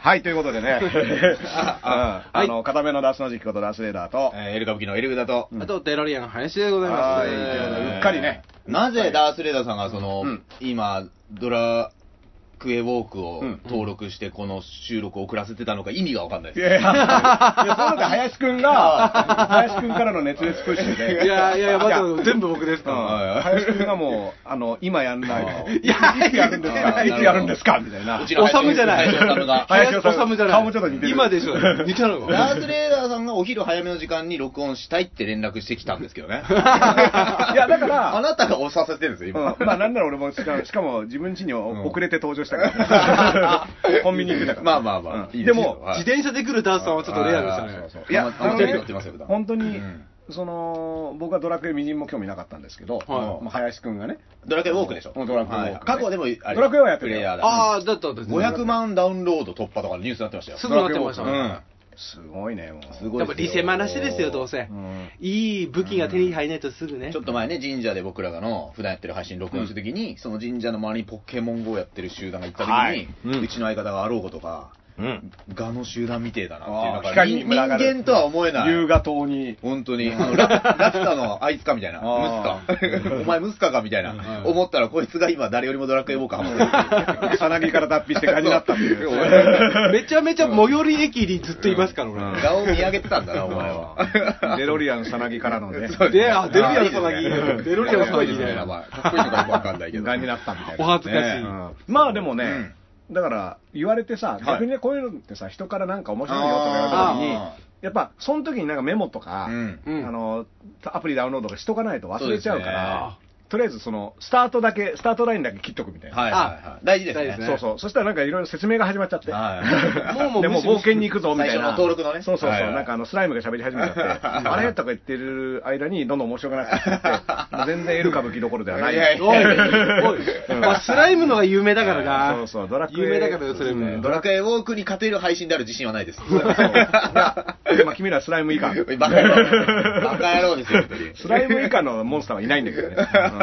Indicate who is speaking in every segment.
Speaker 1: はい、ということでね。ああの、片目のダースの時期ことダースレーダーと、
Speaker 2: えーエル歌舞伎のエルグだと、
Speaker 1: うん
Speaker 3: あと、デロリアンの林でございま
Speaker 1: は
Speaker 3: す。
Speaker 1: い
Speaker 3: えー
Speaker 1: うっかりね
Speaker 2: なぜダースレーダーさんがその、
Speaker 1: うん
Speaker 2: 今、ドラクエウォークを
Speaker 1: うん
Speaker 2: 登録して、この収録を遅らせてたのか、意味がわかんない
Speaker 1: い
Speaker 2: です。
Speaker 1: やいや、いやそうって林くんが、林くんからの熱烈プッシュで。
Speaker 3: いやいやいや、ま
Speaker 1: い
Speaker 3: だ全部僕です
Speaker 1: うん
Speaker 3: か
Speaker 1: 林くんがもう、あの、今やんないと。
Speaker 3: ら。いや、い
Speaker 1: やるんですかいつやるんですかみたいな
Speaker 2: う。ちの
Speaker 3: おさむじゃない。
Speaker 2: 林修が
Speaker 1: 林修
Speaker 3: 林修じゃない。
Speaker 1: 顔もちょっと似てる
Speaker 3: 今でしょ。似てるの
Speaker 2: ダースレーダーさんがお昼早めの時間に録音したいって連絡してきたんですけど ね。
Speaker 1: いや、だか
Speaker 2: あ
Speaker 1: ら、
Speaker 2: なたが押させてるんですよ、今。
Speaker 1: うんまあなんなら俺もしかしかも自分家に
Speaker 2: ん
Speaker 1: 遅れて登場したから、コンビニ行ってたから
Speaker 2: まあまあまあ
Speaker 1: うん
Speaker 2: いい
Speaker 1: で
Speaker 2: で
Speaker 1: す
Speaker 2: よ
Speaker 1: も
Speaker 2: はい
Speaker 3: 自転車で来るダースさんはちょっとレアでした
Speaker 2: あーそう
Speaker 3: ね。
Speaker 2: そう
Speaker 1: いや
Speaker 2: あんま
Speaker 1: あのね
Speaker 2: テレビやってますよ普段
Speaker 1: 本当に
Speaker 2: うん
Speaker 1: その僕はドラクエみじんも興味なかったんですけど、
Speaker 3: はい
Speaker 1: まあ林くんがね
Speaker 2: ドラクエウォークでしょ。
Speaker 1: うんドラクエウォークね
Speaker 2: はい過去でもあれ、
Speaker 1: ドラクエはやってる
Speaker 2: プ
Speaker 1: よ
Speaker 2: レイヤーだ。
Speaker 3: ああ、だったんですね
Speaker 2: 500万ダウンロード突破とかのニュースになってましたよ。
Speaker 3: すぐなってました
Speaker 1: ドラクエウォー
Speaker 3: ね。
Speaker 1: すごいねもう
Speaker 2: すご
Speaker 3: で
Speaker 2: い
Speaker 3: も、
Speaker 2: ですよ
Speaker 3: リセマなしですよ、どうせ
Speaker 1: う。ん
Speaker 3: いい武器が手に入らないとすぐね
Speaker 2: ちょ。っと前ね、神社で僕らがの普段やってる配信録音した時に、その神社の周りにポケモン GO やってる集団が行った時に、
Speaker 1: はいうん
Speaker 2: うちの相方があろうことか、
Speaker 1: うん
Speaker 2: ガの集団みてえだな
Speaker 1: あー
Speaker 2: って
Speaker 1: 光に
Speaker 2: いう、な
Speaker 1: 群が
Speaker 2: んか人
Speaker 1: る
Speaker 2: 人間とは思えない。
Speaker 1: 夕方に
Speaker 2: 本当に、あの、ララピュタのあいつかみたいな、
Speaker 1: あ
Speaker 2: ムス か、お前ムスカかみたいな、思ったらこいつが今誰よりもドラクエウォーカーハマってるっていう
Speaker 1: さなぎから脱皮して蚊になったってい
Speaker 2: そう
Speaker 1: う
Speaker 3: めちゃめちゃ最寄り駅にずっといますから、俺。
Speaker 2: ガを見上げてたんだな、お前は。
Speaker 1: デロリアンさなぎからのね
Speaker 2: そう
Speaker 3: で、あ、デロリアンさな
Speaker 2: あいいですね
Speaker 3: ぎ。デロリアン
Speaker 2: かっ
Speaker 3: さ
Speaker 2: こ
Speaker 3: な
Speaker 2: い
Speaker 3: い
Speaker 2: で
Speaker 3: ぎ
Speaker 2: すね、名
Speaker 3: ね。
Speaker 2: 前。かっこいいのかよくわかんないけど。
Speaker 1: 蚊になったみたいな
Speaker 3: お恥ずかしい
Speaker 1: うんまあでもねだから言われてさ
Speaker 2: い
Speaker 1: 逆にねこういうのってさ人からなんか面白いよとか言われた
Speaker 2: あ
Speaker 1: 時にやっぱその時になんかメモとか、
Speaker 2: うん
Speaker 3: うん
Speaker 1: あのアプリダウンロードとかしとかないと忘れちゃうから
Speaker 2: そ
Speaker 1: とりあえずそのスタートだけスタートラインだけ切っとくみたいな、
Speaker 2: はいはいはい。大事です
Speaker 3: 大事
Speaker 2: ね。
Speaker 3: ですね
Speaker 1: そうそうそしたらなんかいろいろ説明が始まっちゃって、
Speaker 2: はい。
Speaker 3: もうもう
Speaker 1: でもう冒険に行くぞみたい
Speaker 2: 最
Speaker 1: な。
Speaker 2: 初の登録のね
Speaker 1: そうそうそう。
Speaker 2: はいはい
Speaker 1: なんかあの、スライムが喋り始めちゃ って、あれとか言ってる間に、どんどん面白くなってきちゃって、もう 全然エル歌舞伎どころではない。
Speaker 2: いやいや
Speaker 3: おい、おい。まあスライムのが有名だからな。
Speaker 1: そうそう、ドラクエ。
Speaker 3: 有名だからよ、それ
Speaker 1: う
Speaker 3: も
Speaker 1: ん。
Speaker 2: ドラクエウォークに勝てる配信である自信はないです。
Speaker 1: そうそういや今、君らスライム以下。
Speaker 2: バカ野郎。バカ野郎ですよ、本当に。
Speaker 1: スライム以下のモンスターはいないんだけ どね。うん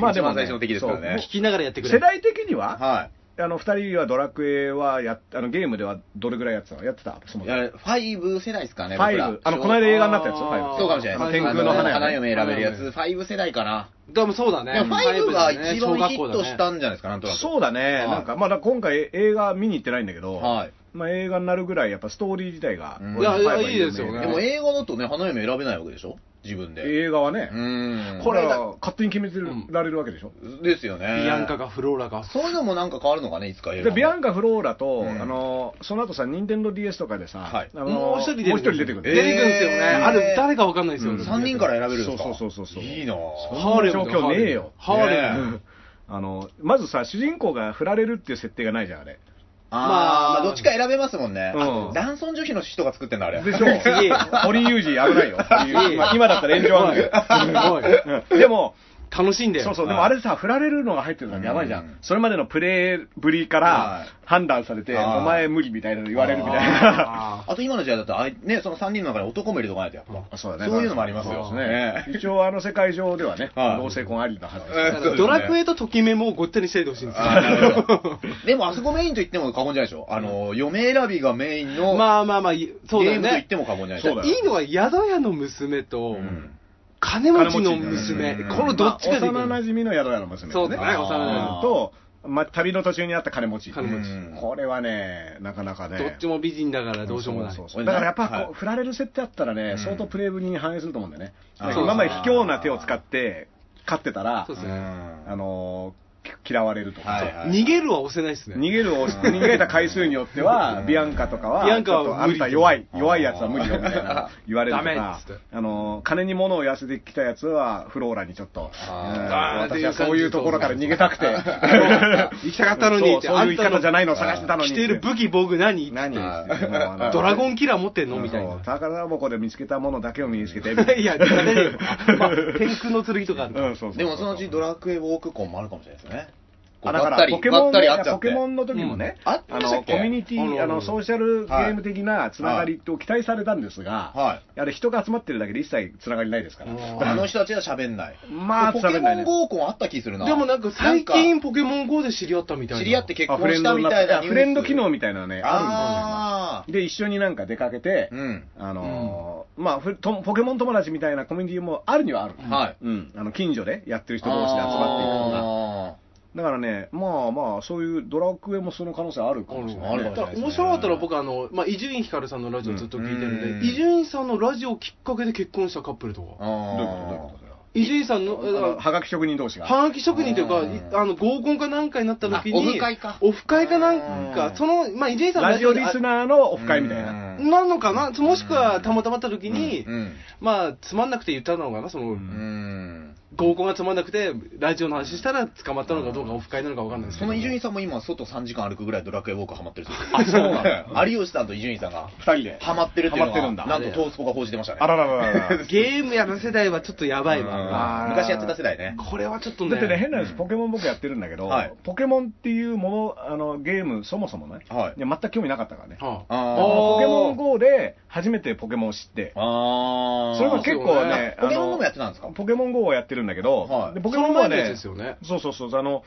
Speaker 1: まあでもね、
Speaker 2: 一番最初の敵ですからね
Speaker 3: 聞きながらやって
Speaker 1: そう。
Speaker 3: くれ。
Speaker 1: 世代的には、
Speaker 2: は
Speaker 1: あの、二人はドラクエはやっ、あの、ゲームではどれぐらいやってたのやってたそ
Speaker 2: い。
Speaker 1: も
Speaker 2: い
Speaker 1: そも
Speaker 2: や、ファイブ世代ですかね、
Speaker 1: ファイ
Speaker 2: 僕ら
Speaker 1: ブ。あの、この間映画になったやつ
Speaker 3: あー
Speaker 1: ファイブ。
Speaker 2: そうかもしれないです。
Speaker 1: 天空の花
Speaker 2: あ
Speaker 1: 嫁。
Speaker 2: 花嫁選べるや
Speaker 3: 花
Speaker 2: つ、ファイブ世代かな。
Speaker 3: でもそうだ
Speaker 2: で
Speaker 3: ね。
Speaker 2: もファイブが
Speaker 3: ファイブだね
Speaker 2: 一番ヒットし。
Speaker 3: 小学校だ
Speaker 2: た
Speaker 3: ね
Speaker 2: んじゃないですか、なんとなく。
Speaker 1: そうだね、
Speaker 2: はい
Speaker 1: なんか、まあだから今回、映画見に行ってないんだけど、
Speaker 2: はい
Speaker 1: まあ、映画になるぐらい、やっぱストーリー自体が、
Speaker 2: うん
Speaker 1: 俺の
Speaker 3: いや
Speaker 1: ファイブ
Speaker 3: いやいいですよね
Speaker 2: でも英語だとね、花嫁選べないわけでしょ自分で。
Speaker 1: 映画はね、
Speaker 2: うん。
Speaker 1: これは勝手に決めてられるわけでしょ。
Speaker 2: ですよね。
Speaker 3: ビアンカ。かフローラか。
Speaker 2: そういうのもなんか変わるのかね、いつか映画
Speaker 1: で
Speaker 2: も。
Speaker 1: ビアンカ・フローラと、
Speaker 2: うん
Speaker 1: あのその後さ、任天堂 d s とかでさ、
Speaker 2: はい
Speaker 1: あの
Speaker 3: もう一人出てくる。
Speaker 1: もう一人出てく
Speaker 3: 出
Speaker 1: る、
Speaker 3: てくるんですよね。
Speaker 2: えー
Speaker 3: あれ、誰かわかんないですよ。
Speaker 1: うん
Speaker 2: 3人から選べるんですか
Speaker 1: そうそうそうそう
Speaker 2: いいなぁ
Speaker 1: そ
Speaker 3: ハーレムだ
Speaker 1: こんな状況ねえよ
Speaker 3: ハーレム
Speaker 2: ねえ
Speaker 3: ハーレム。
Speaker 1: あのまずさ、主人公が振られるっていう設定がないじゃん、あれ。
Speaker 2: まあ、
Speaker 3: まあ
Speaker 2: どっちか選べますもんね。
Speaker 1: うん
Speaker 2: あ男尊女卑の人が作ってんだ、あれ。
Speaker 1: でしょ、
Speaker 3: 次
Speaker 1: 堀裕二、危ないよっていう、
Speaker 3: 次
Speaker 1: 今今だったら炎上あるんだ
Speaker 3: おいおい
Speaker 1: よ、うんでも、
Speaker 3: 楽しんでよ。
Speaker 1: そうそう、
Speaker 2: は
Speaker 1: で
Speaker 2: い
Speaker 1: もあれさ、振られるのが入ってるのがやばいじゃ
Speaker 2: うん
Speaker 1: ん。それまでのプレーぶりか
Speaker 2: は
Speaker 1: ら
Speaker 2: い
Speaker 1: 判断されて、
Speaker 2: はい
Speaker 1: お前無理みたいなの言われるみたいな。
Speaker 3: あー
Speaker 2: あと今の時代だと、あいね、その3人の中に男も入れとかないとやっ ぱ。
Speaker 1: そう
Speaker 2: そういうのもありますよ
Speaker 1: ですね。一応あの世界上ではね、
Speaker 2: はい
Speaker 1: 同性婚ありなはずです。
Speaker 2: え
Speaker 3: だからドラクエとときめもをごっちゃにしないでほしいんですよ。
Speaker 2: あなるほどでも、あそこメインと言っても過言じゃないでしょ。あの、嫁選びがメインの、
Speaker 3: まあまあまあ、そうだ
Speaker 2: ゲー
Speaker 3: よ
Speaker 2: ムと言っ
Speaker 3: ね。
Speaker 2: ても過言じゃない
Speaker 1: そうだよ
Speaker 3: いいのは宿屋の娘と、
Speaker 2: うん
Speaker 3: 金持ちの娘
Speaker 2: 金持ち、
Speaker 3: このどっちかでいく
Speaker 1: まあ幼馴染みの宿屋の娘
Speaker 3: そうだね、
Speaker 2: あー
Speaker 3: 幼馴
Speaker 2: 染
Speaker 1: と、まあ、旅の途中にあった金持ち。
Speaker 3: 金持ち
Speaker 2: うん
Speaker 1: これはね、なかなかね。
Speaker 3: 染。どっちも美人だからどうしようもない。
Speaker 1: そそだからやっぱこう、
Speaker 2: はい
Speaker 1: 振られる設定あったらね、
Speaker 2: うん
Speaker 1: 相当プレイぶりに反映すると思うんだよね。
Speaker 2: あ
Speaker 3: そう
Speaker 1: 今まで卑怯な手を使って勝ってたら
Speaker 3: そう、です
Speaker 2: う
Speaker 3: ね。
Speaker 2: ん
Speaker 1: あのき嫌われるとか、
Speaker 2: はいはい
Speaker 3: 逃げるは押せないですね。
Speaker 1: 逃げるをして逃げた回数によっては、ビアンカとかは、
Speaker 3: ビアンカは
Speaker 1: ちょっとあ
Speaker 3: 無
Speaker 1: ん
Speaker 3: 理
Speaker 1: た弱い、弱いやつは無理よみたい な言われると
Speaker 3: ダメっ
Speaker 1: か
Speaker 3: つって、
Speaker 1: あの金に物を痩せてきたやつは、フローラにちょっと、
Speaker 2: あ
Speaker 3: ー
Speaker 1: うん私はそういうところから逃げたくて、
Speaker 3: 行きたかったのにって、
Speaker 1: そうそういう生き
Speaker 3: あんたの
Speaker 1: 方じゃないのを探してたのに
Speaker 3: 着
Speaker 1: って
Speaker 3: る武器僕何
Speaker 1: 何
Speaker 2: あ
Speaker 3: ドラゴ
Speaker 1: ン
Speaker 3: ンキラー持ってんのみたいな。
Speaker 1: 宝箱で見つけたものだけを身につけてみたいな
Speaker 3: いや、ダ メだよ。まあ天空の剣とかあるか
Speaker 1: う
Speaker 3: ら
Speaker 1: ん、そうそうそう
Speaker 2: でもそのうちドラクエウォークコンもあるかもしれないですよね。こう
Speaker 1: あだか
Speaker 2: ばった
Speaker 1: ら
Speaker 2: り
Speaker 1: ポケモン
Speaker 2: ばったり会っちゃ
Speaker 1: ポ
Speaker 2: って
Speaker 1: ケモンの時もね、
Speaker 2: うんあっ
Speaker 1: あ
Speaker 2: ました
Speaker 1: の
Speaker 2: っけ
Speaker 1: コミュニテ
Speaker 3: あ
Speaker 1: ィ
Speaker 3: る
Speaker 1: あ
Speaker 3: ある
Speaker 1: のソーシャルゲーム的なつながりと期待されたんですが、
Speaker 2: はい
Speaker 1: あれ人が集まってるだけで一切つながりないですから、
Speaker 3: うん
Speaker 2: あの人たちは喋んない。
Speaker 1: まあ
Speaker 2: ポケ
Speaker 1: 喋んな
Speaker 2: モ
Speaker 1: い
Speaker 2: ン
Speaker 1: ね
Speaker 2: GO 婚あった気するな。
Speaker 3: でもなんか最近ポケモン GO で知り合ったみたいな。
Speaker 2: 知り合って結
Speaker 1: あ
Speaker 2: 婚
Speaker 1: フレ
Speaker 2: し
Speaker 1: ン
Speaker 2: た
Speaker 1: ド
Speaker 2: み
Speaker 1: に
Speaker 2: た
Speaker 1: ないった
Speaker 2: な
Speaker 1: あフレンド機能
Speaker 2: み
Speaker 1: みたいなのねある
Speaker 2: あ
Speaker 1: んですよで一緒になんか出かけて、
Speaker 2: うん
Speaker 1: あのーまあふとポケモン友達みたいなコミュニティもあるにはある、
Speaker 2: ーはい。
Speaker 1: うん、あの近所でやってる人同士で集まっていくとかだからねまあまあそういうドラクエもその可能性あるかもしれない、
Speaker 2: あるかもしれないですね
Speaker 3: 面白かったら僕あの、まあ、伊集院光さんのラジオずっと聞いてる
Speaker 2: うんん
Speaker 3: で、伊集院さんのラジオきっかけで結婚したカップルと
Speaker 2: あー
Speaker 3: か、
Speaker 1: どういうこ
Speaker 2: あ
Speaker 1: とどういう
Speaker 2: ー
Speaker 1: ことそれは
Speaker 3: 伊集院さんの、えだ
Speaker 1: あの
Speaker 3: か
Speaker 1: はがき職人同士
Speaker 3: ら
Speaker 1: が
Speaker 3: はがき職人というか、
Speaker 2: うん
Speaker 3: いあの合コンかなんかになった時に、
Speaker 2: あオフ会か
Speaker 3: オフ会かなん
Speaker 2: う
Speaker 3: か
Speaker 2: ん、
Speaker 3: その、まあ、伊集院さんの
Speaker 1: ラジオリス
Speaker 3: あ
Speaker 1: ナーのオフ会みたいな。
Speaker 2: うん
Speaker 3: なのかな、もしくはたまたまった時に、
Speaker 2: うん
Speaker 3: まあ、つまんなくて言ったのかな、その、
Speaker 1: うん
Speaker 2: うん
Speaker 3: 合コンがつまんなくて、ラジオの話したら捕まったのかどうか、オフ会なのかわかんないですけ
Speaker 2: そ
Speaker 3: ど。
Speaker 2: の伊集院さんも今、外3時間歩くぐらいドラクエウォークハマってるそうです。あ、そうなの 有吉さんと伊集院さんが
Speaker 1: 二人で。
Speaker 2: ハマってるっていう
Speaker 1: ハマ
Speaker 2: の
Speaker 1: ってるん
Speaker 2: が、
Speaker 1: だ
Speaker 2: なんとトースポが報じてましたね。
Speaker 1: あららららら
Speaker 3: ゲームやる世代はちょっとやばい
Speaker 2: うん
Speaker 3: わ。
Speaker 1: あー
Speaker 2: 昔やってた世代ね。
Speaker 3: これはちょっとね。
Speaker 1: だってね、変な話、
Speaker 2: うん
Speaker 1: ポケモン僕やってるんだけど、
Speaker 2: はい
Speaker 1: ポケモンっていうもの、あの、ゲーム、そもそもね、
Speaker 2: はい
Speaker 1: や全く興味なかったからね。
Speaker 3: は
Speaker 2: あー
Speaker 3: あ
Speaker 1: ポケモン
Speaker 3: ー
Speaker 1: GO で初めてポケモンを知って、
Speaker 2: あー
Speaker 1: それが結構ね、
Speaker 2: あポケモン GO もや
Speaker 1: あ
Speaker 2: ってたんですか
Speaker 1: のポケモン GO をやってるんだけど、
Speaker 2: はい
Speaker 1: でポケモン GO は
Speaker 3: その前のやつ
Speaker 1: ね
Speaker 3: ですよね
Speaker 1: そうそうそう、あの、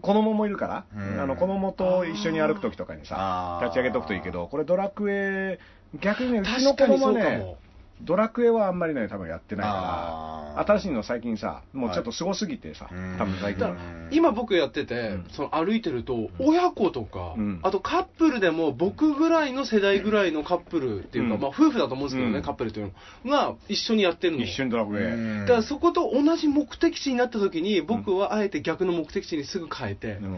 Speaker 1: 子供もいるから、
Speaker 2: うん
Speaker 1: あの子供と一緒に歩くときとかにさ
Speaker 2: あ、ー
Speaker 1: 立ち上げとくといいけど、これドラクエ、逆にね、うちの
Speaker 3: 確
Speaker 1: 子供
Speaker 3: かにそ
Speaker 1: は
Speaker 3: うか
Speaker 1: ね、
Speaker 3: も。
Speaker 1: ドラクエはあんまりね、多分やってない
Speaker 2: あ
Speaker 1: か
Speaker 2: ー
Speaker 1: ら、新しいの最近さ、もうちょっとすごすぎてさ、
Speaker 2: はい
Speaker 1: 多分最近
Speaker 3: だから。
Speaker 2: うん
Speaker 3: 今僕やってて、
Speaker 1: うん
Speaker 3: その歩いてると、親子とか、
Speaker 1: うん
Speaker 3: あとカップルでも、僕ぐらいの世代ぐらいのカップルっていうか、
Speaker 1: うん
Speaker 3: まあ夫婦だと思うんですけどね、
Speaker 1: うん
Speaker 3: カップルっていうのが一緒にやってるの。
Speaker 1: 一緒にドラクエ。
Speaker 2: うん
Speaker 3: だからそこと同じ目的地になった時に、僕はあえて逆の目的地にすぐ変えて、
Speaker 1: うん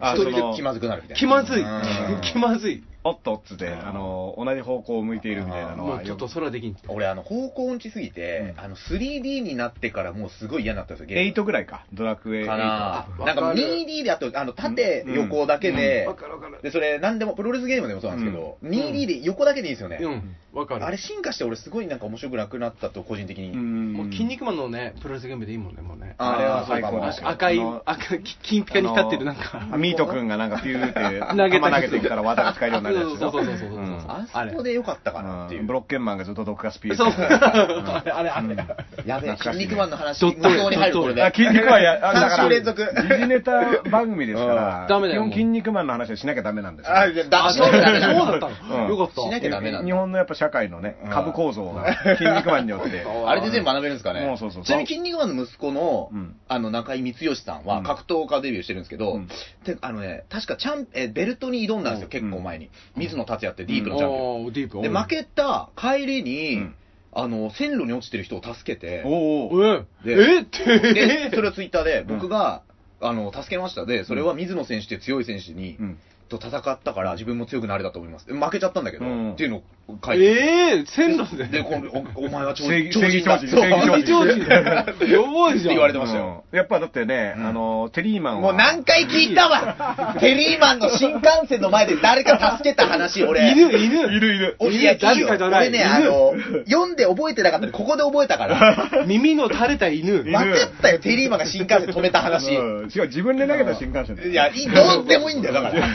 Speaker 2: あ
Speaker 1: あ
Speaker 2: それ
Speaker 1: そ
Speaker 2: で
Speaker 1: の
Speaker 2: 気まずくなるみたいな。
Speaker 3: 気まずい、
Speaker 2: うん
Speaker 3: 気まずい、
Speaker 1: おっとっつって、あの、同じ方向を向いているみたいなの
Speaker 3: も
Speaker 1: は
Speaker 3: うちょ
Speaker 1: よ
Speaker 3: っ
Speaker 1: く
Speaker 3: と、それはできん。
Speaker 2: 俺、あの、方向音痴すぎて、
Speaker 1: うん
Speaker 2: あの、3D になってからもうすごい嫌になったんですよ、ゲーム
Speaker 1: 8ぐらいか、ドラクエ8
Speaker 2: かな
Speaker 3: あ
Speaker 2: なんか
Speaker 3: わかる
Speaker 2: 2D であと、あの、縦、
Speaker 1: うん
Speaker 2: 横だけで
Speaker 3: わ、かるわかる。
Speaker 2: で、それ、なんでも、プロレスゲームでもそうなんですけど、
Speaker 3: うん
Speaker 2: 2D で横だけでいいんですよね。
Speaker 3: うん、わかる。
Speaker 2: あれ進化して俺すごいなんか面白くなくなったと、個人的に。
Speaker 1: ん
Speaker 3: もう筋肉マンのね、プロレスゲームでいいもんね、もうね。
Speaker 2: あれはそうかも
Speaker 1: あ
Speaker 3: あ
Speaker 1: ー
Speaker 3: 赤い
Speaker 1: あの、
Speaker 3: 赤い、金ピカに光ってる、なんか。
Speaker 1: あミート君がなんかピューって、
Speaker 3: 投げた
Speaker 1: 球投げてきたら技が使えるようになるやつでしょ
Speaker 3: そうそうそうそうそう
Speaker 1: うん
Speaker 2: あそこでよかったかなっていうう。
Speaker 1: んブロッケンマンがずっと毒ガスピー
Speaker 3: そう、あれ、
Speaker 1: あ
Speaker 3: あれ、あれ。
Speaker 2: やべえ、
Speaker 1: 懐かしいね
Speaker 2: 筋肉マンの話、
Speaker 3: ド
Speaker 2: 無
Speaker 3: ット絵
Speaker 2: 糖に入るこれで。
Speaker 1: 筋肉は や、あ
Speaker 2: 3週連続。
Speaker 1: 時事ネタ番組ですから、
Speaker 3: うんダメだ
Speaker 1: 基
Speaker 3: よ
Speaker 1: 本筋肉マンの話はしなきゃダメなんですよ
Speaker 2: あ、だ、
Speaker 3: あ、
Speaker 2: だ、
Speaker 3: そうだったそうだっ
Speaker 1: う
Speaker 3: た
Speaker 1: ん
Speaker 3: の。よかった。
Speaker 2: しなきゃダメなん
Speaker 1: 日
Speaker 2: だ。
Speaker 1: 本のやっぱ社会のね
Speaker 2: うん、
Speaker 1: 株構造が筋肉マンによ って。
Speaker 2: あれで全部学べるんですかね。
Speaker 1: もうそうそう
Speaker 2: ちなみに、筋肉マンの息子の、
Speaker 1: うん
Speaker 2: あの、中井光義さん
Speaker 1: う
Speaker 2: は
Speaker 1: ん
Speaker 2: 格闘家デビューしてるんですけど、
Speaker 1: うん
Speaker 2: てあのね、確かチャン、え、ベルトに挑んだんですよ、
Speaker 1: うん
Speaker 2: 結構前に。水野達也ってディープのチャンピオン。
Speaker 3: おーディープ。
Speaker 2: で、負けた帰りに、
Speaker 1: うん
Speaker 2: あの、線路に落ちてる人を助けて、
Speaker 1: おお。
Speaker 3: うん。
Speaker 2: で
Speaker 3: えって。
Speaker 2: で、それをツイッターで、
Speaker 1: ん
Speaker 2: 僕が、あの、助けましたで、それは水野選手って強い選手に、
Speaker 1: うん
Speaker 2: と戦ったから自分も強くなれたと思います。で負けちゃったんだけど、
Speaker 1: うん
Speaker 2: っていうのを書いて。
Speaker 3: えー、線路で。
Speaker 2: で、このおお前は超
Speaker 1: 正義
Speaker 2: 超人だ
Speaker 1: 正義
Speaker 2: そう
Speaker 1: 正義
Speaker 3: 非常時。やばいじゃん。
Speaker 2: って言われてましたよ
Speaker 1: うんやっぱだってね、
Speaker 2: うん
Speaker 1: あの、テリーマンは。
Speaker 2: もう何回聞いたわテリーマンの新幹線の前で誰か助けた話、俺。
Speaker 3: 犬、犬。
Speaker 1: いるいる。
Speaker 2: お
Speaker 3: い
Speaker 2: い
Speaker 3: や
Speaker 2: や、いい
Speaker 3: 誰
Speaker 2: よ。
Speaker 3: かじゃない
Speaker 2: 俺ね、あの、読んで覚えてなかったんで、ここで覚え たから。
Speaker 3: 耳の垂れた犬。
Speaker 1: い
Speaker 2: 分かったよ、テリーマンが新幹線止めた話。
Speaker 1: うん違う、自分で投げた新幹線だよ
Speaker 2: いや、いいどうでもいいんだよ、だから。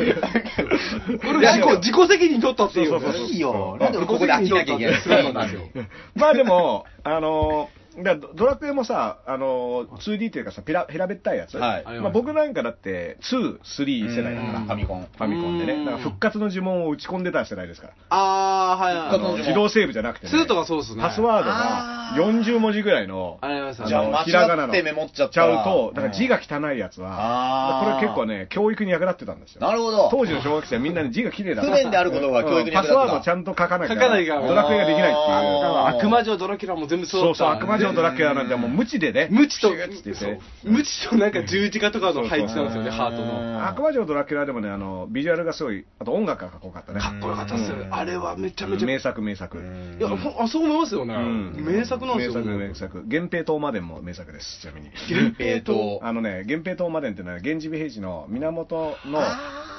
Speaker 3: これ自己、自己責任取ったっていう。
Speaker 1: そうそうそう
Speaker 2: いいよ。なんで俺ここで飽きなきゃいけない
Speaker 3: そうなんですよ。
Speaker 1: まあでも、あのーだからドラクエもさ、あのー 2D というかさ、ペラ平べったいやつ、
Speaker 2: はい
Speaker 1: まあ、僕なんかだって、2、3世代だから、
Speaker 2: うんファミコン
Speaker 1: ファミコンで
Speaker 3: う
Speaker 1: ね、
Speaker 3: ん
Speaker 1: だから復活の呪文を打ち込んでた世代ですから、
Speaker 3: あー、はいはい。
Speaker 1: あ
Speaker 2: 復活の
Speaker 1: の
Speaker 2: 呪文
Speaker 1: 自動セーブじゃなくて、ね、
Speaker 3: ツーとかそうっすね
Speaker 1: パスワードが40文字ぐらいの、
Speaker 3: ありました
Speaker 1: の
Speaker 3: じゃ
Speaker 2: あ間違ってメモっちゃったら
Speaker 1: ちゃうと、だから字が汚いやつは、
Speaker 2: う
Speaker 1: こ
Speaker 2: ん
Speaker 1: れ結構ね、教育に役立ってたんですよ。
Speaker 2: なるほど。
Speaker 1: 当時の小学生はみんなに字が綺麗だ
Speaker 2: 不便であることが教育に
Speaker 1: パ
Speaker 2: 役
Speaker 1: ス
Speaker 2: 立
Speaker 1: ワー
Speaker 2: っ
Speaker 1: ド
Speaker 2: た
Speaker 1: をちゃんと書かないから
Speaker 3: 書かないから
Speaker 1: ドラクエができないって
Speaker 2: あ
Speaker 1: いう。
Speaker 3: 悪魔城ドラキュラも全部そうだ
Speaker 1: そう
Speaker 3: った
Speaker 1: そう、悪魔城ドラキュラなんてもう無知でね。
Speaker 3: 無知と
Speaker 1: ピューって言ってね
Speaker 3: そう無知となんか十字架とかの配置なんですよね
Speaker 2: そうそう
Speaker 3: ハートの
Speaker 2: うん
Speaker 1: 悪魔城ドラキュラでもね、あの、ビジュアルがすごい、あと音楽がかっこよかったね。
Speaker 3: かっこよかったっすよね
Speaker 2: うん
Speaker 3: あれはめちゃめちゃ
Speaker 1: 名
Speaker 3: い
Speaker 1: 作、名作。
Speaker 2: うん
Speaker 3: やほんあそう思いますよね
Speaker 1: うん
Speaker 3: 名作なんですよ
Speaker 1: 名作、名作。源平島までも名作です、ちなみに。
Speaker 3: 源
Speaker 2: え
Speaker 3: 平
Speaker 2: っと
Speaker 3: と、
Speaker 1: あのね、源平島までってのは、源氏美平氏の源の、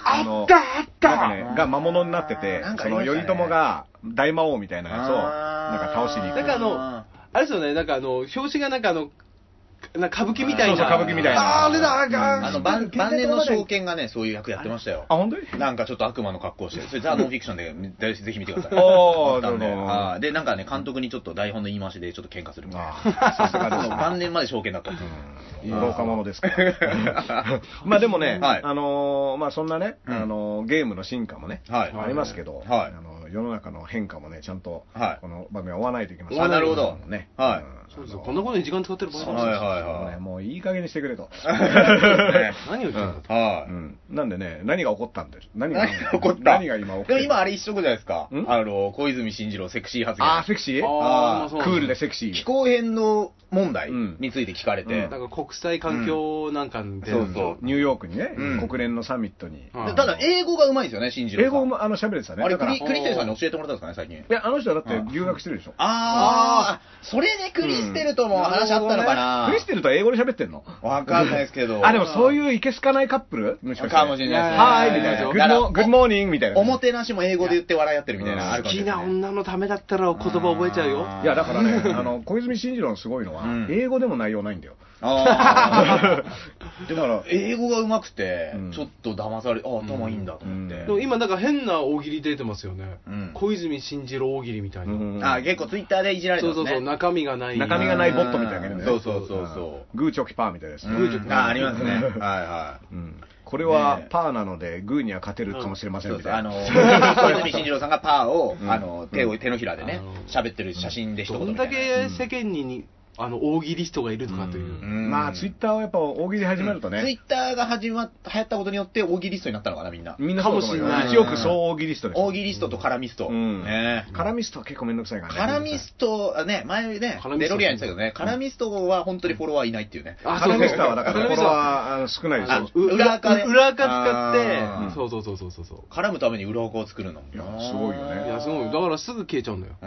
Speaker 2: あ
Speaker 1: の
Speaker 3: あったあった
Speaker 1: なんかね、が魔物になってて
Speaker 2: なん、か
Speaker 1: そ
Speaker 2: ありま
Speaker 1: の
Speaker 2: し
Speaker 1: 頼
Speaker 2: たね
Speaker 1: 朝が大魔王みたいなやつを、
Speaker 2: あー
Speaker 1: なんか倒しに行
Speaker 3: なん
Speaker 1: く。
Speaker 3: かあのあれですよねなんかあの表紙がなんかあのな歌舞伎みたい
Speaker 1: そうそう
Speaker 3: な。
Speaker 1: 歌舞伎みたいな
Speaker 3: ああれだ、あ
Speaker 1: うん
Speaker 3: が
Speaker 2: あの、晩晩年の証券がね、そういう役やってましたよ。
Speaker 1: あ、本当に
Speaker 2: なんかちょっと悪魔の格好をして、それザ・ノンフィクションでぜひぜひ見てください。
Speaker 1: おー
Speaker 2: あったんで
Speaker 1: なるほど
Speaker 2: はいで、なんかね、監督にちょっと台本の言い回しでちょっと喧嘩するみたいな。
Speaker 1: あさすがです
Speaker 2: あの 晩年まで証券だったんですよ
Speaker 1: うん愚か者ですから まあでもね、
Speaker 2: はい
Speaker 1: あのーまあそんなね、
Speaker 2: うん
Speaker 1: あのーゲームの進化もね、
Speaker 2: はい
Speaker 1: ありますけど、
Speaker 2: はい
Speaker 1: あの世の中の変化もね、ちゃんと
Speaker 2: はい
Speaker 1: この場面は追わないといけません
Speaker 2: あなるほど
Speaker 1: ね、
Speaker 2: はい
Speaker 1: ん
Speaker 3: そうそうこんなことに時間使ってる場合じゃ
Speaker 2: はい
Speaker 3: ない
Speaker 2: はい
Speaker 1: もうねもういい加減にしてくれ と。
Speaker 3: 何を言ってるんだと。
Speaker 2: は
Speaker 1: う
Speaker 2: い。
Speaker 1: んなんでね、何が起こったんでしょう何が
Speaker 2: 何が起こった
Speaker 1: 何が今起こっ
Speaker 2: で
Speaker 1: た
Speaker 2: も今あれ一色じゃないですか
Speaker 1: ん。
Speaker 2: あの、小泉進次郎セクシー発言。
Speaker 1: あー、セクシー
Speaker 3: あーま
Speaker 1: ク
Speaker 3: あそう
Speaker 1: ールでセクシー。
Speaker 2: 気候変動問題について聞かれて。
Speaker 1: うん
Speaker 3: なんか国際環境なんかで、
Speaker 2: そうそう
Speaker 1: ニューヨークにね、
Speaker 2: うん
Speaker 1: 国連のサミットに。
Speaker 3: うん
Speaker 2: でただ、英語がうまいんですよね、進次郎さん。
Speaker 1: 英語もあの喋れてたね。
Speaker 2: あ
Speaker 1: だ
Speaker 2: れ
Speaker 1: か
Speaker 2: ク
Speaker 1: ら
Speaker 2: リ、クリステルさんに教えてもらったんですかね、最近
Speaker 1: い。や、あの人はだって留学してるでしょ。
Speaker 2: あー、それでクリステルとも話あったのかな。
Speaker 1: クリステルとは英語で喋ってんの
Speaker 2: わかんないですけど。
Speaker 1: あ、でもそういういけすかないカップルもしかして。
Speaker 2: かもしれないですね。
Speaker 1: はい、みたいな。グ
Speaker 2: だ
Speaker 1: ッ
Speaker 2: から
Speaker 1: モグッモーニングみたいな。
Speaker 2: おもてなしも英語で言って笑い合ってるみたいな。ある
Speaker 3: 好
Speaker 2: かもし
Speaker 3: き
Speaker 2: れ
Speaker 3: な
Speaker 2: ないですね
Speaker 3: 女のためだったら言葉覚えちゃうよ。
Speaker 2: あ
Speaker 1: いや、だからね、あの、小泉進次郎のすごいのは
Speaker 2: うん、
Speaker 1: 英語でも内容ないんだよ。
Speaker 2: あ
Speaker 1: だから
Speaker 2: ー、英語がうまくて
Speaker 1: うん、
Speaker 2: ちょっと騙され、あ、頭いいんだと思っ
Speaker 1: う
Speaker 2: て
Speaker 1: ん
Speaker 3: で。も今なんか変な大喜利出てますよね。
Speaker 2: うん
Speaker 3: 小泉進次郎大喜利みたいな。
Speaker 1: うん
Speaker 2: あー、結構ツイッターでいじられて
Speaker 3: そ
Speaker 2: ます
Speaker 3: うそ
Speaker 2: ね。
Speaker 3: うそう、中身がない。
Speaker 1: 中身がないボットみたいな
Speaker 2: うん
Speaker 1: ね。
Speaker 2: そうそうそうそ
Speaker 1: うん。グーチョキパーみたいです
Speaker 2: う
Speaker 1: ね。
Speaker 2: ん。あー、ありますね。はいは
Speaker 1: うんこれは
Speaker 2: ねえ
Speaker 1: パーなので、グーには勝てるかもしれま
Speaker 2: い。
Speaker 1: せ
Speaker 2: そ
Speaker 1: ん
Speaker 2: う
Speaker 1: み
Speaker 2: そう
Speaker 1: た
Speaker 2: あ
Speaker 1: いな
Speaker 2: の、。小泉進次郎さんがパーを、
Speaker 1: うん
Speaker 2: あの、手を、手のひらで
Speaker 3: あ
Speaker 2: ね
Speaker 3: の、
Speaker 2: 喋ってる写真で一言
Speaker 3: どん
Speaker 2: みたい
Speaker 3: だ
Speaker 2: な。
Speaker 3: け世間にに、あの、大喜利人がいるとかという。
Speaker 1: うん
Speaker 2: うん
Speaker 1: まあ、ツイッターはやっぱ大喜利始めると
Speaker 2: ツイッ
Speaker 1: ね、
Speaker 2: ターが始まっ流行ったことによって、大喜利リストになったのかな、みんな。
Speaker 1: みんなそうだと思うよ
Speaker 3: かもしんない
Speaker 1: 一億総大喜利ストです。
Speaker 2: 大喜利リストとカラミスト。
Speaker 1: うん
Speaker 2: ね
Speaker 1: カラミストは結構めんどくさいからね。
Speaker 2: カラミスト、あね、前ね
Speaker 3: カラ、ミ
Speaker 2: デ
Speaker 3: スト
Speaker 2: ロリアンに言ってたけどね、カラミストは本当にフォロワーいないっていうね。
Speaker 3: あ
Speaker 1: カラミストはだか
Speaker 3: カ
Speaker 1: ら、こ
Speaker 3: ラミ
Speaker 1: れ
Speaker 3: ストは
Speaker 1: はあの少ないでし
Speaker 3: あ
Speaker 1: ょ。
Speaker 3: う
Speaker 2: 裏
Speaker 3: 裏
Speaker 2: 垢
Speaker 3: 垢
Speaker 2: ね
Speaker 3: 裏垢使
Speaker 2: あ
Speaker 1: ー
Speaker 3: って、そうそうそうそうそうそう。
Speaker 2: 絡むために裏垢を作るのも。
Speaker 1: いやすごいよね
Speaker 3: いや、すごい。だからすぐ消えちゃうんだよ。
Speaker 2: う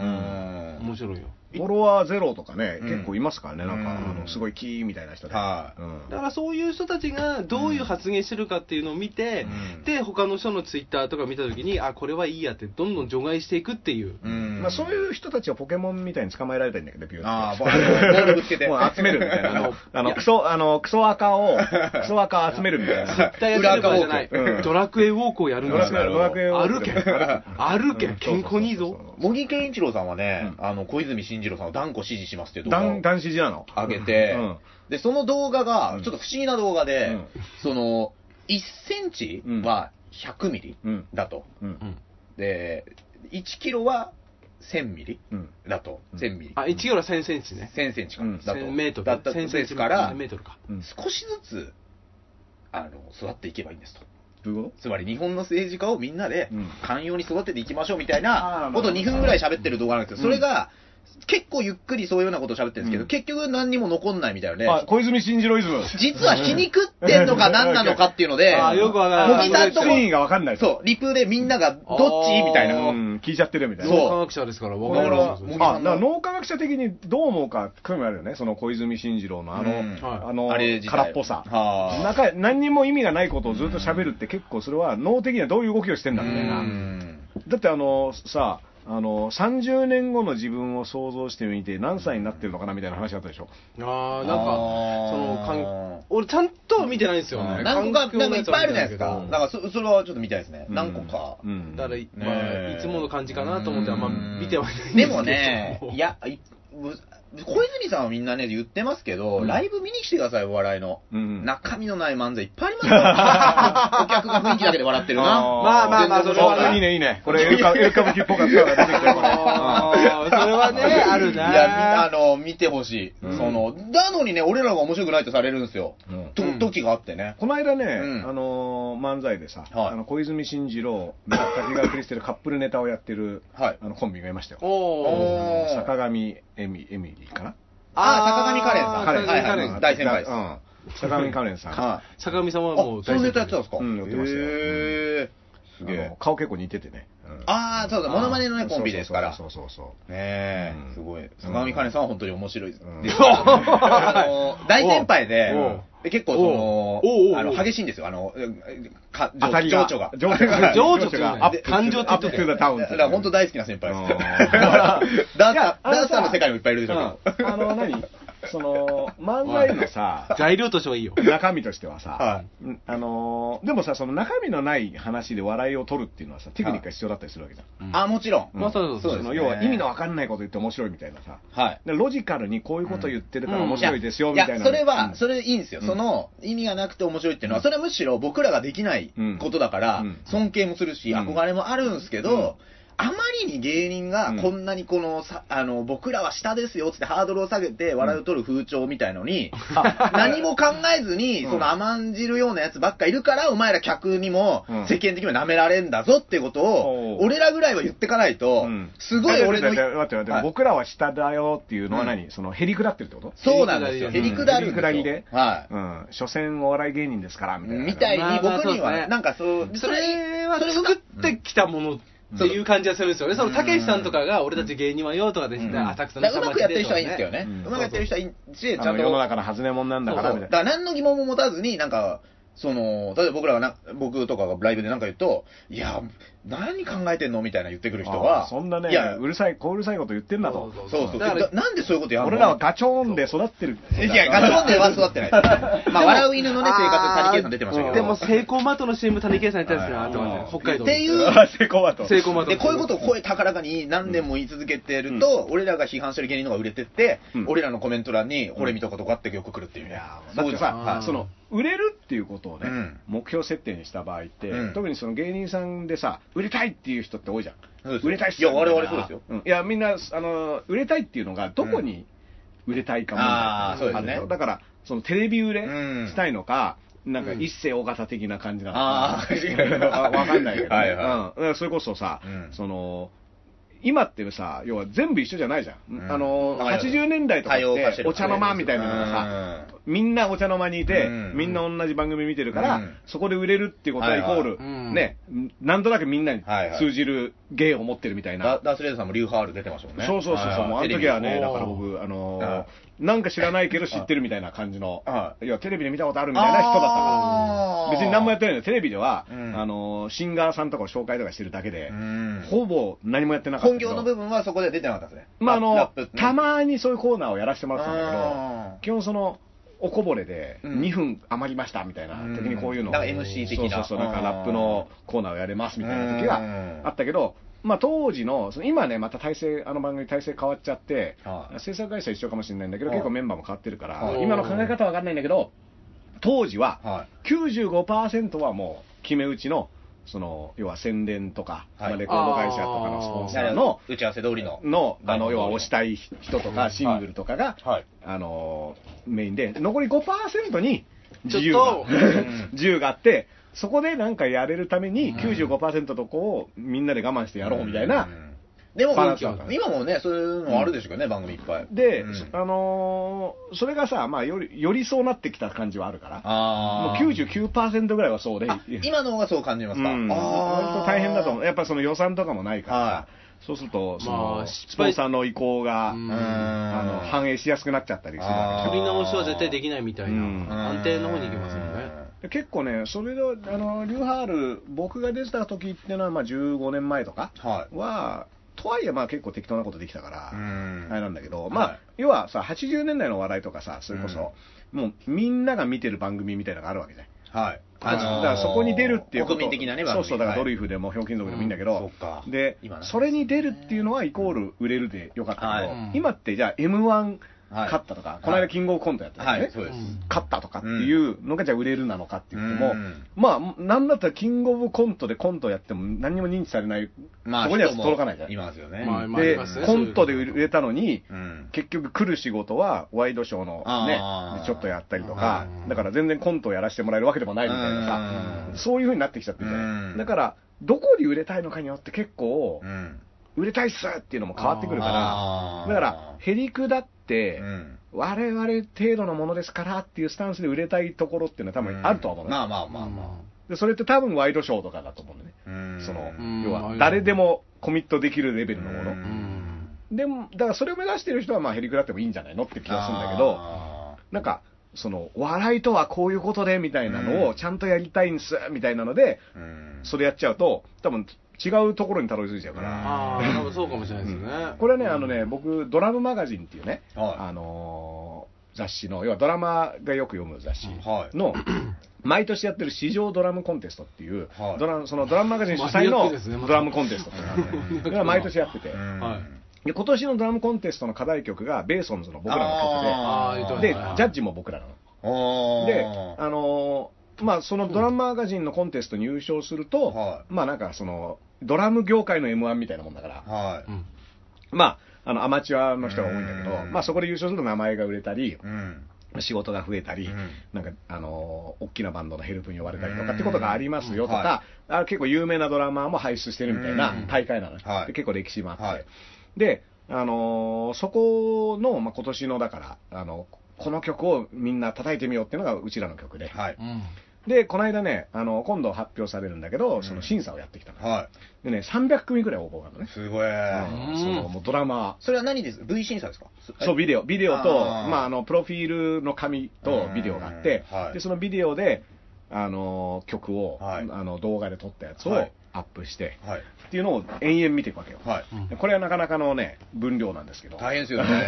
Speaker 3: 面
Speaker 2: ん。
Speaker 3: 白いよ。
Speaker 1: フォロワーゼロとかね、
Speaker 2: うん
Speaker 1: 結構いますからね、なんか、
Speaker 2: うん
Speaker 1: あのすごいキーみたいな人で。
Speaker 2: は
Speaker 1: う
Speaker 2: い。
Speaker 1: ん
Speaker 3: だからそういう人たちがどういう発言してるかっていうのを見て、
Speaker 2: うん
Speaker 3: で、他の人のツイッターとか見たときに、あ、これはいいやって、どんどん除外していくっていう。
Speaker 2: うん
Speaker 1: まあ、そういう人たちをポケモンみたいに捕まえられたいんだけど、ビュー
Speaker 2: ああ、
Speaker 1: って
Speaker 2: ボールぶつけて。
Speaker 1: もう集めるみ たいな。あの、あのクソ、あの、クソ赤を、クソ赤集めるみ たいな。
Speaker 3: 絶対やってる場合じゃない。
Speaker 1: 裏垢ウォークうん
Speaker 3: ドラクエウォークをやるん
Speaker 1: ド
Speaker 3: で
Speaker 1: ラ
Speaker 3: す
Speaker 1: ク
Speaker 3: よ。
Speaker 1: エ、ドラクエを。
Speaker 3: あ るけん。あるけん。健康にいいぞ。
Speaker 2: 茂木健一郎さんはね、
Speaker 1: う
Speaker 2: あの、小泉進次郎さんを断固支持しますっていう動画
Speaker 1: 男
Speaker 2: を
Speaker 1: 男子児なの。
Speaker 2: 上げて、
Speaker 1: うん
Speaker 2: で、その動画が、
Speaker 1: うん
Speaker 2: ちょっと不思議な動画で、
Speaker 1: うん
Speaker 2: その、1センチは100ミリ
Speaker 1: うん。
Speaker 2: だと。
Speaker 1: うん
Speaker 3: う。ん
Speaker 2: で、1キロは1000ミリ
Speaker 1: うん。
Speaker 2: だと。
Speaker 1: うん
Speaker 2: 1000ミリ。
Speaker 3: あ、1キロ1000センチね。
Speaker 2: 1000センチか。
Speaker 1: うん
Speaker 2: だと。
Speaker 3: 1000メートル。
Speaker 2: だった
Speaker 3: 1000セ
Speaker 2: で
Speaker 3: ン
Speaker 2: す
Speaker 3: チ
Speaker 2: から
Speaker 3: 1000、メートルか。
Speaker 1: うん。
Speaker 2: 少しずつ、あの、育っていけばいいんですと。
Speaker 1: どういうこ
Speaker 2: つまり日本の政治家をみんなで
Speaker 1: うん
Speaker 2: 寛容に育てていきましょうみたい
Speaker 1: あ
Speaker 2: な
Speaker 1: ー
Speaker 2: ことを
Speaker 1: まあ
Speaker 2: 2分ぐらい喋ってる動画なんですけど、それが結構ゆっくりそういうようなことを喋ってるんですけど、
Speaker 1: うん
Speaker 2: 結局何にも残んないみたい
Speaker 1: と
Speaker 2: な
Speaker 1: あ
Speaker 2: ね、、
Speaker 1: 小泉進次郎イズム。
Speaker 2: 実は皮肉ってんのか何なのかっていうので、
Speaker 3: あーよくわか
Speaker 1: 小
Speaker 2: る茂木さんとこ
Speaker 1: 真意がわかんない。
Speaker 2: そう、リプでみんながどっちみたいな。
Speaker 3: あ
Speaker 1: う
Speaker 3: ー
Speaker 1: ん。聞いちゃってるみたいな。
Speaker 2: そう
Speaker 3: 脳科学者ですから、わ
Speaker 1: こ
Speaker 3: か
Speaker 1: れ
Speaker 3: る
Speaker 1: は
Speaker 3: わ
Speaker 2: 茂木さんの
Speaker 1: あ、だから脳科学者的にどう思うか興味あるよね。その小泉進次郎のあの、
Speaker 2: うん
Speaker 3: はい
Speaker 1: あの、
Speaker 2: あれ自体
Speaker 1: 空っぽさ。
Speaker 2: は
Speaker 1: 中、何にも意味がないことをずっと喋るって結構それは脳的にはどういう動きをして
Speaker 2: あ
Speaker 1: んだみたいな
Speaker 2: う。ん
Speaker 1: だってあの、さ、あの、30年後の自分を想像してみて何歳になってるのかなみたいな話だったでしょ。
Speaker 3: あーなん
Speaker 2: あ
Speaker 3: か、そ
Speaker 2: ー
Speaker 3: の、かん俺ちゃんと見てないんですよね。
Speaker 2: 何個か、
Speaker 3: 環境
Speaker 2: な
Speaker 3: の
Speaker 2: んかい
Speaker 3: や
Speaker 2: っ
Speaker 3: つ
Speaker 2: ぱ
Speaker 3: はい
Speaker 2: あるじゃないですか。
Speaker 3: 見て
Speaker 2: なんかそ、それはちょっと見たいですね。
Speaker 1: うん
Speaker 2: 何個か。
Speaker 1: うん
Speaker 3: だから、
Speaker 1: い
Speaker 3: まあ、
Speaker 2: ねえ
Speaker 3: いつもの感じかなと思って、あんま見てはいないん
Speaker 2: です
Speaker 3: けど
Speaker 2: もね、いや、いぶ小泉さんはみんなね、言ってますけど、
Speaker 1: うん
Speaker 2: ライブ見に来てください、お笑いの。
Speaker 1: うん
Speaker 2: 中身のない漫才いっぱいありますよ。お客が雰囲気だけで笑ってるな。
Speaker 1: あ
Speaker 3: ーまあまあ
Speaker 2: 全然
Speaker 3: それはね
Speaker 1: あいいね、いいね。これ、エルカエルカブキっぽかったから出てきたこれ
Speaker 3: あーそれはね、あ る
Speaker 2: い
Speaker 3: な。
Speaker 2: や、みあの、見てほしい。
Speaker 1: うん
Speaker 2: その、なのにね、俺らが面白くないとされるんですよ。
Speaker 1: うん
Speaker 2: と
Speaker 3: うん
Speaker 2: 時があってね。
Speaker 1: この間ね、
Speaker 2: うん
Speaker 1: あのー漫才でさ、
Speaker 2: はい
Speaker 1: あの小泉進次 郎、滝川クリステルカップルネタをやってる、
Speaker 2: はい
Speaker 1: あのコンビがいましたよ。
Speaker 2: お
Speaker 3: おー。
Speaker 2: ー
Speaker 1: 坂上エミエミリーかな
Speaker 2: あー、坂上カレンさん。
Speaker 3: カレン
Speaker 2: はいはい
Speaker 3: カレン
Speaker 2: はい大先輩です。
Speaker 1: うん坂上カレンさん。
Speaker 2: はい
Speaker 3: 坂上さんは
Speaker 2: あ、
Speaker 3: もう
Speaker 2: そのネタやってたんですか
Speaker 1: うんやってましたよ
Speaker 2: へーすげ
Speaker 1: あ
Speaker 2: え
Speaker 1: の。顔結構似ててね。うん
Speaker 2: ああ、そうだ、モノマネのね、
Speaker 1: うん
Speaker 2: コンビですから。
Speaker 1: そうそうそう
Speaker 2: ねえ
Speaker 1: う、ん
Speaker 2: すごい。坂上カレンさんは本当に面白いです。
Speaker 1: うん
Speaker 2: であの、大先輩で
Speaker 3: おう、
Speaker 2: で結構
Speaker 3: おうおう
Speaker 2: そ
Speaker 3: おう
Speaker 2: の、あの、激しいんですよ。あの、か
Speaker 1: 当たりが
Speaker 2: 情緒が。
Speaker 1: 情緒が
Speaker 3: 情緒っていうの
Speaker 1: ア
Speaker 3: は
Speaker 1: ップ
Speaker 3: ね感情って言
Speaker 1: アッ
Speaker 3: っ
Speaker 1: プ
Speaker 3: と
Speaker 1: ト
Speaker 3: け
Speaker 1: ゥーザタウン
Speaker 2: だから本当大好きな先輩です。
Speaker 1: あ
Speaker 2: ダン
Speaker 1: いや
Speaker 2: サー、
Speaker 1: あのさ
Speaker 2: ダンサーの世界もいっぱいいるでしょうけど。
Speaker 1: うんあの、何その、漫才の さ、
Speaker 3: 材料としてはいいよ。
Speaker 1: 中身としてはさ、
Speaker 2: は
Speaker 1: うんあのーでもさ、その中身のない話で笑いを取るっていうのはさ、テクニックが必要だったりするわけじゃん。
Speaker 2: あ、もちろん。
Speaker 1: うん
Speaker 3: まあそうそう
Speaker 2: そう
Speaker 1: そ
Speaker 2: です
Speaker 1: の
Speaker 2: ね
Speaker 1: 要は意味のわかんないこと言って面白いみたいなさ。
Speaker 2: はい。
Speaker 1: でロジカルにこういうこと言ってるから
Speaker 3: うん
Speaker 1: 面白いですよみたいな。
Speaker 2: や、それ
Speaker 1: う
Speaker 2: は、
Speaker 1: ん
Speaker 2: それいいんですよ。
Speaker 1: うん
Speaker 2: その、意味がなくて面白いっていうのは、それはむしろ僕らができないことだから
Speaker 1: うん、
Speaker 2: 尊敬もするし、
Speaker 1: うん
Speaker 2: 憧れもあるんですけど、あまりに芸人がこんなにこの、さあの、僕らは下ですよっつってハードルを下げて笑いを取る風潮みたいの に、何も考えずに、
Speaker 1: うん
Speaker 2: その甘んじるようなやつばっかいるから、お前ら客にも
Speaker 1: うん
Speaker 2: 世間的にも舐められんだぞってこと
Speaker 1: お
Speaker 2: を、
Speaker 1: う
Speaker 2: 俺らぐらいは言ってかないと
Speaker 1: うん、
Speaker 2: すごい俺の
Speaker 1: 待って、待って待って、
Speaker 2: はい
Speaker 1: 僕らは下だよっていうのは何、その、へりくだってるってこと
Speaker 2: そうなんですよ。
Speaker 3: へ
Speaker 2: へ
Speaker 3: り
Speaker 2: り
Speaker 3: く
Speaker 2: く
Speaker 1: だ
Speaker 2: だ
Speaker 1: りで
Speaker 2: るんですよ。
Speaker 1: へりくだりで
Speaker 2: はい。
Speaker 1: うん。所詮お笑い芸人ですから、みたいな。
Speaker 2: みたいに僕に
Speaker 3: まあまあそうですね
Speaker 2: は、なんかそう、
Speaker 3: それは作ってきたものっていう感じがするんですよね。その、たけしさんとかが、俺たち芸人はよとかで、
Speaker 2: うん
Speaker 3: あ、たくさん
Speaker 2: だからうまくやってる人はいいんですけどね。
Speaker 1: うん
Speaker 2: うまくやってる人はいいし、ち
Speaker 1: あ
Speaker 2: ゃ
Speaker 1: の
Speaker 2: んと。
Speaker 1: 世の中の外れ者なんだから、
Speaker 2: そう
Speaker 1: み
Speaker 2: そう
Speaker 1: た
Speaker 2: だ
Speaker 1: い
Speaker 2: か
Speaker 1: な。
Speaker 2: ら何の疑問も持たずに、なんか、その、例えば僕らがな、僕とかがライブでなんか言うと、いや、何考えてんのみたいな言ってくる人
Speaker 1: あ
Speaker 2: は、
Speaker 1: そんないね
Speaker 2: や、、
Speaker 1: うるさい、こううるさいこと言ってんだと。
Speaker 3: そう
Speaker 2: そうそう。
Speaker 3: だから
Speaker 2: だなんでそういうことやるの
Speaker 1: 俺らはガチョーンで育ってる。
Speaker 2: いや、ガチョンでは育ってない。 まあ、笑う犬のね、生活、サニケーさん出てましたけど。
Speaker 3: でも、セイコーマートの CM 谷圭さんやったんですよ、
Speaker 1: はい
Speaker 3: あとはね
Speaker 1: うん
Speaker 3: 北海道
Speaker 2: っていう
Speaker 1: 成功はと。
Speaker 3: セイコーマート
Speaker 2: で、こういうことを声高らかに何年も言い続けてると、俺らが批判してる芸人の方が売れてって、
Speaker 1: うん
Speaker 2: 俺らのコメント欄に、これ見とことかってよく来るっていう
Speaker 1: い
Speaker 2: ね。
Speaker 1: やーだ
Speaker 2: そ
Speaker 1: っ
Speaker 2: う
Speaker 1: て
Speaker 2: です
Speaker 1: さ
Speaker 3: あー、
Speaker 1: その、売れるっていうことをね、
Speaker 2: うん
Speaker 1: 目標設定にした場合って、
Speaker 2: うん
Speaker 1: 特にその芸人さんでさ、売れたいっていう人って多いじゃん。
Speaker 2: そうですよ
Speaker 1: 売れたいっす
Speaker 2: いや我々そうですよ
Speaker 1: んいや、みんな、あの、売れたいっていうのが、どこに売れたいか問題
Speaker 2: あーそうですね
Speaker 1: あるでしょだから、そのテレビ売れ
Speaker 2: うん
Speaker 1: したいのか、なんか
Speaker 3: うん
Speaker 1: 一世大型的な感じなの
Speaker 2: あ
Speaker 1: か、
Speaker 2: ー
Speaker 1: わわかんないけど、ね
Speaker 2: はいは
Speaker 1: うんだからそれこそさ、
Speaker 2: うん
Speaker 1: その、今ってさ、要は全部一緒じゃないじゃん。
Speaker 2: うん
Speaker 1: あの、
Speaker 2: わかります
Speaker 1: 80年代とかっ
Speaker 2: 多様化して
Speaker 1: て、
Speaker 2: る
Speaker 1: お茶の間みたいなのがさ、みんなお茶の間にいて、
Speaker 2: うん
Speaker 1: みんな同じ番組見てるから、
Speaker 2: うん
Speaker 1: そこで売れるっていうことは
Speaker 2: はい
Speaker 1: イコ
Speaker 2: はい
Speaker 1: ール、
Speaker 3: うん
Speaker 1: ね、なんとなくみんなに
Speaker 2: はいはい
Speaker 1: 通じる芸を持ってるみたいな。
Speaker 2: ダダースレーダーさんもリューハール出てましたもんね。
Speaker 1: そうそうそうそう、もうあの時はね、
Speaker 3: テレビ
Speaker 1: だ
Speaker 3: に
Speaker 1: から僕、あのー
Speaker 2: あ
Speaker 1: なんか知らないけど知ってるみたいな感じの、
Speaker 2: あ
Speaker 1: いや、テレビで見たことあるみたいな人だったか
Speaker 2: あー
Speaker 1: ら、別に何もやってないの、テレビでは、
Speaker 2: うん
Speaker 1: あのーシンガーさんとかを紹介とかしてるだけで、
Speaker 2: うん
Speaker 1: ほぼ何もやってなかった
Speaker 2: 本
Speaker 1: けど。
Speaker 2: 業の部分はそこで出てなかったですね。
Speaker 1: まあ、あ
Speaker 2: ラッ
Speaker 1: の
Speaker 2: プ、
Speaker 1: たまにそういうコーナーをやらせてもらってたんだ
Speaker 2: あー
Speaker 1: けど、基本その、おこぼれで、
Speaker 2: うん
Speaker 1: 2分余りましたみたいな
Speaker 2: うん
Speaker 1: 時にこういうのを
Speaker 2: なんか MC 的な
Speaker 1: そうそうそう、なんか
Speaker 2: うん
Speaker 1: ラップのコーナーをやれますみたいな時
Speaker 2: う
Speaker 1: が
Speaker 2: ん
Speaker 1: あったけど、まあ当時の、その今ね、また体制、あの番組体制変わっちゃって
Speaker 2: は、い
Speaker 1: 制作会社一緒かもしれないんだけど、
Speaker 2: はい
Speaker 1: 結構メンバーも変わってるから
Speaker 2: は、い
Speaker 1: 今の考え方はわかんないんだけど、当時は
Speaker 2: は
Speaker 1: 95%はもう決め打ちの、その、要は宣伝とか、
Speaker 2: はい
Speaker 1: まあレコード会社とかのスポン
Speaker 2: い
Speaker 1: サ
Speaker 2: な
Speaker 1: ー
Speaker 2: る
Speaker 1: の
Speaker 2: ほ、ど打ち合わせ通りの。
Speaker 1: の、あ
Speaker 2: は
Speaker 1: の、
Speaker 2: い
Speaker 1: 要は押したい人とか、シングルとかが、
Speaker 2: はい。
Speaker 1: あの、メインで、残り5%に自由
Speaker 3: ちょ
Speaker 1: が
Speaker 3: っと、
Speaker 1: 自由があって、そこでなんかやれるため
Speaker 2: う
Speaker 1: に
Speaker 2: ん
Speaker 1: 95%とこをみんなで我慢してやろうみたい
Speaker 2: ん
Speaker 1: な。。
Speaker 2: でも
Speaker 1: バランスだから、
Speaker 2: 今もね、そういうのあるでしょうけどね、番組いっぱい。
Speaker 1: で、
Speaker 2: うん
Speaker 1: あのーそれがさ、まあ、より、よりそうなってきた感じはあるから、も
Speaker 2: あ
Speaker 1: う
Speaker 2: ー
Speaker 1: 99%ぐらいはそうで、
Speaker 2: あ今の方がそう感じます
Speaker 1: う
Speaker 2: か。
Speaker 1: ん、割
Speaker 2: あ
Speaker 1: と
Speaker 2: ー
Speaker 1: 大変だと思う。やっぱその予算とかもないから、
Speaker 2: は
Speaker 1: そうすると、その、
Speaker 3: まあ
Speaker 1: スポンサーの意向が、
Speaker 3: うん
Speaker 2: い。
Speaker 1: あの、
Speaker 2: 映
Speaker 1: 反映しやすくなっちゃったりするわけじゃん
Speaker 2: あー
Speaker 3: 取り直しは絶対できないみたい
Speaker 1: うん
Speaker 3: な、安定の方に行きますもんね。、
Speaker 1: で結構ね、それで、あの、リューハール、僕が出てた時ってのは、まあ、15年前とか
Speaker 2: は
Speaker 1: は、とはいえ、まあ、結構適当なことできたから、
Speaker 2: い。
Speaker 1: あれなんだけど、まあ、
Speaker 2: はい
Speaker 1: 要はさ、80年代の笑いとかさ、それこそ、もう、みんなが見てる番組みたいなのがあるわけじゃん。
Speaker 2: はい。
Speaker 1: だから、そこに出るっていうこと。
Speaker 2: 国民的なね、番
Speaker 1: そう
Speaker 2: 組
Speaker 1: そう、だから、ドリ
Speaker 2: フ。
Speaker 1: フでも、ひょうきん族でもいいんだけ
Speaker 2: うんそ
Speaker 1: ど
Speaker 2: っか、
Speaker 1: で
Speaker 2: 今な、んか
Speaker 1: それに出るっていうのは、イコール売れるでよかったけど
Speaker 2: はい
Speaker 1: 今って、じゃあ、M1
Speaker 2: はい
Speaker 1: 勝ったとか
Speaker 2: い、
Speaker 1: この間、キングオブコントやった
Speaker 2: は
Speaker 1: よね
Speaker 2: い、そうです。
Speaker 3: うん
Speaker 1: 勝ったとかっていうのが、じゃあ売れるなのかっていうことも、
Speaker 2: うん
Speaker 1: まあ、なんだったらキングオブコントでコントやっても何にも認知されない、
Speaker 2: まあ、
Speaker 1: そこには
Speaker 2: 人も
Speaker 1: 届かないじゃん。
Speaker 2: いますよね。
Speaker 3: まあまああ
Speaker 1: で
Speaker 3: りますね、
Speaker 1: コントで売れたのに、
Speaker 2: うん
Speaker 1: 結局来る仕事はワイドショーの
Speaker 2: あ
Speaker 1: ね、
Speaker 2: ー
Speaker 1: ちょっとやったりとか
Speaker 3: う、ん
Speaker 1: だから全然コントをやらせてもらえるわけでもないみたいな
Speaker 2: うん
Speaker 1: さ、そういう風になってきちゃってるじゃな
Speaker 2: う
Speaker 1: い
Speaker 2: ん
Speaker 1: だから、どこに売れたいのかによって結構
Speaker 2: う、ん。
Speaker 1: 売れたいっすっていうのも変わってくるか
Speaker 2: あ
Speaker 1: ら、
Speaker 2: ー
Speaker 1: だから、へりくだって、
Speaker 2: うん
Speaker 1: 我々程度のものですからっていうスタンスで売れたいところっていうのは多分あるとは思う、ね
Speaker 2: まあまあまあま
Speaker 1: でそれって多分ワイドショーとかだと思うんだよね、
Speaker 2: あ。うん
Speaker 1: その
Speaker 3: うん
Speaker 1: 要は誰でもコミットできるレベルのもの、
Speaker 2: うん
Speaker 3: うん
Speaker 1: でもだからそれを目指してる人はまあへりくだってもいいんじゃないのって気がするんだけど
Speaker 2: あ
Speaker 1: なんかその笑いとはこういうことでみたいなの
Speaker 2: う
Speaker 1: を
Speaker 2: ん
Speaker 1: ちゃんとやりたいんすみたいなので
Speaker 2: ーうん
Speaker 1: それやっちゃうと多分違うところにたどり着いちゃうから。
Speaker 3: ああ、多分そうかもしれないですね。
Speaker 1: これはね、あのね、僕、ドラムマガジンっていうね、
Speaker 2: はい
Speaker 1: あのー雑誌の、要はドラマがよく読む雑誌の、毎年やってる市場ドラムコンテストっていう、
Speaker 2: はい
Speaker 1: ドラそのドラムマガジン主催の
Speaker 3: マニアックですねまた
Speaker 1: ドラムコンテストっていうのがあってそれは毎年やってて、
Speaker 3: は
Speaker 1: で今年のドラムコンテストの課題曲がベーソンズの僕らの
Speaker 3: あー言って
Speaker 1: 曲
Speaker 3: まし
Speaker 1: で、で、
Speaker 3: たね
Speaker 1: ジャッジも僕らなの。で、あのーまあ、そのドラムマガジンのコンテストに優勝すると、
Speaker 2: は
Speaker 1: まあなんかその、ドラム業界の M1 みたいなもんだから、
Speaker 2: は
Speaker 3: うん
Speaker 1: まあ、あのアマチュアの人が多いんだけど、
Speaker 2: うん
Speaker 1: まあ、そこで優勝すると名前が売れたり
Speaker 2: い。、うん。
Speaker 1: 仕事が増えたり、
Speaker 2: うん
Speaker 1: なんか、あのー大きなバンドのヘルプに呼ばれたりとかってことがありますよと
Speaker 2: うんは
Speaker 1: か、あ結構有名なドラマーも輩出してるみたいな
Speaker 2: うん
Speaker 1: 大会なのね、
Speaker 2: はい
Speaker 1: で結構歴史もあって、
Speaker 2: はい
Speaker 1: で、あのーそこの、まあ、今年のだから、あのこの曲をみんな叩いてみようっていうのがうちらの曲で、
Speaker 2: はい。
Speaker 1: で、この間ね、あの今度発表されるんだけど、その審査をやってきたの、
Speaker 2: は
Speaker 1: でね、300組ぐらい応募があるの
Speaker 2: い。
Speaker 1: ね、
Speaker 2: すごい。
Speaker 3: ん
Speaker 1: そのもうドラマー。
Speaker 2: それは何です ?V 審査ですか
Speaker 1: そう、ビデオ。ビデオと、
Speaker 2: あー
Speaker 1: まあ、あの、プロフィールの紙とビデオがあって、
Speaker 2: うんはい
Speaker 1: で、そのビデオで、あの、曲を、
Speaker 2: はい
Speaker 1: あの、動画で撮ったやつを
Speaker 2: はい
Speaker 1: アップして、
Speaker 2: はい。
Speaker 1: っていうのを延々見ていくわけよ。
Speaker 2: はい。
Speaker 1: でこれはなかなかのね、分量なんですけど。
Speaker 2: 大変ですよ
Speaker 1: うん
Speaker 2: ね。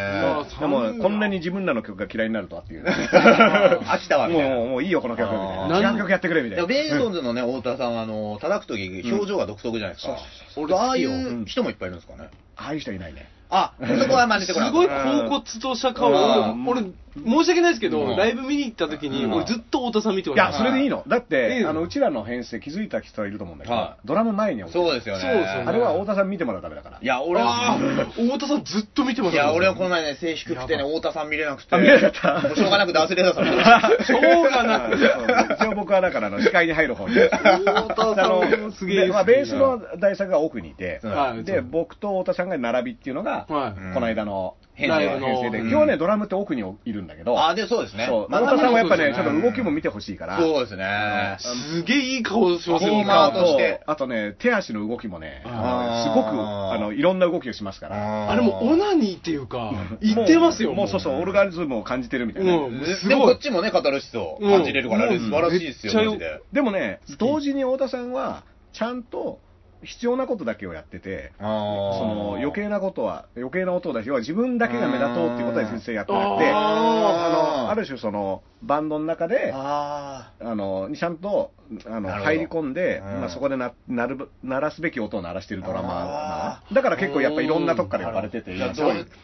Speaker 1: でも、こんなに自分らの曲が嫌いになるとはって いう。
Speaker 2: 飽きたわ、み
Speaker 1: もう
Speaker 2: たいな
Speaker 1: もう、もういいよ、この曲、みたい
Speaker 2: あ
Speaker 1: な。
Speaker 3: ー
Speaker 1: 違う曲やってくれ、みたい
Speaker 2: で
Speaker 1: な
Speaker 2: も。ベーソンズのね、太田さんは、あの、叩くとき、表情が独特じゃないですか。
Speaker 3: うん
Speaker 2: 俺、ああい
Speaker 1: 俺
Speaker 2: う
Speaker 1: 好きよ
Speaker 2: 人もいっぱいいるんですかね。
Speaker 1: ああいう人いないね。
Speaker 2: あ、そこは真似て
Speaker 3: す
Speaker 2: こな
Speaker 3: ごい
Speaker 2: かっ
Speaker 3: 恍惚とした顔
Speaker 2: うん
Speaker 3: 俺、申し訳ないですけど、
Speaker 2: うん
Speaker 3: ライブ見に行った時に、
Speaker 2: うん
Speaker 3: 俺ずっと太田さん見て
Speaker 1: い
Speaker 3: ました。
Speaker 1: や、それでいいの。だっ
Speaker 3: いい
Speaker 1: て、
Speaker 3: の
Speaker 1: あの、うちらの編成気づいた人はいると思うんだけど
Speaker 2: は、い
Speaker 1: ドラム前に
Speaker 2: た。
Speaker 1: 置く
Speaker 2: そうですよね。
Speaker 3: そうですよ
Speaker 1: あ
Speaker 3: ね
Speaker 1: れは太田さん見てもらうためだから
Speaker 2: い。や、俺
Speaker 3: あ
Speaker 2: は、
Speaker 3: ー太田さんずっと見てま
Speaker 2: い
Speaker 3: したよ。
Speaker 2: や、俺はこの前ね、背低くてね、太田さん見れなくて。
Speaker 1: あ見れなかった
Speaker 2: もうしょうがなくダースレーダーさん見てました。
Speaker 3: しょうがなく。
Speaker 1: うん一応僕はだからあの視界に入る方に。あ
Speaker 3: 太田さんもすげ
Speaker 1: で
Speaker 3: えですね
Speaker 1: まあ、ベースの大作が奥にいて、
Speaker 3: はい
Speaker 1: で、僕と太田さんが並びっていうのが、こ
Speaker 3: は
Speaker 1: の間の
Speaker 2: うん
Speaker 1: 編
Speaker 3: ライ
Speaker 1: 成
Speaker 3: ブの
Speaker 1: 編成で、
Speaker 3: うん
Speaker 1: 今日ね、ドラムって奥にいるんだけど、
Speaker 2: あ、で、そうですね。
Speaker 1: そう
Speaker 2: まあ
Speaker 1: 太田さんはやっぱね、
Speaker 3: ま
Speaker 1: ち
Speaker 3: あ
Speaker 1: ょ
Speaker 3: まあ
Speaker 1: っと動きも見てほしいから、
Speaker 2: そうですね。
Speaker 3: い。すげえいい顔します
Speaker 2: フ
Speaker 3: よ
Speaker 2: ォー
Speaker 1: ー
Speaker 2: マ
Speaker 1: マ
Speaker 2: ー
Speaker 1: ー
Speaker 2: と
Speaker 1: と
Speaker 2: して
Speaker 1: あとね、手足の動きもね、
Speaker 2: あー
Speaker 1: あのすごくあのいろんな動きをしますから、
Speaker 3: あれもオナニーっていうか、言ってますよ。
Speaker 1: もうもうそうそう、オルガニズムを感じてるみたいな。
Speaker 3: うん。す
Speaker 2: でも
Speaker 3: ご
Speaker 2: こ
Speaker 3: い
Speaker 2: っ。ちもね、カタルシスを感じれるから、あれ
Speaker 3: うん
Speaker 2: 素晴らしいですよ、
Speaker 3: めっ
Speaker 2: マ
Speaker 3: ちゃよ
Speaker 2: ジで。
Speaker 1: でもね、同時に太田さんは、ちゃんと必要なことだけをやってて、そ
Speaker 2: そ
Speaker 1: の余計なことは、余計な音を出して、要は自分だけが目立とうっていうことで先生やってなくて、
Speaker 3: う
Speaker 1: あ
Speaker 3: ん
Speaker 2: あー
Speaker 1: のある種、そのバンドの中で、
Speaker 2: あ
Speaker 1: あのちゃんとあの
Speaker 2: なるほど
Speaker 1: 入り込んで、
Speaker 2: うん
Speaker 1: まあ、そこでな鳴る鳴らすべき音を鳴らしてるドラマーな
Speaker 2: あ
Speaker 1: のだから結構やっぱいろんなとこから呼ばれてて、
Speaker 2: ー
Speaker 1: 今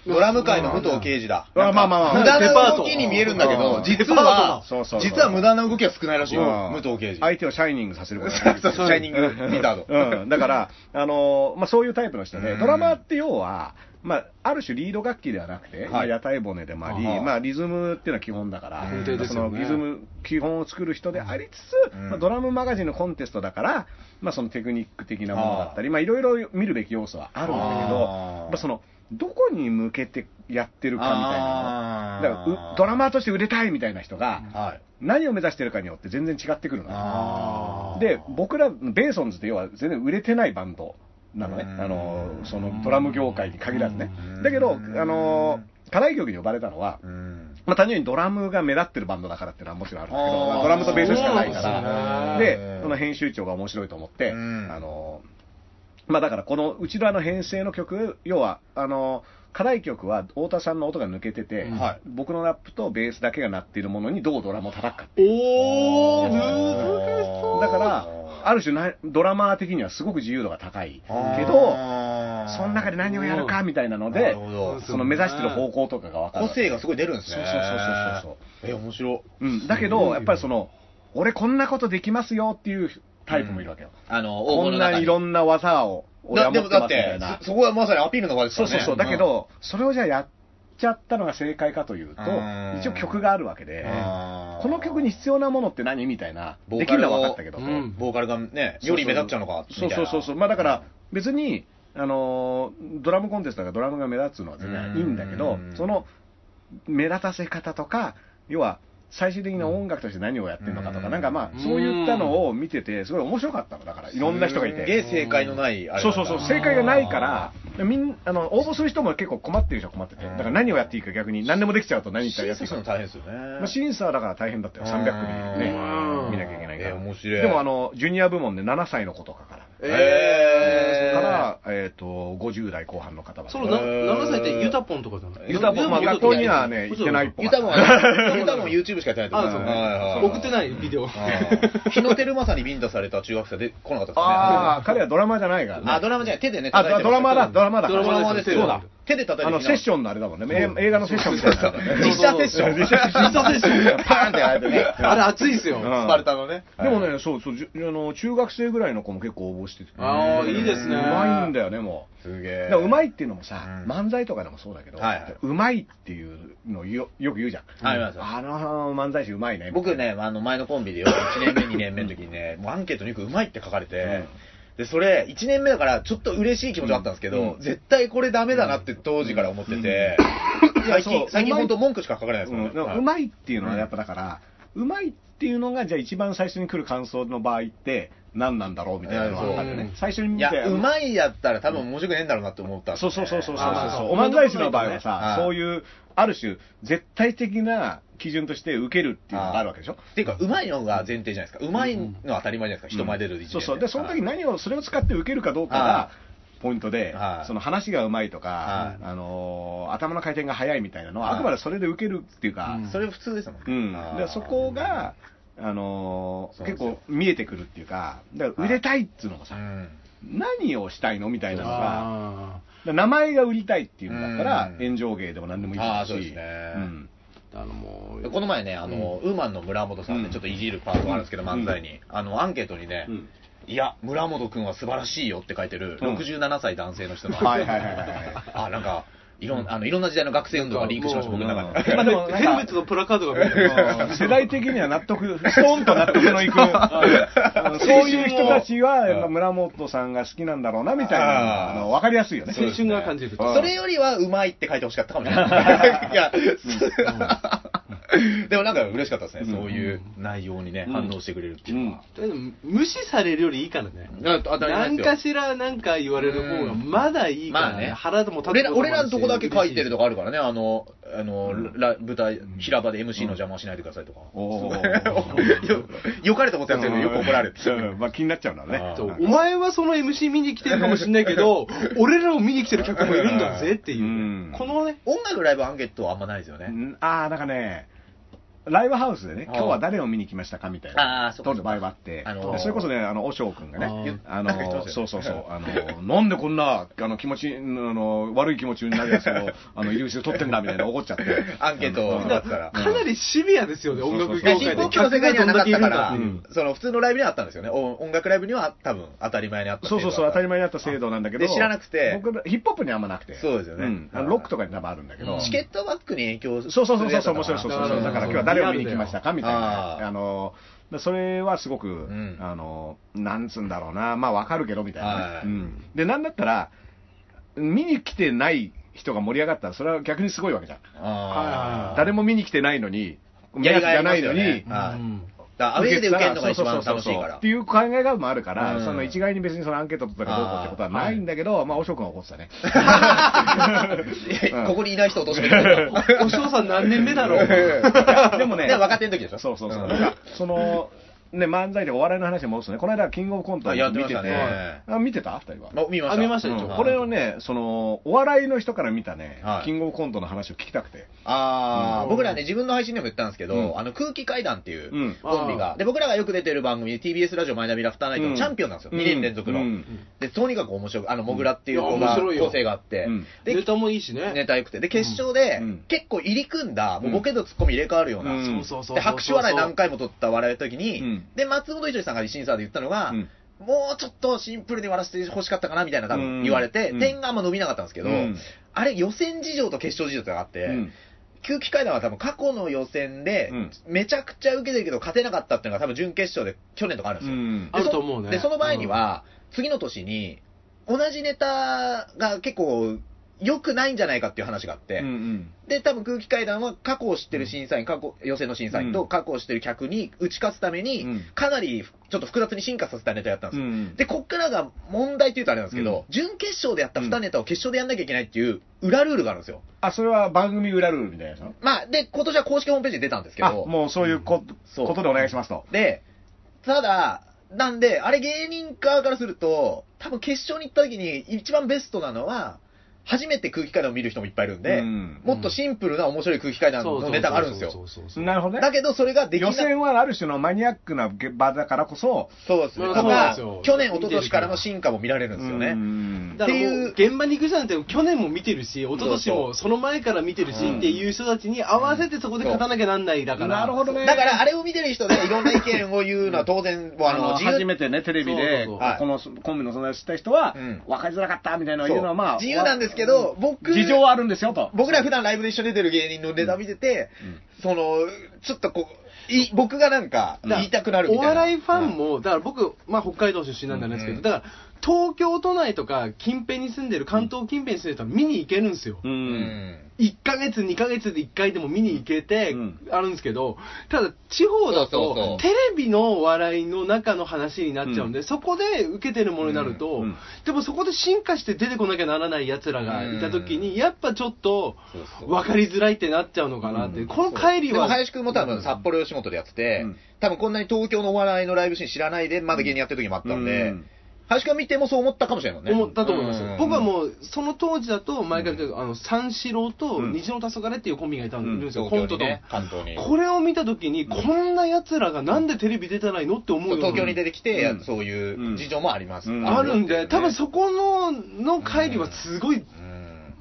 Speaker 2: ドドラム界の武藤刑事だ。
Speaker 1: うんまあまあまあ
Speaker 2: 無駄
Speaker 3: デパ
Speaker 2: な
Speaker 3: ー
Speaker 2: 動
Speaker 3: ト
Speaker 2: きに見えるんだけど
Speaker 1: う、ん
Speaker 2: 実
Speaker 1: デ
Speaker 2: は
Speaker 1: パートだそうそう、そう
Speaker 2: 実は無駄な動きは少ないらしいよ
Speaker 1: う、ん
Speaker 2: 武藤刑事。
Speaker 1: 相手をシャイニングさせることができる
Speaker 2: そうそうシャイニングリタード。
Speaker 1: うん、だから、あのまあ、そういうタイプの人で、
Speaker 2: うん
Speaker 1: ドラマーって要は、まあ、ある種リード楽器ではなくて、まあ、屋台骨でもあり、
Speaker 2: はい
Speaker 1: まあ、リズムっていうのは基本だから、
Speaker 2: 根底です
Speaker 1: そ
Speaker 3: よね
Speaker 1: のリズム基本を作る人でありつつ、
Speaker 2: うん
Speaker 1: まあ、ドラムマガジンのコンテストだから、まあ、そのテクニック的なものだったり、まあ、いろいろ見るべき要素はあるんだけど、
Speaker 2: あー
Speaker 1: やっぱそのどこに向けてやってるかみたいなの
Speaker 2: あー
Speaker 1: だからうドラマーとして売れたいみたいな人が、
Speaker 2: はい。
Speaker 1: 何を目指してるかによって全然違ってくるのよ
Speaker 2: あー
Speaker 1: で、僕ら、ベーソンズって要は全然売れてないバンドなのね、
Speaker 2: うん
Speaker 1: あのそのドラム業界に限らずね
Speaker 2: うん。
Speaker 1: だけど、あの課題曲に呼ばれたのは、
Speaker 2: うん
Speaker 1: まあ、単純にドラムが目立ってるバンドだからっていうのはもちろんあるんだけ
Speaker 2: あー
Speaker 1: ど、まあドラムとベースしかないか
Speaker 3: そうな
Speaker 1: ら、
Speaker 2: んですね
Speaker 1: で、その編集長が面白いと思って、
Speaker 2: うん
Speaker 1: あのまあ、だからこのうちらの編成の曲、要は、あの課題曲は太田さんの音が抜けてて、
Speaker 3: うん
Speaker 2: はい
Speaker 1: 僕のラップとベースだけが鳴っているものにどうドラムを叩くか
Speaker 3: おー、難しそう。
Speaker 1: だから、ある種な、ドラマー的にはすごく自由度が高いけど、その中で何をやるかみたいなの
Speaker 2: な
Speaker 1: で
Speaker 2: る、ほど
Speaker 1: その目指してる方向とかが分かる。
Speaker 2: 個性がすごい出るんですね。
Speaker 1: そうそうそうそう
Speaker 2: え、面白。
Speaker 1: うん、だけ
Speaker 3: すごいよ
Speaker 1: ど、やっぱりその、俺こんなことできますよっていうタイプもいるわけよ。
Speaker 2: あの、
Speaker 1: こんないろ
Speaker 2: ん
Speaker 1: んな技を俺は
Speaker 2: で
Speaker 1: 持っ
Speaker 2: も
Speaker 1: てますみた
Speaker 2: だって
Speaker 1: いな、。
Speaker 2: そそこはまさにアピールの場ですか
Speaker 1: そう
Speaker 2: らね。
Speaker 1: そうそう。だけど、それをじゃあやっちゃったのが正解かというと
Speaker 2: うん、
Speaker 1: 一応曲があるわけで、
Speaker 2: あー、
Speaker 1: この曲に必要なものって何みたいな、
Speaker 2: ボ
Speaker 1: で
Speaker 2: ー
Speaker 1: き
Speaker 2: カ
Speaker 1: る
Speaker 2: ルを
Speaker 1: のは分かったけど、
Speaker 3: うん
Speaker 2: ボーカルがね、より目立っちゃうのか、
Speaker 1: そうそうそうそう、
Speaker 2: み
Speaker 1: ま
Speaker 2: たい
Speaker 1: あ、だか
Speaker 2: な
Speaker 1: ら、別に、あのードラムコンテストだからドラムが目立つのは全然いいんだけど
Speaker 2: うん、
Speaker 1: その目立たせ方とか、要は最終的な音楽として何をやってるのかとか、
Speaker 2: うん
Speaker 1: なんかまあ、そういったのを見てて、すごい面白かったの、だから、いろんな人がい
Speaker 2: すんげえ
Speaker 1: て。
Speaker 2: 正解のないあれ
Speaker 1: そ
Speaker 2: な
Speaker 1: うん
Speaker 2: だ
Speaker 1: そうそう、正解がないから、みんあの応募する人も結構困ってる人は困ってて、
Speaker 2: うん
Speaker 1: だから何をやっていいか逆に、何でもできちゃうと何言ったらや
Speaker 2: 審
Speaker 1: って
Speaker 2: 査
Speaker 1: いい
Speaker 2: す
Speaker 1: か
Speaker 2: るの。大変ですよね。
Speaker 1: まあ、審査はだから大変だったよ、300組
Speaker 3: う
Speaker 1: ね
Speaker 3: ん、
Speaker 1: 見なきゃいけないから。
Speaker 2: えー面白い
Speaker 1: でも、あの、ジュニア部門で7歳の子とかから。
Speaker 2: えー
Speaker 1: から、えっ、と、50代後半の方まで。
Speaker 3: そのな
Speaker 2: えー
Speaker 3: 7歳ってユタポンとかじゃない
Speaker 1: ユタポン、まあ、学校にはね、行ってないっぽい
Speaker 2: ユタもは、ユタも YouTube しかやってないと思
Speaker 3: あそう
Speaker 1: ね
Speaker 2: はいはい
Speaker 3: 送ってないビデオ。
Speaker 2: うん日の照正にビンタされた中学生で来なかったです ね。
Speaker 1: ああ、彼はドラマーじゃないからね。
Speaker 2: あ、ドラマじゃない、手でね、
Speaker 1: あ
Speaker 2: 叩いて
Speaker 1: ドラマーだ、ドラマーだ。
Speaker 3: ド
Speaker 2: ドラマですよ。
Speaker 3: そうだ
Speaker 2: 手で叩いて
Speaker 1: あの、セッシ
Speaker 2: ョン。
Speaker 1: ョンのあれだもんね。え映画のセッションみたいな。
Speaker 2: 実写セッション。
Speaker 1: 実写セッション
Speaker 2: 実写セッション。パーンってやられてね。
Speaker 3: あれ熱いですよ。
Speaker 1: う
Speaker 2: ス
Speaker 1: ん
Speaker 2: パルタのね。
Speaker 1: でもね、そうそう、じゅあの、中学生ぐらいの子も結構応募してて。
Speaker 3: あーいいですね
Speaker 1: うまいんだよね、もう。
Speaker 2: すげえ。
Speaker 1: だからうまいっていうのもさ、
Speaker 2: うん
Speaker 1: 漫才とかでもそうだけど、
Speaker 2: はいはいう
Speaker 1: まいっていうのをよよく言うじゃん。
Speaker 2: ありますよ
Speaker 1: あの漫才師うまいね。
Speaker 2: 僕ね、あの前のコンビでよ、1年目、2年目の時にね、もうアンケートによくうまいって書かれて、で、それ、1年目だから、ちょっと嬉しい気持ちはあったんですけど、
Speaker 1: うん
Speaker 2: 絶対これダメだなって当時から思ってて、
Speaker 1: いや
Speaker 2: 最
Speaker 1: そう
Speaker 2: 近、最近本当文句しか書かれないです
Speaker 1: う
Speaker 2: もん
Speaker 1: ん
Speaker 2: ね。
Speaker 1: だからうまいっていうのはやっぱだから、うまいっていうのが、じゃあ一番最初に来る感想の場合って、何なんだろうみたいなのがあってね、
Speaker 3: うん
Speaker 1: 最初に見
Speaker 2: い
Speaker 1: て、
Speaker 2: や、うまいやったら多分面白くねえんだろうなって思ったんです
Speaker 1: そ
Speaker 2: ね
Speaker 1: うそうそうそうそうそう
Speaker 3: あーそう
Speaker 1: お漫才師の場合は
Speaker 2: は
Speaker 1: さ
Speaker 2: い、
Speaker 1: そういう、ある種、絶対的な基準として受けるっていうのがあるわけでしょ。
Speaker 2: っていうか、うまいのが前提じゃないですか。うまいのは当たり前じゃないですか。人前出る一年
Speaker 1: そうそう。で、その時何を、それを使って受けるかどうか
Speaker 2: は
Speaker 1: が、ポイントで
Speaker 2: は、い
Speaker 1: その話がうまいとか
Speaker 2: は、い
Speaker 1: あのー、頭の回転が早いみたいなのは、
Speaker 2: はい
Speaker 1: あくまでそれで受けるっていうか
Speaker 3: う、ん
Speaker 2: それ普通ですもんね。
Speaker 1: うん
Speaker 2: あー。
Speaker 1: で、そこが、あのー
Speaker 2: そうなん
Speaker 1: 結
Speaker 2: ですよ
Speaker 1: 構見えてくるっていうか、だから売れたいっていうのが
Speaker 2: う
Speaker 1: さ、
Speaker 2: ん。
Speaker 1: 何をしたいのみたいなのが、
Speaker 3: あ
Speaker 1: だから名前が売りたいっていうんだったら
Speaker 2: う、ん
Speaker 1: 炎上芸でも何でもいいし。
Speaker 2: あーそうですね
Speaker 1: うん
Speaker 3: ーあのもう
Speaker 2: でこの前ね、あの、ウーマンの村本さん
Speaker 1: う
Speaker 2: で
Speaker 1: ん
Speaker 2: ちょっといじるパートがあるんですけど、漫才に。あの、アンケートにね、
Speaker 1: うん
Speaker 2: いや、村本くんは素晴らしいよって書いてる、
Speaker 1: うん
Speaker 2: 67歳男性の人の。
Speaker 1: はいはいはいはい
Speaker 2: あ、なんか、いろん、あの、いろんな時代の学生運動がリンクしました、
Speaker 3: もう
Speaker 2: 僕の中
Speaker 1: う
Speaker 2: で
Speaker 1: ん。まあでも
Speaker 3: ヘルメットのプラカードが見 える
Speaker 1: 世代的には納得、 ストーンと納得のい く、あのそういう人たちは、やっぱ村本さんが好きなんだろうなみたいな、
Speaker 2: あ
Speaker 1: あ
Speaker 2: ー
Speaker 1: の分かりやすいよね。
Speaker 2: そう
Speaker 3: 青
Speaker 2: です
Speaker 3: 春
Speaker 2: ね
Speaker 3: が感じる。
Speaker 1: うん
Speaker 2: それよりは、うまいって書いてほしかったかもしれない。いや、 でもなんか嬉しかったですね、
Speaker 1: うん
Speaker 2: そういう内容にね、
Speaker 1: うん
Speaker 2: 反応してくれるっていうのは。
Speaker 3: とりあえず無視されるよりいいからね。
Speaker 2: あ当たり前
Speaker 3: 何
Speaker 2: ですよ
Speaker 3: かしら何か言われる方がまだいいから
Speaker 2: まあね
Speaker 3: ね。腹でも立
Speaker 2: 俺ら俺らのとこだけ書いてると
Speaker 3: か。
Speaker 2: かあるからね、あの、あの、ら舞台、平場で MC の邪魔をしないでくださいとか。
Speaker 1: おー
Speaker 2: よよかれと思ってやってるのよく怒られる。
Speaker 1: うんまあ気になっちゃうんだろうね
Speaker 2: あー
Speaker 3: そう
Speaker 1: う
Speaker 3: お
Speaker 1: ん。
Speaker 3: 前はその MC 見に来てるかもしれないけ ど、俺らを見に来てる客もいるんだぜっていう
Speaker 1: うん
Speaker 3: ね。このね、
Speaker 2: 音楽ライブアンケートはあんまないですよね。
Speaker 1: うんああ、なんかね、ライブハウスでね、
Speaker 2: あー
Speaker 1: 今日は誰を見に来ましたかみたいな
Speaker 2: あー、そっか
Speaker 1: 撮る場合があって、
Speaker 2: あのー
Speaker 1: それこそね、あの、おしょうくんが
Speaker 3: あー
Speaker 1: ね、あ
Speaker 2: なんか言ってま
Speaker 1: の
Speaker 2: した
Speaker 1: そうそう
Speaker 2: よね
Speaker 1: そう、あのなんでこんなあの気持ちあの、悪い気持ちになるやつを、あの、優秀取ってんだみたいな、怒っちゃって、
Speaker 2: アンケートを
Speaker 3: だ
Speaker 2: だから
Speaker 3: かなりシビアですよね、
Speaker 1: うん
Speaker 3: 音楽
Speaker 1: そう
Speaker 3: 業
Speaker 1: そうそう
Speaker 2: ヒッ
Speaker 3: 界で。
Speaker 2: プホップの世界にはなかったから、
Speaker 1: うん
Speaker 2: その普通のライブにはあったんですよね。お音楽ライブには多分当たり前にあった
Speaker 1: そうそうそう、当たり前
Speaker 2: 前。
Speaker 1: になった制度なんだけど、
Speaker 2: で知らなくて
Speaker 1: 僕らヒップホップにはあんまなくて、
Speaker 2: そうですよね
Speaker 1: んあのロックとかに多分あるんだけど、
Speaker 2: チケットバックに影響する
Speaker 1: そうそうそうそう、
Speaker 2: やつだ
Speaker 1: そう
Speaker 2: っ
Speaker 1: 面白い、
Speaker 2: たかな
Speaker 1: そうそうそ
Speaker 3: なるほ
Speaker 1: う、
Speaker 3: ど
Speaker 1: だから今日は誰を見に来ましたかみたいな、
Speaker 2: あー
Speaker 1: あのだそれはすごく、
Speaker 2: ん
Speaker 1: あのなんつうんだろうな、まあわかるけどみたいなね、
Speaker 2: はい
Speaker 1: うんで、なんだったら、見に来てない人が盛り上がったら、それは逆にすごいわけじゃん、
Speaker 2: あー
Speaker 1: 誰も見に来てないのに、
Speaker 2: やりがいあ
Speaker 1: じゃ
Speaker 2: りま
Speaker 1: な
Speaker 2: す
Speaker 1: いの
Speaker 2: よ
Speaker 1: に、
Speaker 2: ね
Speaker 3: は
Speaker 2: う
Speaker 3: い
Speaker 2: んだからアウェーで受けるのが一番楽しい
Speaker 1: そうそうそう
Speaker 2: か
Speaker 1: そう
Speaker 2: ら
Speaker 1: って。いう考えがもあるから、
Speaker 2: うん
Speaker 1: その一概に別にそのアンケート取ったかどうこうってことはないんだけど、まあ、おしょくんは怒ってたね。うん
Speaker 2: ここにいない人落としてくれた。
Speaker 3: お嬢さん何年目だろう。
Speaker 1: いや でもね、
Speaker 2: で若手の時でしょ
Speaker 1: そうそうそう。
Speaker 2: うん
Speaker 1: なんかその、ね、漫才でお笑いの話に戻すとね、この間、キングオブコント
Speaker 2: あ
Speaker 1: 見
Speaker 2: やって
Speaker 1: て、
Speaker 2: ましてたね
Speaker 1: あ見てた二人は。
Speaker 2: あ見ました。
Speaker 3: あ見ましたよ
Speaker 1: うん
Speaker 3: 一応
Speaker 1: これをね、その、お笑いの人から見たね、
Speaker 2: はい
Speaker 1: キングオブコントの話を聞きたくて。
Speaker 2: ああ、
Speaker 3: うん
Speaker 2: 僕らね、自分の配信でも言ったんですけど、
Speaker 1: うん
Speaker 2: あの空気階段っていう
Speaker 1: うん
Speaker 2: コンビが、で、僕らがよく出てる番組、TBS ラジオマイナビラフターナイト
Speaker 1: うん
Speaker 2: のチャンピオンなんですよ、
Speaker 1: うん
Speaker 2: 2年連続の、
Speaker 1: うん
Speaker 2: で、とにかく面白い、あの、モグラっていう子
Speaker 3: いや面
Speaker 2: が、
Speaker 3: 白いよ
Speaker 2: 個性があって、
Speaker 1: うん
Speaker 2: で、
Speaker 3: ネタもいいしね。
Speaker 2: ネタ良くて、で、決勝で、
Speaker 1: うん
Speaker 2: 結構入り組んだ、もうボケとツッコミ入れ替わるような、
Speaker 1: うん
Speaker 3: そうそうそう。
Speaker 2: で、拍手笑い何回も取った笑いの時に、
Speaker 1: うん
Speaker 2: で、松本伊調さんが審査で言ったのが、
Speaker 1: うん
Speaker 2: もうちょっとシンプルに笑わせてほしかったかなみたいな多
Speaker 1: うん
Speaker 2: 分言われて、
Speaker 1: うん
Speaker 2: 点があんま伸びなかったんですけど、
Speaker 1: うん
Speaker 2: あれ予選事情と決勝事情ってのがあって、
Speaker 1: うん
Speaker 2: 空気階段は多分過去の予選で
Speaker 1: うん、
Speaker 2: めちゃくちゃ受けてるけど勝てなかったっていうのが多分準決勝で去年とかあるんですよ。
Speaker 1: うん
Speaker 2: で
Speaker 3: あると思うね
Speaker 2: そで、その前には、次の年に、同じネタが結構、良くないんじゃないかっていう話があって、
Speaker 1: うん
Speaker 2: で、多分空気階段は過去を知ってる審査員、過去、予選の審査員
Speaker 1: う
Speaker 2: と
Speaker 1: ん
Speaker 2: 過去を知ってる客に打ち勝つために、
Speaker 1: うん
Speaker 2: かなりちょっと複雑に進化させたネタやったん
Speaker 1: う
Speaker 2: ですよ。
Speaker 1: ん。
Speaker 2: で、こっからが問題っていうとあれなんですけど、準決勝でやった2ネタを決勝でやんなきゃいけないっていう裏ルールがあるんですよ。
Speaker 1: あ、それは番組裏ルールみたいなやつなの
Speaker 2: まあ、で、今年は公式ホームページに出たんですけ
Speaker 1: あ、
Speaker 2: ど、
Speaker 1: もうそういうこ
Speaker 2: そう
Speaker 1: ことでお願いしますと。
Speaker 2: で、ただ、なんで、あれ芸人側からすると、多分決勝に行った時に一番ベストなのは、初めて空気階段を見る人もいっぱいいるんで、
Speaker 1: うん
Speaker 2: もっとシンプルな面白い空気階段のネタがあるんですよ。
Speaker 1: なるほどね
Speaker 2: だ。けどそれができな
Speaker 1: 予
Speaker 2: い。
Speaker 1: 選はある種のマニアックな場だからこそ、
Speaker 2: そうですね。
Speaker 3: ま
Speaker 2: とか
Speaker 3: あそうなんですよ
Speaker 2: 去年、一昨年からの進化も見られるんですよ
Speaker 1: う
Speaker 2: ね。
Speaker 1: ん
Speaker 3: だからもう
Speaker 2: って
Speaker 3: 現場に行く人なんて去年も見てるし、一昨年もその前から見てるし
Speaker 1: うん
Speaker 3: っていう人たちに合わせてそこで勝たなきゃなんないだから。
Speaker 1: なるほどね。
Speaker 2: だからあれを見てる人でいろんな意見を言うのは当然、あの、自
Speaker 1: 初
Speaker 2: 由
Speaker 1: めてね、テレビで、
Speaker 3: そ
Speaker 2: そ
Speaker 3: うそう
Speaker 2: うはい
Speaker 1: このコンビの存在を知った人は、
Speaker 2: うん
Speaker 1: 分かりづらかったみたいなのを
Speaker 2: そう
Speaker 1: 言うのは、まあ、
Speaker 2: 自由なんですけど
Speaker 1: うん
Speaker 2: 僕
Speaker 1: 事情はあるんですよと。
Speaker 2: 僕ら普段ライブで一緒に出てる芸人のネタ見てて、その、ちょっとこう、い僕がなんか
Speaker 3: だから
Speaker 2: 言いたくなるみたいな。
Speaker 3: お笑いファンも、だから僕、まあ、北海道出身なんであれですけど、
Speaker 2: うん
Speaker 3: だから東京都内とか近辺に住んでる、関東近辺に住んでる人は見に行けるんですよ。
Speaker 1: うん
Speaker 2: うん
Speaker 3: 1ヶ月、2ヶ月で1回でも見に行けて
Speaker 1: うん、
Speaker 3: あるんですけど、ただ地方
Speaker 2: そうそ
Speaker 3: だ
Speaker 2: うそ
Speaker 3: と
Speaker 2: う、
Speaker 3: テレビの笑いの中の話になっちゃうんで、そこで受けてるものになると、
Speaker 1: うんうん
Speaker 3: でもそこで進化して出てこなきゃならない奴らがいた時
Speaker 2: う
Speaker 3: に、やっぱちょっと
Speaker 2: そうそう
Speaker 3: 分かりづらいってなっちゃうのかなって、この帰り
Speaker 2: でも
Speaker 3: は、
Speaker 2: 林くんも多分札幌吉本でやってて、
Speaker 1: うん
Speaker 2: 多分こんなに東京のお笑いのライブシーン知らないで、まだ芸人やってる時もあったんで、
Speaker 1: うん
Speaker 2: 林くん見てもそう思ったかもしれないもんね。
Speaker 3: 思ったと思います、
Speaker 2: うん
Speaker 3: 僕はもう、その当時だと、前から言ってるあの三四郎と
Speaker 1: うん
Speaker 3: 虹の黄昏っていうコンビがいたんいるんですよ、
Speaker 2: 東
Speaker 3: コ
Speaker 2: 京
Speaker 3: ント
Speaker 2: に
Speaker 3: と。
Speaker 2: ね、関東に。
Speaker 3: これを見たときに、こんな奴らがなんでテレビ出てないのって思うように
Speaker 2: 東京に出てきて、
Speaker 1: うん
Speaker 2: そういう事情もあります。
Speaker 1: うん
Speaker 3: あるんで、多分
Speaker 2: う
Speaker 3: そこの、の帰りはすごい
Speaker 2: ん。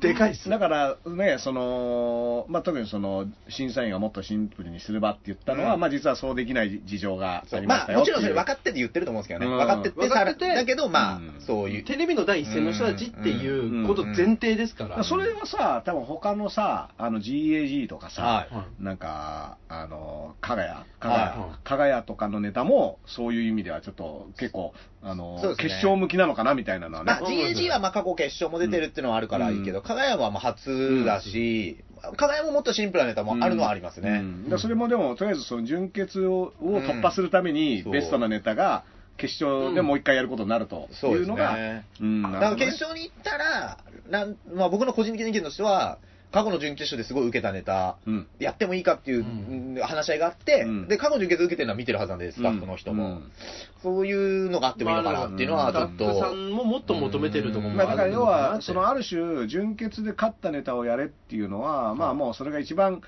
Speaker 3: でかいっす。
Speaker 1: だからね、そのまあ、特にその審査員がもっとシンプルにすればって言ったのは、
Speaker 2: うん
Speaker 1: まあ、実はそうできない事情がありまし
Speaker 2: ま
Speaker 1: た
Speaker 2: あ、
Speaker 1: よ
Speaker 2: も
Speaker 1: っていう
Speaker 2: ちろんそれ分かってて言ってると思うんですけどね。
Speaker 1: うん
Speaker 2: 分かってて、
Speaker 3: 分かってて
Speaker 2: だけど、まあ
Speaker 1: うん、
Speaker 2: そういう。
Speaker 3: テレビの第一線の人たちっていうこと前提ですか。
Speaker 1: だかららそれはさ、多分他のさ、あの GAG とかさ、
Speaker 2: はい
Speaker 3: は
Speaker 1: なんか、あの、かがや、かがや、
Speaker 2: は
Speaker 1: かがやとかのネタも、そういう意味ではちょっと結構、あの、
Speaker 2: そうですね
Speaker 1: 決勝向きなのかなみたいなのはね
Speaker 2: まあ、。GAG はまあ過去決勝も出てるっていうのはあるからいいけど、
Speaker 1: う
Speaker 2: 加賀谷はまあ初だし、加賀谷ももっとシンプルなネタもあるのはあります
Speaker 1: う
Speaker 2: ね。
Speaker 1: んだからそれもでも、とりあえずその準決をを突破するために、
Speaker 2: そう
Speaker 1: ベストなネタが、決勝でもう一回やることになるとい
Speaker 2: そうで
Speaker 1: う
Speaker 2: す
Speaker 1: のが、
Speaker 2: ね。
Speaker 1: うんな
Speaker 2: だ
Speaker 1: るほどね
Speaker 2: から決勝に行ったら、なんまあ、僕の個人的な意見としては、過去の準決勝ですごい受けたネタ、
Speaker 1: うん
Speaker 2: やってもいいかっていう
Speaker 3: うん
Speaker 2: うん話し合いがあって、
Speaker 1: うん
Speaker 2: で、過去の準決受けてるのは見てるはずなんで、スタッフの人も。
Speaker 1: うん
Speaker 2: そういうのがあってもいいのかなっていうのは、ちょっ
Speaker 3: スタッフ
Speaker 2: と
Speaker 3: さ。んももっと求めてると思う
Speaker 1: まあ、だから要は、そのある種、準決で勝ったネタをやれっていうのは、まあもうそれが一番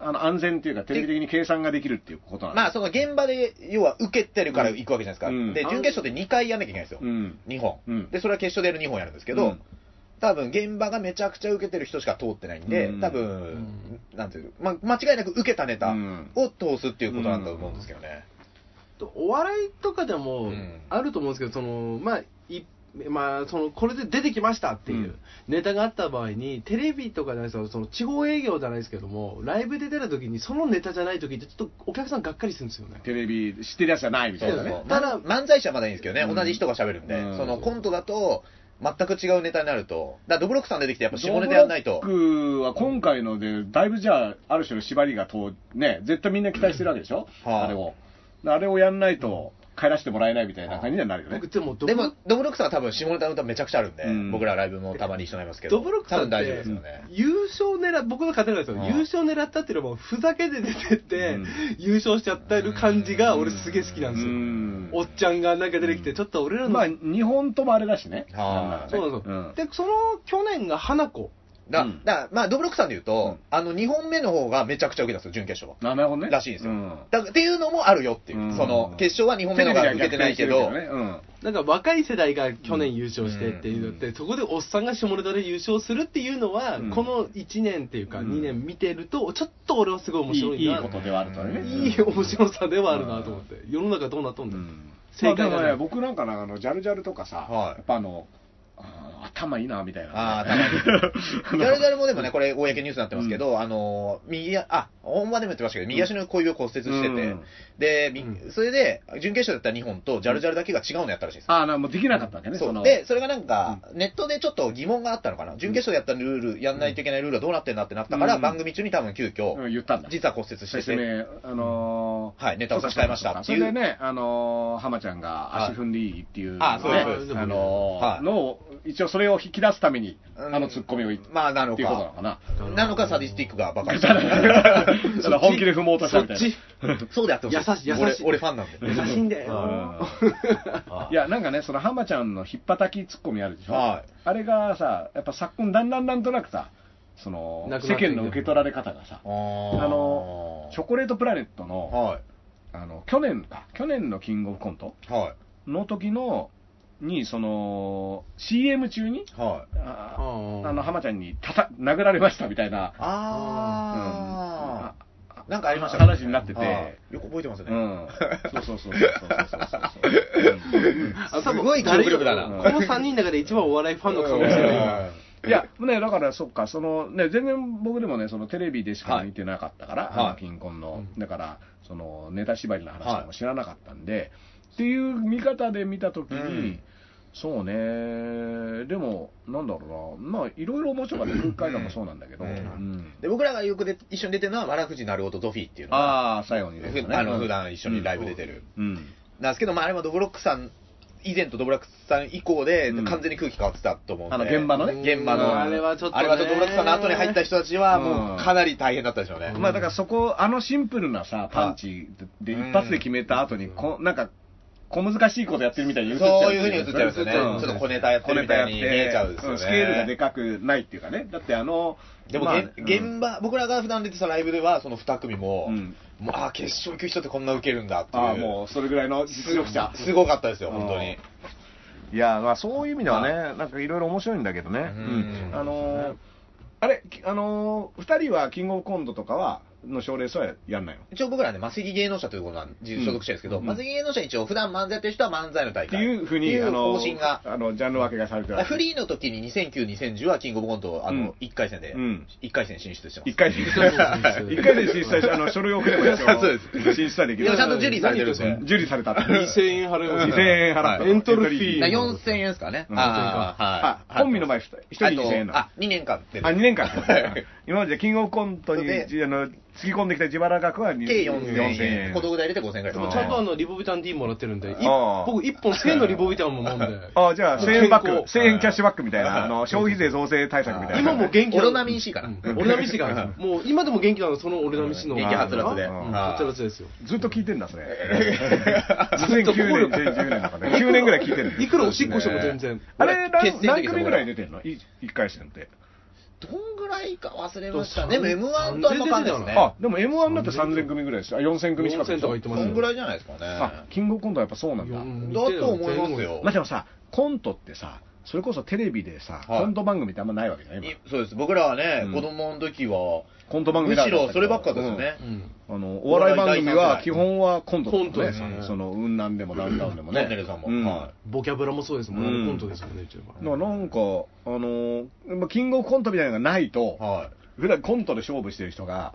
Speaker 1: あの安全っていうか、テレビ的に計算ができるっていうことなんで
Speaker 2: まあ、その現場で、要は受けてるから行くわけじゃないですか。
Speaker 1: うん
Speaker 2: で、準決勝で2回やんなきゃいけないんですよ。
Speaker 1: うん
Speaker 2: 2本、
Speaker 1: うん
Speaker 2: で、それは決勝でやる2本やるんですけど、
Speaker 1: うん
Speaker 2: 多分現場がめちゃくちゃ受けてる人しか通ってないんで、
Speaker 1: うん
Speaker 2: 多分、なんていうか、まあ、間違いなく受けたネタ
Speaker 1: うん
Speaker 2: を通すっていうことなんだと思うんですけどね。
Speaker 3: お笑いとかで
Speaker 2: う
Speaker 3: も
Speaker 2: ん
Speaker 3: あると思うんですけど、そのまあいまあ、そのこれで出てきましたっていううんネタがあった場合に、テレビとかじゃないですか、その地方営業じゃないですけども、ライブで出たときに、そのネタじゃないときって、ちょっとお客さんがっかりするんですよね。
Speaker 1: テレビ知ってるやつじゃないみた
Speaker 2: そう
Speaker 1: い
Speaker 2: そ
Speaker 1: な
Speaker 2: う
Speaker 1: ね。
Speaker 2: た
Speaker 3: た
Speaker 2: だ、
Speaker 3: だ
Speaker 2: 漫才師はまだいいんですけどね、
Speaker 1: うん
Speaker 2: 同じ人が喋るんで、
Speaker 1: うん
Speaker 2: そのコントだと、全く違うネタになると、だからドブロックさん出てきて、やっぱ下
Speaker 1: ド
Speaker 2: ネ
Speaker 1: ブ
Speaker 2: タ
Speaker 1: ロ
Speaker 2: やんない
Speaker 1: ッ。
Speaker 2: と
Speaker 1: クは今回ので、だいぶじゃあ、ある種の縛りがとう、ね、絶対みんな期待してるわけでしょ、
Speaker 2: うんはい
Speaker 1: あれを。あれをやんないと、帰らせてもらえないみたいな感じにはなるよね
Speaker 3: 僕。でもどこ
Speaker 2: でも、ドブロックさんは多分下ネタの歌めちゃくちゃあるんで、
Speaker 1: うん
Speaker 2: 僕らライブもたまに一緒になりますけど、
Speaker 3: ドブロックさん
Speaker 2: 多
Speaker 3: っ
Speaker 2: 分
Speaker 3: て
Speaker 2: 大丈夫ですよね。
Speaker 3: 優勝狙っ僕の勝手なんですよ、
Speaker 2: うん
Speaker 3: 優勝狙ったっていうのもふざけて出てって、
Speaker 1: うん
Speaker 3: 優勝しちゃってる感じが俺すげえ好き
Speaker 1: う
Speaker 3: な
Speaker 1: ん
Speaker 3: ですよ、
Speaker 1: ん
Speaker 3: おっちゃんがなんか出てきてちょっと俺らの、
Speaker 1: まあ、日本ともあれだしね。
Speaker 2: はい
Speaker 3: そうなんですよ、でその去年が花子
Speaker 2: だ
Speaker 1: うん
Speaker 2: だからまあ、ドブロックさんで言うと、
Speaker 1: うん
Speaker 2: あの、2本目の方がめちゃくちゃ受けたんですよ、準決勝は。
Speaker 1: なるほどね。
Speaker 2: らしいんですよ
Speaker 1: うん
Speaker 2: だっていうのもあるよっていう、
Speaker 1: うん
Speaker 2: その決勝は2本目の方が受けてないけど、
Speaker 1: テレビでは逆転してるけどね
Speaker 3: なんか若い世代が去年優勝してっていうのって、
Speaker 2: う
Speaker 3: そこでおっさんが下ネタで優勝するっていうのは、
Speaker 1: うん
Speaker 3: この1年っていうか
Speaker 1: うん
Speaker 3: 2年見てるとちょっと俺はすごい
Speaker 1: うん
Speaker 3: 面
Speaker 1: いい
Speaker 3: 白い
Speaker 1: いい
Speaker 3: な、
Speaker 1: ことではあるとね。
Speaker 3: いい面白さではあるなと思って、世の中どうなっとんだよ、
Speaker 1: うん
Speaker 3: 正解が
Speaker 1: まあ
Speaker 3: ない
Speaker 1: でもね、僕なんかなんかあのジャルジャルとかさ、
Speaker 2: はい
Speaker 1: やっぱあの、あ頭いいな、みたいな、
Speaker 2: ああ、た まに。ジャルジャルもでもね、これ、公にニュースになってますけど、あの、右、あ、本場でも言ってましたけど、右足の小指を骨折してて、
Speaker 1: うん
Speaker 2: で、み
Speaker 3: う
Speaker 2: それで、準決勝だった日本と、ジャルジャルだけが違うのやったらしいです。
Speaker 1: ああ、なもうできなかったわけね、
Speaker 2: そ
Speaker 1: そうの。
Speaker 2: で、それがなんか、ネットでちょっと疑問があったのかな、準決勝でやったルール、やんないといけないルールはどうなってんだってなったから、
Speaker 1: うん
Speaker 2: 番組中に多分急遽、
Speaker 1: うん言ったんだ。
Speaker 2: 実は骨折して
Speaker 1: 説
Speaker 2: て、
Speaker 1: 明、あのー
Speaker 2: はいネタを差し替えましたって
Speaker 1: そ
Speaker 2: いう
Speaker 1: れでね、あのー、浜ちゃんが足踏んでいいっていう、ね
Speaker 2: あそう
Speaker 3: ですそうです
Speaker 1: あのー
Speaker 2: はい
Speaker 1: のを、一応それを引き出すために、
Speaker 2: うん
Speaker 1: あのツッコミを言って、
Speaker 2: まあ、なの
Speaker 1: っていうことなのか
Speaker 2: か、
Speaker 1: な。
Speaker 2: なのかサディスティックがバカにし
Speaker 1: だ
Speaker 2: た
Speaker 1: か。 ら本気で踏もうとした
Speaker 3: そ
Speaker 1: みいな。
Speaker 3: った ち
Speaker 1: い
Speaker 2: そうであってほしい。
Speaker 3: 優しい優しい
Speaker 2: 俺、俺ファンなん で。
Speaker 3: 優しいんだよ
Speaker 2: はい
Speaker 1: や、なんかね、その浜ちゃんのひっぱたきツッコミあるでしょ、
Speaker 2: はい
Speaker 1: あれがさ、やっぱ昨今、だんだんなんとなくさ、その
Speaker 3: なくな
Speaker 1: 世
Speaker 3: ってきてる
Speaker 1: 間の受け取られ方がさ
Speaker 2: あ、
Speaker 1: あのチョコレートプラネットの、
Speaker 2: は
Speaker 1: あの去年か、去年のキングオブコント
Speaker 2: い。は
Speaker 1: の時のに、その CM 中に、
Speaker 2: い。はい。
Speaker 1: あ
Speaker 3: うん
Speaker 1: あの浜ちゃんにたた殴られましたみたいな、
Speaker 2: ああ、なんかありました
Speaker 1: 話になってて
Speaker 2: はいよく覚えてます
Speaker 1: う
Speaker 2: ね。
Speaker 1: ん、そうそうそうそうそうそう そうそう。うん
Speaker 3: あ多分
Speaker 2: すごい記憶力だな
Speaker 3: 誰よりこの3人の中で一番お笑いファンの可能性がある
Speaker 1: いや、ね、だから、そっか、その、ね、全然僕でもね、そのテレビでしか見てなかったから、
Speaker 2: はい
Speaker 1: あ
Speaker 2: は
Speaker 1: の
Speaker 2: い
Speaker 1: 貧困の、
Speaker 3: うん
Speaker 1: だから、その、ネタ縛りの話とかも知らなかったんで、っていう見方で見たときに、
Speaker 2: うん
Speaker 1: そうね、でも、なんだろうな、まあ、いろいろ面白かった、空海談もそうなんだけど、
Speaker 2: うん
Speaker 1: うん
Speaker 2: で僕らがよくで一緒に出てるのは、わらふじなるおとゾフィーっていうのが、
Speaker 1: ああ、最後にね、
Speaker 2: ふあの普段一緒にライブ出てる。
Speaker 1: うん、
Speaker 2: なんですけど、まあ、あれもドブロックさん、以前とドブロックさん以降で、
Speaker 1: うん
Speaker 2: 完全に空気変わってたと思うんで。
Speaker 1: あの現場のね
Speaker 2: 現場
Speaker 1: う
Speaker 2: の。
Speaker 1: ん
Speaker 3: あれはちょっとね
Speaker 2: あれはちょっとドブロックさんの後に入った人たちは、もうかなり大変だったでしょうね。
Speaker 3: うん
Speaker 1: まあだからそこ、あのシンプルなさ、パンチで
Speaker 2: うん
Speaker 1: 一発で決めた後にこ、なんか、小難しいことやってるみたいに映っちゃう
Speaker 2: そういうふうに映っちゃいますよね。ち
Speaker 1: うん
Speaker 2: ょっと小ネタやってるみたいに見えちゃうんですよ
Speaker 1: ん
Speaker 2: ね。
Speaker 1: スケールがでかくないっていうかね。だってあの、
Speaker 2: でも、
Speaker 1: まあ
Speaker 2: げん現場、僕らが普段出てたライブでは、その2組も、
Speaker 1: うん
Speaker 2: もうああ、決勝行く人ってこんな受けるんだっていう。
Speaker 1: ああ、もうそれぐらいの実力者。
Speaker 2: すごかったですよ、本当に。
Speaker 1: いや、まあそういう意味ではね、なんかいろいろ面白いんだけどね。
Speaker 2: うん
Speaker 1: あのー、あれ、きあのー、二人はキングオブコントとかは、の賞レースはやんないの
Speaker 2: 一応僕らね、マセキ芸能者ということなんで、所属者ですけど、
Speaker 1: うん
Speaker 2: マセキ芸能者は一応、普段漫才やってる人は漫才の
Speaker 1: っ
Speaker 2: 大会。
Speaker 1: ていうふう
Speaker 2: っ
Speaker 1: に、
Speaker 2: てい
Speaker 1: あの
Speaker 2: 方針が。
Speaker 1: あの、ジャンル分けがされてるわけ。
Speaker 2: フリーの時に2009、2010はキングオブコント、あ
Speaker 1: う
Speaker 2: の
Speaker 1: ん、
Speaker 2: 1回戦で
Speaker 1: うん、
Speaker 2: 1回戦進出してます。
Speaker 1: 一回で、一回で審査し、あの、書類送ればいいですよ。
Speaker 2: そうです
Speaker 1: 審査でき
Speaker 2: いや
Speaker 1: る
Speaker 2: ち。ゃんと受理されてるん
Speaker 3: 何言ってん
Speaker 2: で。
Speaker 1: 受理された。
Speaker 3: 2000円払いました
Speaker 1: 2000円払った。
Speaker 3: はいエントリーフィー
Speaker 2: だから4000円ですかね。
Speaker 1: うん
Speaker 2: あ
Speaker 1: あ、コンビの場合、一人2000円の。
Speaker 2: あ、2年間って。
Speaker 1: あ、2年間
Speaker 2: はい。
Speaker 1: 今までキングオブコントに、
Speaker 2: で
Speaker 1: じあの、つぎ込んできた自腹額はに
Speaker 2: 計4000
Speaker 1: 4000
Speaker 2: 円。小道具代入れて5000円ぐらいで
Speaker 3: で
Speaker 2: す
Speaker 3: もちゃんとあのリボビタン D もらってるんで、い
Speaker 1: あー
Speaker 3: 僕1本1000円のリボビタンも 飲んで、
Speaker 1: あじゃあ、1000円バック、1000
Speaker 2: 健康
Speaker 1: 円キャッシュバックみたい
Speaker 2: はい
Speaker 1: な、あの、消費税増税対策みたいな。
Speaker 3: 今もう元気
Speaker 2: オロナミン C かな
Speaker 3: うんオロナミン C かな。もう今でも元気なの、そのオロナミン C の。
Speaker 2: 元気はつらつで
Speaker 3: う
Speaker 2: は
Speaker 3: ん
Speaker 2: い
Speaker 3: はつらつですよ。
Speaker 1: ずっと聞いてんだ、それ。
Speaker 3: ずっ
Speaker 1: 2009
Speaker 3: と心
Speaker 1: 年、
Speaker 3: が
Speaker 1: 2010年とかね。9年ぐらい聞いてる
Speaker 3: いくらおしっこしても全然。
Speaker 1: あれ、何
Speaker 2: 決戦の時
Speaker 1: 何組ぐらい出てんの ?1 回戦って。
Speaker 2: どんぐらいか忘れました
Speaker 3: そう
Speaker 2: ね。でも M1 とあんま感じですね。
Speaker 1: あ、でも M1 だって3000組ぐらいですよ。あ、4000組しか
Speaker 3: 4000とか言って
Speaker 2: そ
Speaker 3: ます
Speaker 2: ん
Speaker 3: よ
Speaker 2: ぐらいじゃないですかね。
Speaker 1: あ、キングオブコントはやっぱそうなんだ。
Speaker 3: うん
Speaker 2: だと思いますよ
Speaker 1: まあでもさ、コントってさ、それこそテレビでさ、
Speaker 2: はい
Speaker 1: コント番組ってあんまないわけじゃない
Speaker 2: い
Speaker 1: 今
Speaker 2: そうです。僕らはね
Speaker 1: う、ん
Speaker 2: 子供の時は、
Speaker 1: コント番組
Speaker 2: むしろそればっかですよね。。
Speaker 3: うん
Speaker 1: うんあの、お笑い番組は基本はコントだもん
Speaker 3: コントですよ
Speaker 1: ね。
Speaker 3: ね
Speaker 1: その、雲南でもダウンタウンでも
Speaker 2: モ
Speaker 1: ね。
Speaker 2: ンテレさんも。
Speaker 1: うん
Speaker 2: は
Speaker 3: ボキャブラもそうですもんね。
Speaker 1: うん
Speaker 3: コントですもんね、一応。
Speaker 1: だからなんか、あのーまあキングオブコントみたいなのがないと
Speaker 2: い。、は
Speaker 1: 普段コントで勝負してる人が、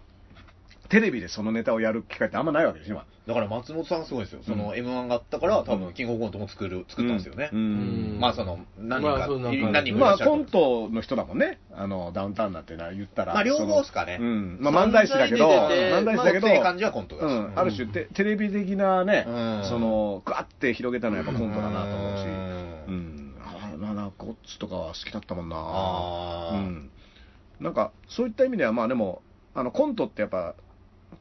Speaker 1: テレビでそのネタをやる機会ってあんまないわけでしょ、今。
Speaker 2: い。だから松本さんすごいですよ。そうの M1 があったから、多分、キングオブコントも作る、作ったんですよね
Speaker 1: う。ん
Speaker 2: まあ、その、何人
Speaker 3: まあ
Speaker 2: か、
Speaker 3: そうなんか
Speaker 2: 何人もい
Speaker 1: ま
Speaker 2: ら
Speaker 1: あ
Speaker 2: っしゃる
Speaker 1: コントの人だもんね、あのダウンタウンなんてな言ったら、
Speaker 2: まあ両方
Speaker 1: その
Speaker 2: っすかね
Speaker 1: うんまあ、漫才師だけど、
Speaker 2: 漫才で
Speaker 1: 漫才師だけど、
Speaker 2: まあ強い感じはコントだし
Speaker 1: うんある種テ、テレビ的なね、
Speaker 2: うん
Speaker 1: その、ぐわって広げたのはやっぱコントだなと思うし、
Speaker 2: う
Speaker 1: うんん、あまあ、なんかゴッツとかは好きだったもんな、
Speaker 2: あ
Speaker 1: う
Speaker 2: ー
Speaker 1: ん、なんかそういった意味では、まあでも、あのコントってやっぱ、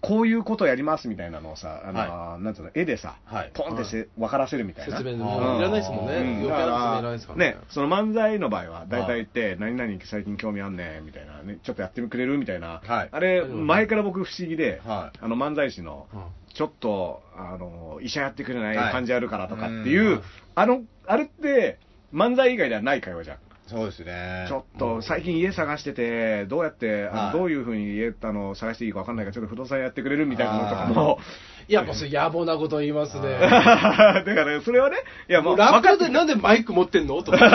Speaker 1: こういうことやりますみたいなのをさ、あのなんていうの、絵でさ、
Speaker 2: はい。
Speaker 1: ポンってせ、分からせるみたいな。
Speaker 3: 説明で
Speaker 2: う
Speaker 3: も
Speaker 2: ん
Speaker 3: いらないですもんね。
Speaker 2: うん
Speaker 3: 余計な説明いらないですから
Speaker 1: ね。その漫才の場合は、大体言って、何々最近興味あんねん、みたいな、ね、ちょっとやってくれるみたいな。
Speaker 2: はい
Speaker 1: あれ、
Speaker 3: うん
Speaker 1: 前から僕不思議で、
Speaker 2: はい
Speaker 1: あの漫才師の、
Speaker 3: うん
Speaker 1: ちょっと、あの、医者やってくれない
Speaker 2: はい
Speaker 1: 感じあるからとかって
Speaker 2: う
Speaker 1: い
Speaker 2: ん
Speaker 1: う、あの、あれって、漫才以外ではない会話じゃん。
Speaker 2: そうですね。
Speaker 1: ちょっと、最近家探してて、どうやって、あの
Speaker 2: はい
Speaker 1: どういうふうに家、あの、探していいかわかんないから、ちょっと不動産やってくれるみたいなのとかも、
Speaker 3: いや、もうそれ野暮なこと言います ね。
Speaker 1: だから、それはね、いや、も
Speaker 3: も
Speaker 1: う、
Speaker 3: うラ
Speaker 1: 分
Speaker 3: ッ
Speaker 1: かっ
Speaker 3: プ
Speaker 1: て
Speaker 3: で
Speaker 1: る。
Speaker 3: なんでマイク持ってんのとか。
Speaker 1: だ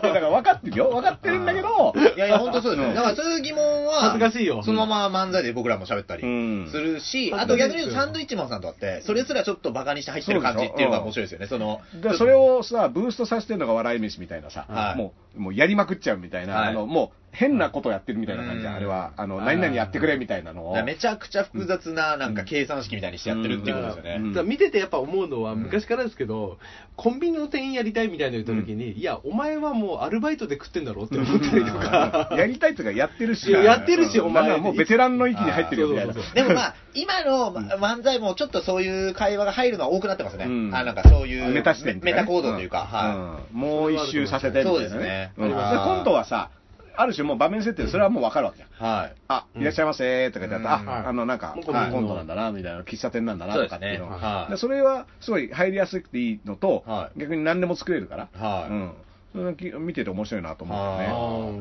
Speaker 1: から分かってるよ。分かってるんだけど、
Speaker 2: いやいや、本当そうですよ。だからそういう疑問は、
Speaker 3: 恥ずかしいよ
Speaker 2: そのまま漫才で僕らも喋ったり
Speaker 1: うん
Speaker 2: するし、
Speaker 3: 恥ず
Speaker 2: あ
Speaker 3: かしい
Speaker 2: と逆に言うとサンドイッチマンさんとあって、それすらちょっとバカにして入ってる感じっていうのが面白いですよね。その、
Speaker 1: でそれをさ、ブーストさせてるのが笑い飯みたいなさ、
Speaker 2: はい
Speaker 1: もう、もうやりまくっちゃうみたいな、
Speaker 2: はい
Speaker 1: あの、もう変なことやってるみたいな感じじゃん、
Speaker 2: うん
Speaker 1: あれは。あの、
Speaker 3: はい
Speaker 1: 何々やってくれみたいなのを。
Speaker 2: めちゃくちゃ複雑な、なんか計算式みたいにしてやってるっていうことですよね。
Speaker 1: うん
Speaker 3: だから見ててやっぱ思うのは、
Speaker 2: うん
Speaker 3: 昔からですけど、コンビニの店員やりたいみたいなの言った時に、いや、お前はもうアルバイトで食ってんだろって思ったりとか、
Speaker 1: やりたいっていうか、やってるし。
Speaker 3: いややってるし
Speaker 1: うん
Speaker 3: お前
Speaker 1: なんならもうベテランの域に入ってるよみたいな
Speaker 3: そう。そうそ
Speaker 2: で
Speaker 3: う
Speaker 2: もまあ、今の漫才もちょっとそういう会話が入るのは多くなってますね。
Speaker 1: うん
Speaker 2: あなんかそういう
Speaker 1: メタ視点ってい
Speaker 2: メ
Speaker 1: うかね
Speaker 2: タ行動というか、は
Speaker 1: うんもう一周させてみたいな、
Speaker 2: そうですね
Speaker 1: うんで
Speaker 2: あー
Speaker 1: コントはさ、ある種もう場面設定でそれはもう分かるわけじゃん。
Speaker 2: い。はい。
Speaker 1: あ、いらっしゃいませーとか言ってあっ
Speaker 3: うん
Speaker 1: た、あ、あの、なんか、
Speaker 3: もう
Speaker 1: コ
Speaker 3: こ
Speaker 1: ン
Speaker 3: の
Speaker 1: トなんだな、みたいな、喫茶店なんだな、
Speaker 2: そ
Speaker 1: と
Speaker 2: うで
Speaker 1: か
Speaker 2: す
Speaker 1: ってい
Speaker 2: ね。
Speaker 1: うのが
Speaker 2: は
Speaker 1: で
Speaker 2: い。
Speaker 1: それはすごい入りやすくていいのと、
Speaker 2: はい
Speaker 1: 逆に何でも作れるから、
Speaker 2: はい
Speaker 1: うん、それがき見てて面白いなと思う
Speaker 2: あ
Speaker 1: よね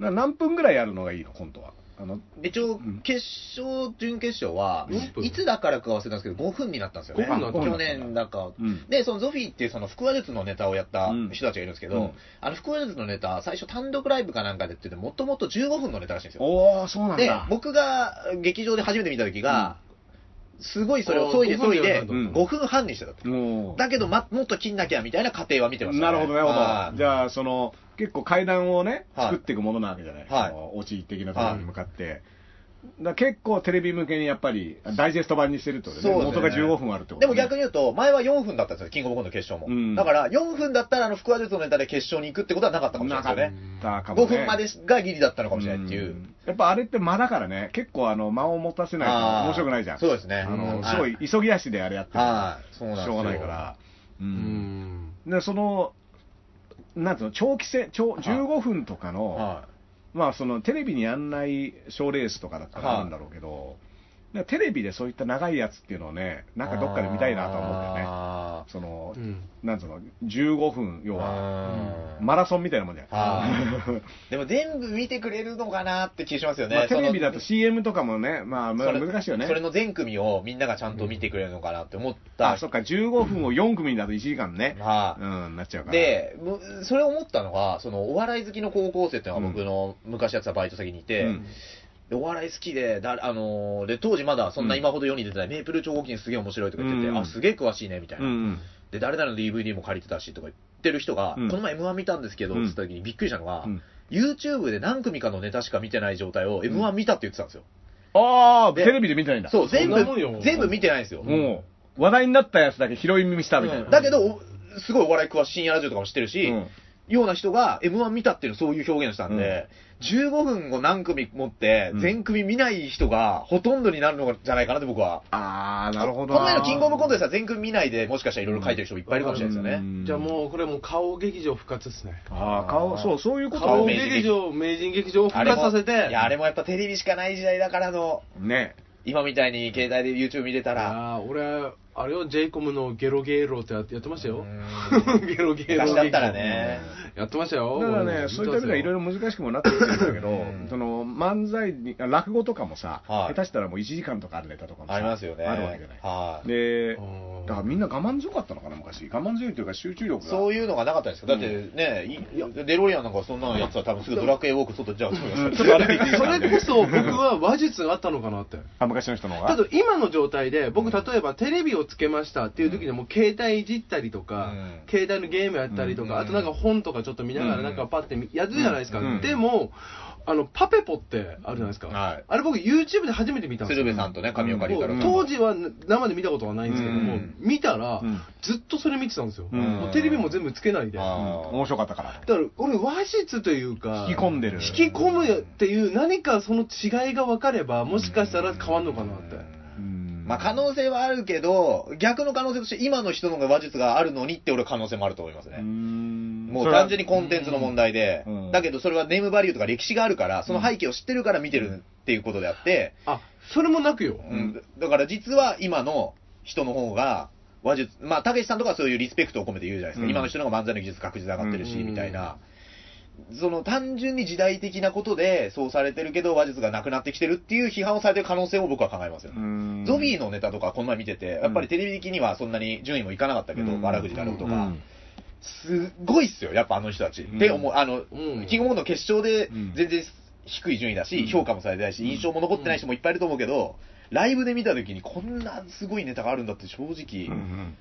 Speaker 2: ー
Speaker 1: な何分ぐらいやるのがいいのコントはあの
Speaker 2: 一応、決勝、準決勝は
Speaker 3: 4、分
Speaker 2: いつだからか忘れたんですけど、5分になったんですよね。
Speaker 3: 5分になった
Speaker 2: 去年だか。
Speaker 1: うん
Speaker 2: で、そのゾフィーっていうその腹話術のネタをやった人たちがいるんですけど、
Speaker 1: うんうん
Speaker 2: あの腹話術のネタ、最初単独ライブかなんかでって言って、もともと15分のネタらしいんですよ。
Speaker 1: おおそうなん
Speaker 2: で
Speaker 1: だ、
Speaker 2: 僕が劇場で初めて見た時が、すごいそれを削いで
Speaker 3: あー
Speaker 2: 削いで、
Speaker 3: 5
Speaker 1: 分
Speaker 2: 5分半にしてたと。
Speaker 1: もう
Speaker 2: だけど、ま、もっと切んなきゃみたいな過程は見てました、
Speaker 1: なるほどなるほ
Speaker 2: は
Speaker 1: ど
Speaker 2: い
Speaker 1: じゃあその結構階段をね
Speaker 2: はい
Speaker 1: 作っていくものなわけじゃない、
Speaker 2: はい
Speaker 1: そのオチ的なところに向かって、だから結構テレビ向けにやっぱりダイジェスト版にしてるってことね
Speaker 2: そうです
Speaker 1: 元
Speaker 2: ね
Speaker 1: が15分あるってこと、ね、
Speaker 2: でも逆に言うと、前は4分だったんですよ、キングオブコント決勝も。
Speaker 1: うん
Speaker 2: だから、4分だったら、あの、腹話術のネタで決勝に行くってことはなかったかもしれ
Speaker 1: な
Speaker 2: な
Speaker 1: か
Speaker 2: い
Speaker 1: っ
Speaker 2: ですよね。
Speaker 1: たかも、ね、
Speaker 2: 5分までがギリだったのかもしれないっていう。
Speaker 1: んやっぱあれって間だからね、結構あの間を持たせないと
Speaker 2: あー
Speaker 1: 面白くないじゃん。
Speaker 2: そうですね。
Speaker 1: あの、
Speaker 2: うん
Speaker 1: すごい、急ぎ足であれやってる
Speaker 2: はいそうなんです
Speaker 1: し
Speaker 2: よ
Speaker 1: ょうがないから。う。
Speaker 3: うんん
Speaker 1: で、その、なんつうの、長期戦、長
Speaker 2: はい
Speaker 1: 15分とかの、
Speaker 2: は
Speaker 1: まあそのテレビにやんない賞ーレースとかだったらあるんだろうけど、だからテレビでそういった長いやつっていうのをね、
Speaker 2: い。
Speaker 1: なんかどっかで見たいなとは思うんだよね。
Speaker 2: あ
Speaker 1: その、
Speaker 3: うん
Speaker 1: なんつうの、15分、
Speaker 2: ー
Speaker 1: 要は、
Speaker 2: あー
Speaker 1: マラソンみたいなもんじゃん。
Speaker 2: はいでも全部見てくれるのかなって気しますよね。
Speaker 1: まあ、テレビだ
Speaker 2: そ
Speaker 1: と
Speaker 2: の
Speaker 1: CM とかもね、まあ、まあ
Speaker 2: それ
Speaker 1: 難しいよね。
Speaker 2: それの全組をみんながちゃんと見てくれるのかなって思った。
Speaker 1: あ、そっか、15分を4組だと1時間ね。
Speaker 2: はい
Speaker 1: うん、なっちゃうから。、
Speaker 2: で、むそれを思ったのが、そのお笑い好きの高校生っていうのが僕の昔やってたバイト先にいて、
Speaker 1: うん
Speaker 2: でお笑い好きで、だあのーで、当時まだそんな今ほど世に出てない、メープル超合金すげえ面白いとか言ってて、
Speaker 1: うん
Speaker 2: あ、すげえ詳しいね、みたい
Speaker 1: うん
Speaker 2: な。
Speaker 1: うん。
Speaker 2: で、誰々の DVD も借りてたしとか言ってる人が、
Speaker 1: うん
Speaker 2: この前 M1 見たんですけど、
Speaker 1: うん
Speaker 2: つった時にびっくりしたのが、
Speaker 1: うん
Speaker 2: YouTube で何組かのネタしか見てない状態を M1 見たって言ってたんですよ。
Speaker 1: ああ、
Speaker 2: で
Speaker 1: テレビで見てないんだ。
Speaker 2: そう、全
Speaker 3: そんなもん
Speaker 2: 部
Speaker 3: よ、
Speaker 2: 全部見てないんですよ。
Speaker 1: もう、話題になったやつだけ拾い耳したみたい
Speaker 2: うん
Speaker 1: な。
Speaker 2: だけど、おすごいお笑い詳しい深夜ラジオとかも知ってるし、
Speaker 1: うん
Speaker 2: ような人が M1 見たっていうそういう表現をしたんで、15分を何組持って
Speaker 1: うん、
Speaker 2: 全組見ない人がほとんどになるのじゃないかなって僕は。
Speaker 1: ああ、なるほどな。
Speaker 2: この前のキングオブコントでさ、全組見ないで、もしかしたらいろいろ書いてる人もいっぱいいるかもしれないですよね。
Speaker 1: うん
Speaker 3: じゃあもう、これもう顔劇場復活ですね。
Speaker 1: ああ、顔、そう、そういうこと
Speaker 3: 顔
Speaker 2: 名人
Speaker 3: 劇場、名人劇場を復
Speaker 2: あれ
Speaker 3: 活
Speaker 2: も
Speaker 3: させて、
Speaker 2: いや、あれもやっぱテレビしかない時代だからの、
Speaker 1: ね。
Speaker 2: 今みたいに携帯で YouTube 見れたら、
Speaker 3: あー俺、あれを j イコムのゲロゲロってやってやってました
Speaker 2: う
Speaker 3: よ。
Speaker 2: ん
Speaker 3: ゲロゲロ。
Speaker 2: 昔だったらね、
Speaker 3: やってました
Speaker 1: だ
Speaker 3: よ。
Speaker 1: からね、そういった意味ではいろいろ難しくもなってきてるんだけど
Speaker 2: うん、
Speaker 1: その漫才に、落語とかもさ、
Speaker 2: はい
Speaker 1: 下手したらもう1時間とかあるネタとかもさ
Speaker 2: ありますよね。
Speaker 1: あるわけじゃない。
Speaker 2: はい。
Speaker 1: で
Speaker 3: うん、
Speaker 1: だからみんな我慢強かったのかな、昔。我慢強いというか集中力が。
Speaker 2: そういうのがなかったんですよ。だってね、いデロリアンなんかそんなのやってたら多分すぐドラクエウォーク外じゃあ、ちょっと歩いていいです
Speaker 3: そ
Speaker 2: かみた
Speaker 3: れ
Speaker 2: いな
Speaker 3: こそ僕は話術があったのかなって。
Speaker 1: あ、昔の人の方が。
Speaker 3: ただ今の状態で、僕、例えばテレビをつけましたっていう時にも、携帯いじったりとか、
Speaker 2: うん
Speaker 3: 携帯のゲームやったりとか、
Speaker 2: うん
Speaker 3: あとなんか本とかちょっと見なが
Speaker 2: うん
Speaker 3: ら、なんかパってみやるじゃないですか、
Speaker 1: うん
Speaker 3: でも、あのパペポってあるじゃないですか、
Speaker 2: はい
Speaker 3: あれ、僕、YouTube で初めて見たんです
Speaker 2: 鶴
Speaker 3: よ。
Speaker 2: 瓶さんとね、神岡龍
Speaker 3: も
Speaker 2: 太
Speaker 3: う
Speaker 2: 郎
Speaker 3: 当時は生で見たことはないんですけども、
Speaker 2: うん
Speaker 3: 見たら、
Speaker 1: うん
Speaker 3: ずっとそれ見てたんですよ、
Speaker 1: うん
Speaker 3: もうテレビも全部つけないで、
Speaker 1: う
Speaker 2: あ
Speaker 3: だ
Speaker 1: ん面白かったから。
Speaker 3: から俺、和室というか、
Speaker 1: 引き込んでる。
Speaker 3: 引き込むっていう、何かその違いが分かれば、もしかしたら変わるのかなって。
Speaker 1: うん
Speaker 2: まあ可能性はあるけど、逆の可能性として今の人の方が話術があるのにって俺は可能性もあると思います
Speaker 1: う
Speaker 2: ね。
Speaker 1: ん
Speaker 2: もう
Speaker 1: それは
Speaker 2: 単純にコンテンツの問題で
Speaker 1: うん、
Speaker 2: だけどそれはネームバリューとか歴史があるから、その背景を知ってるから見てるっていうことであって、
Speaker 3: あ、それもなくよ。
Speaker 2: うんだから実は今の人の方が、話術、まあ、たけしさんとかはそういうリスペクトを込めて言うじゃないですか。
Speaker 1: うん
Speaker 2: 今の人の方が漫才の技術確実に上がってるし、
Speaker 3: うん
Speaker 2: みたいな。その単純に時代的なことでそうされてるけど話術がなくなってきてるっていう批判をされてる可能性を僕は考えますよ、
Speaker 1: うん
Speaker 2: ゾビーのネタとかこの前見ててやっぱりテレビ的にはそんなに順位もいかなかったけど、
Speaker 1: うん
Speaker 2: わらふじだろうとか、
Speaker 1: うん
Speaker 2: すごいっすよやっぱあの人たち、
Speaker 1: うん
Speaker 2: って思うあの、
Speaker 3: うん
Speaker 2: キングモンドの決勝で
Speaker 1: うん
Speaker 2: 全然低い順位だし、
Speaker 1: うん
Speaker 2: 評価もされてないし印象も残ってない人もいっぱいいると思うけど、ライブで見た時にこんなすごいネタがあるんだって正直、
Speaker 1: うん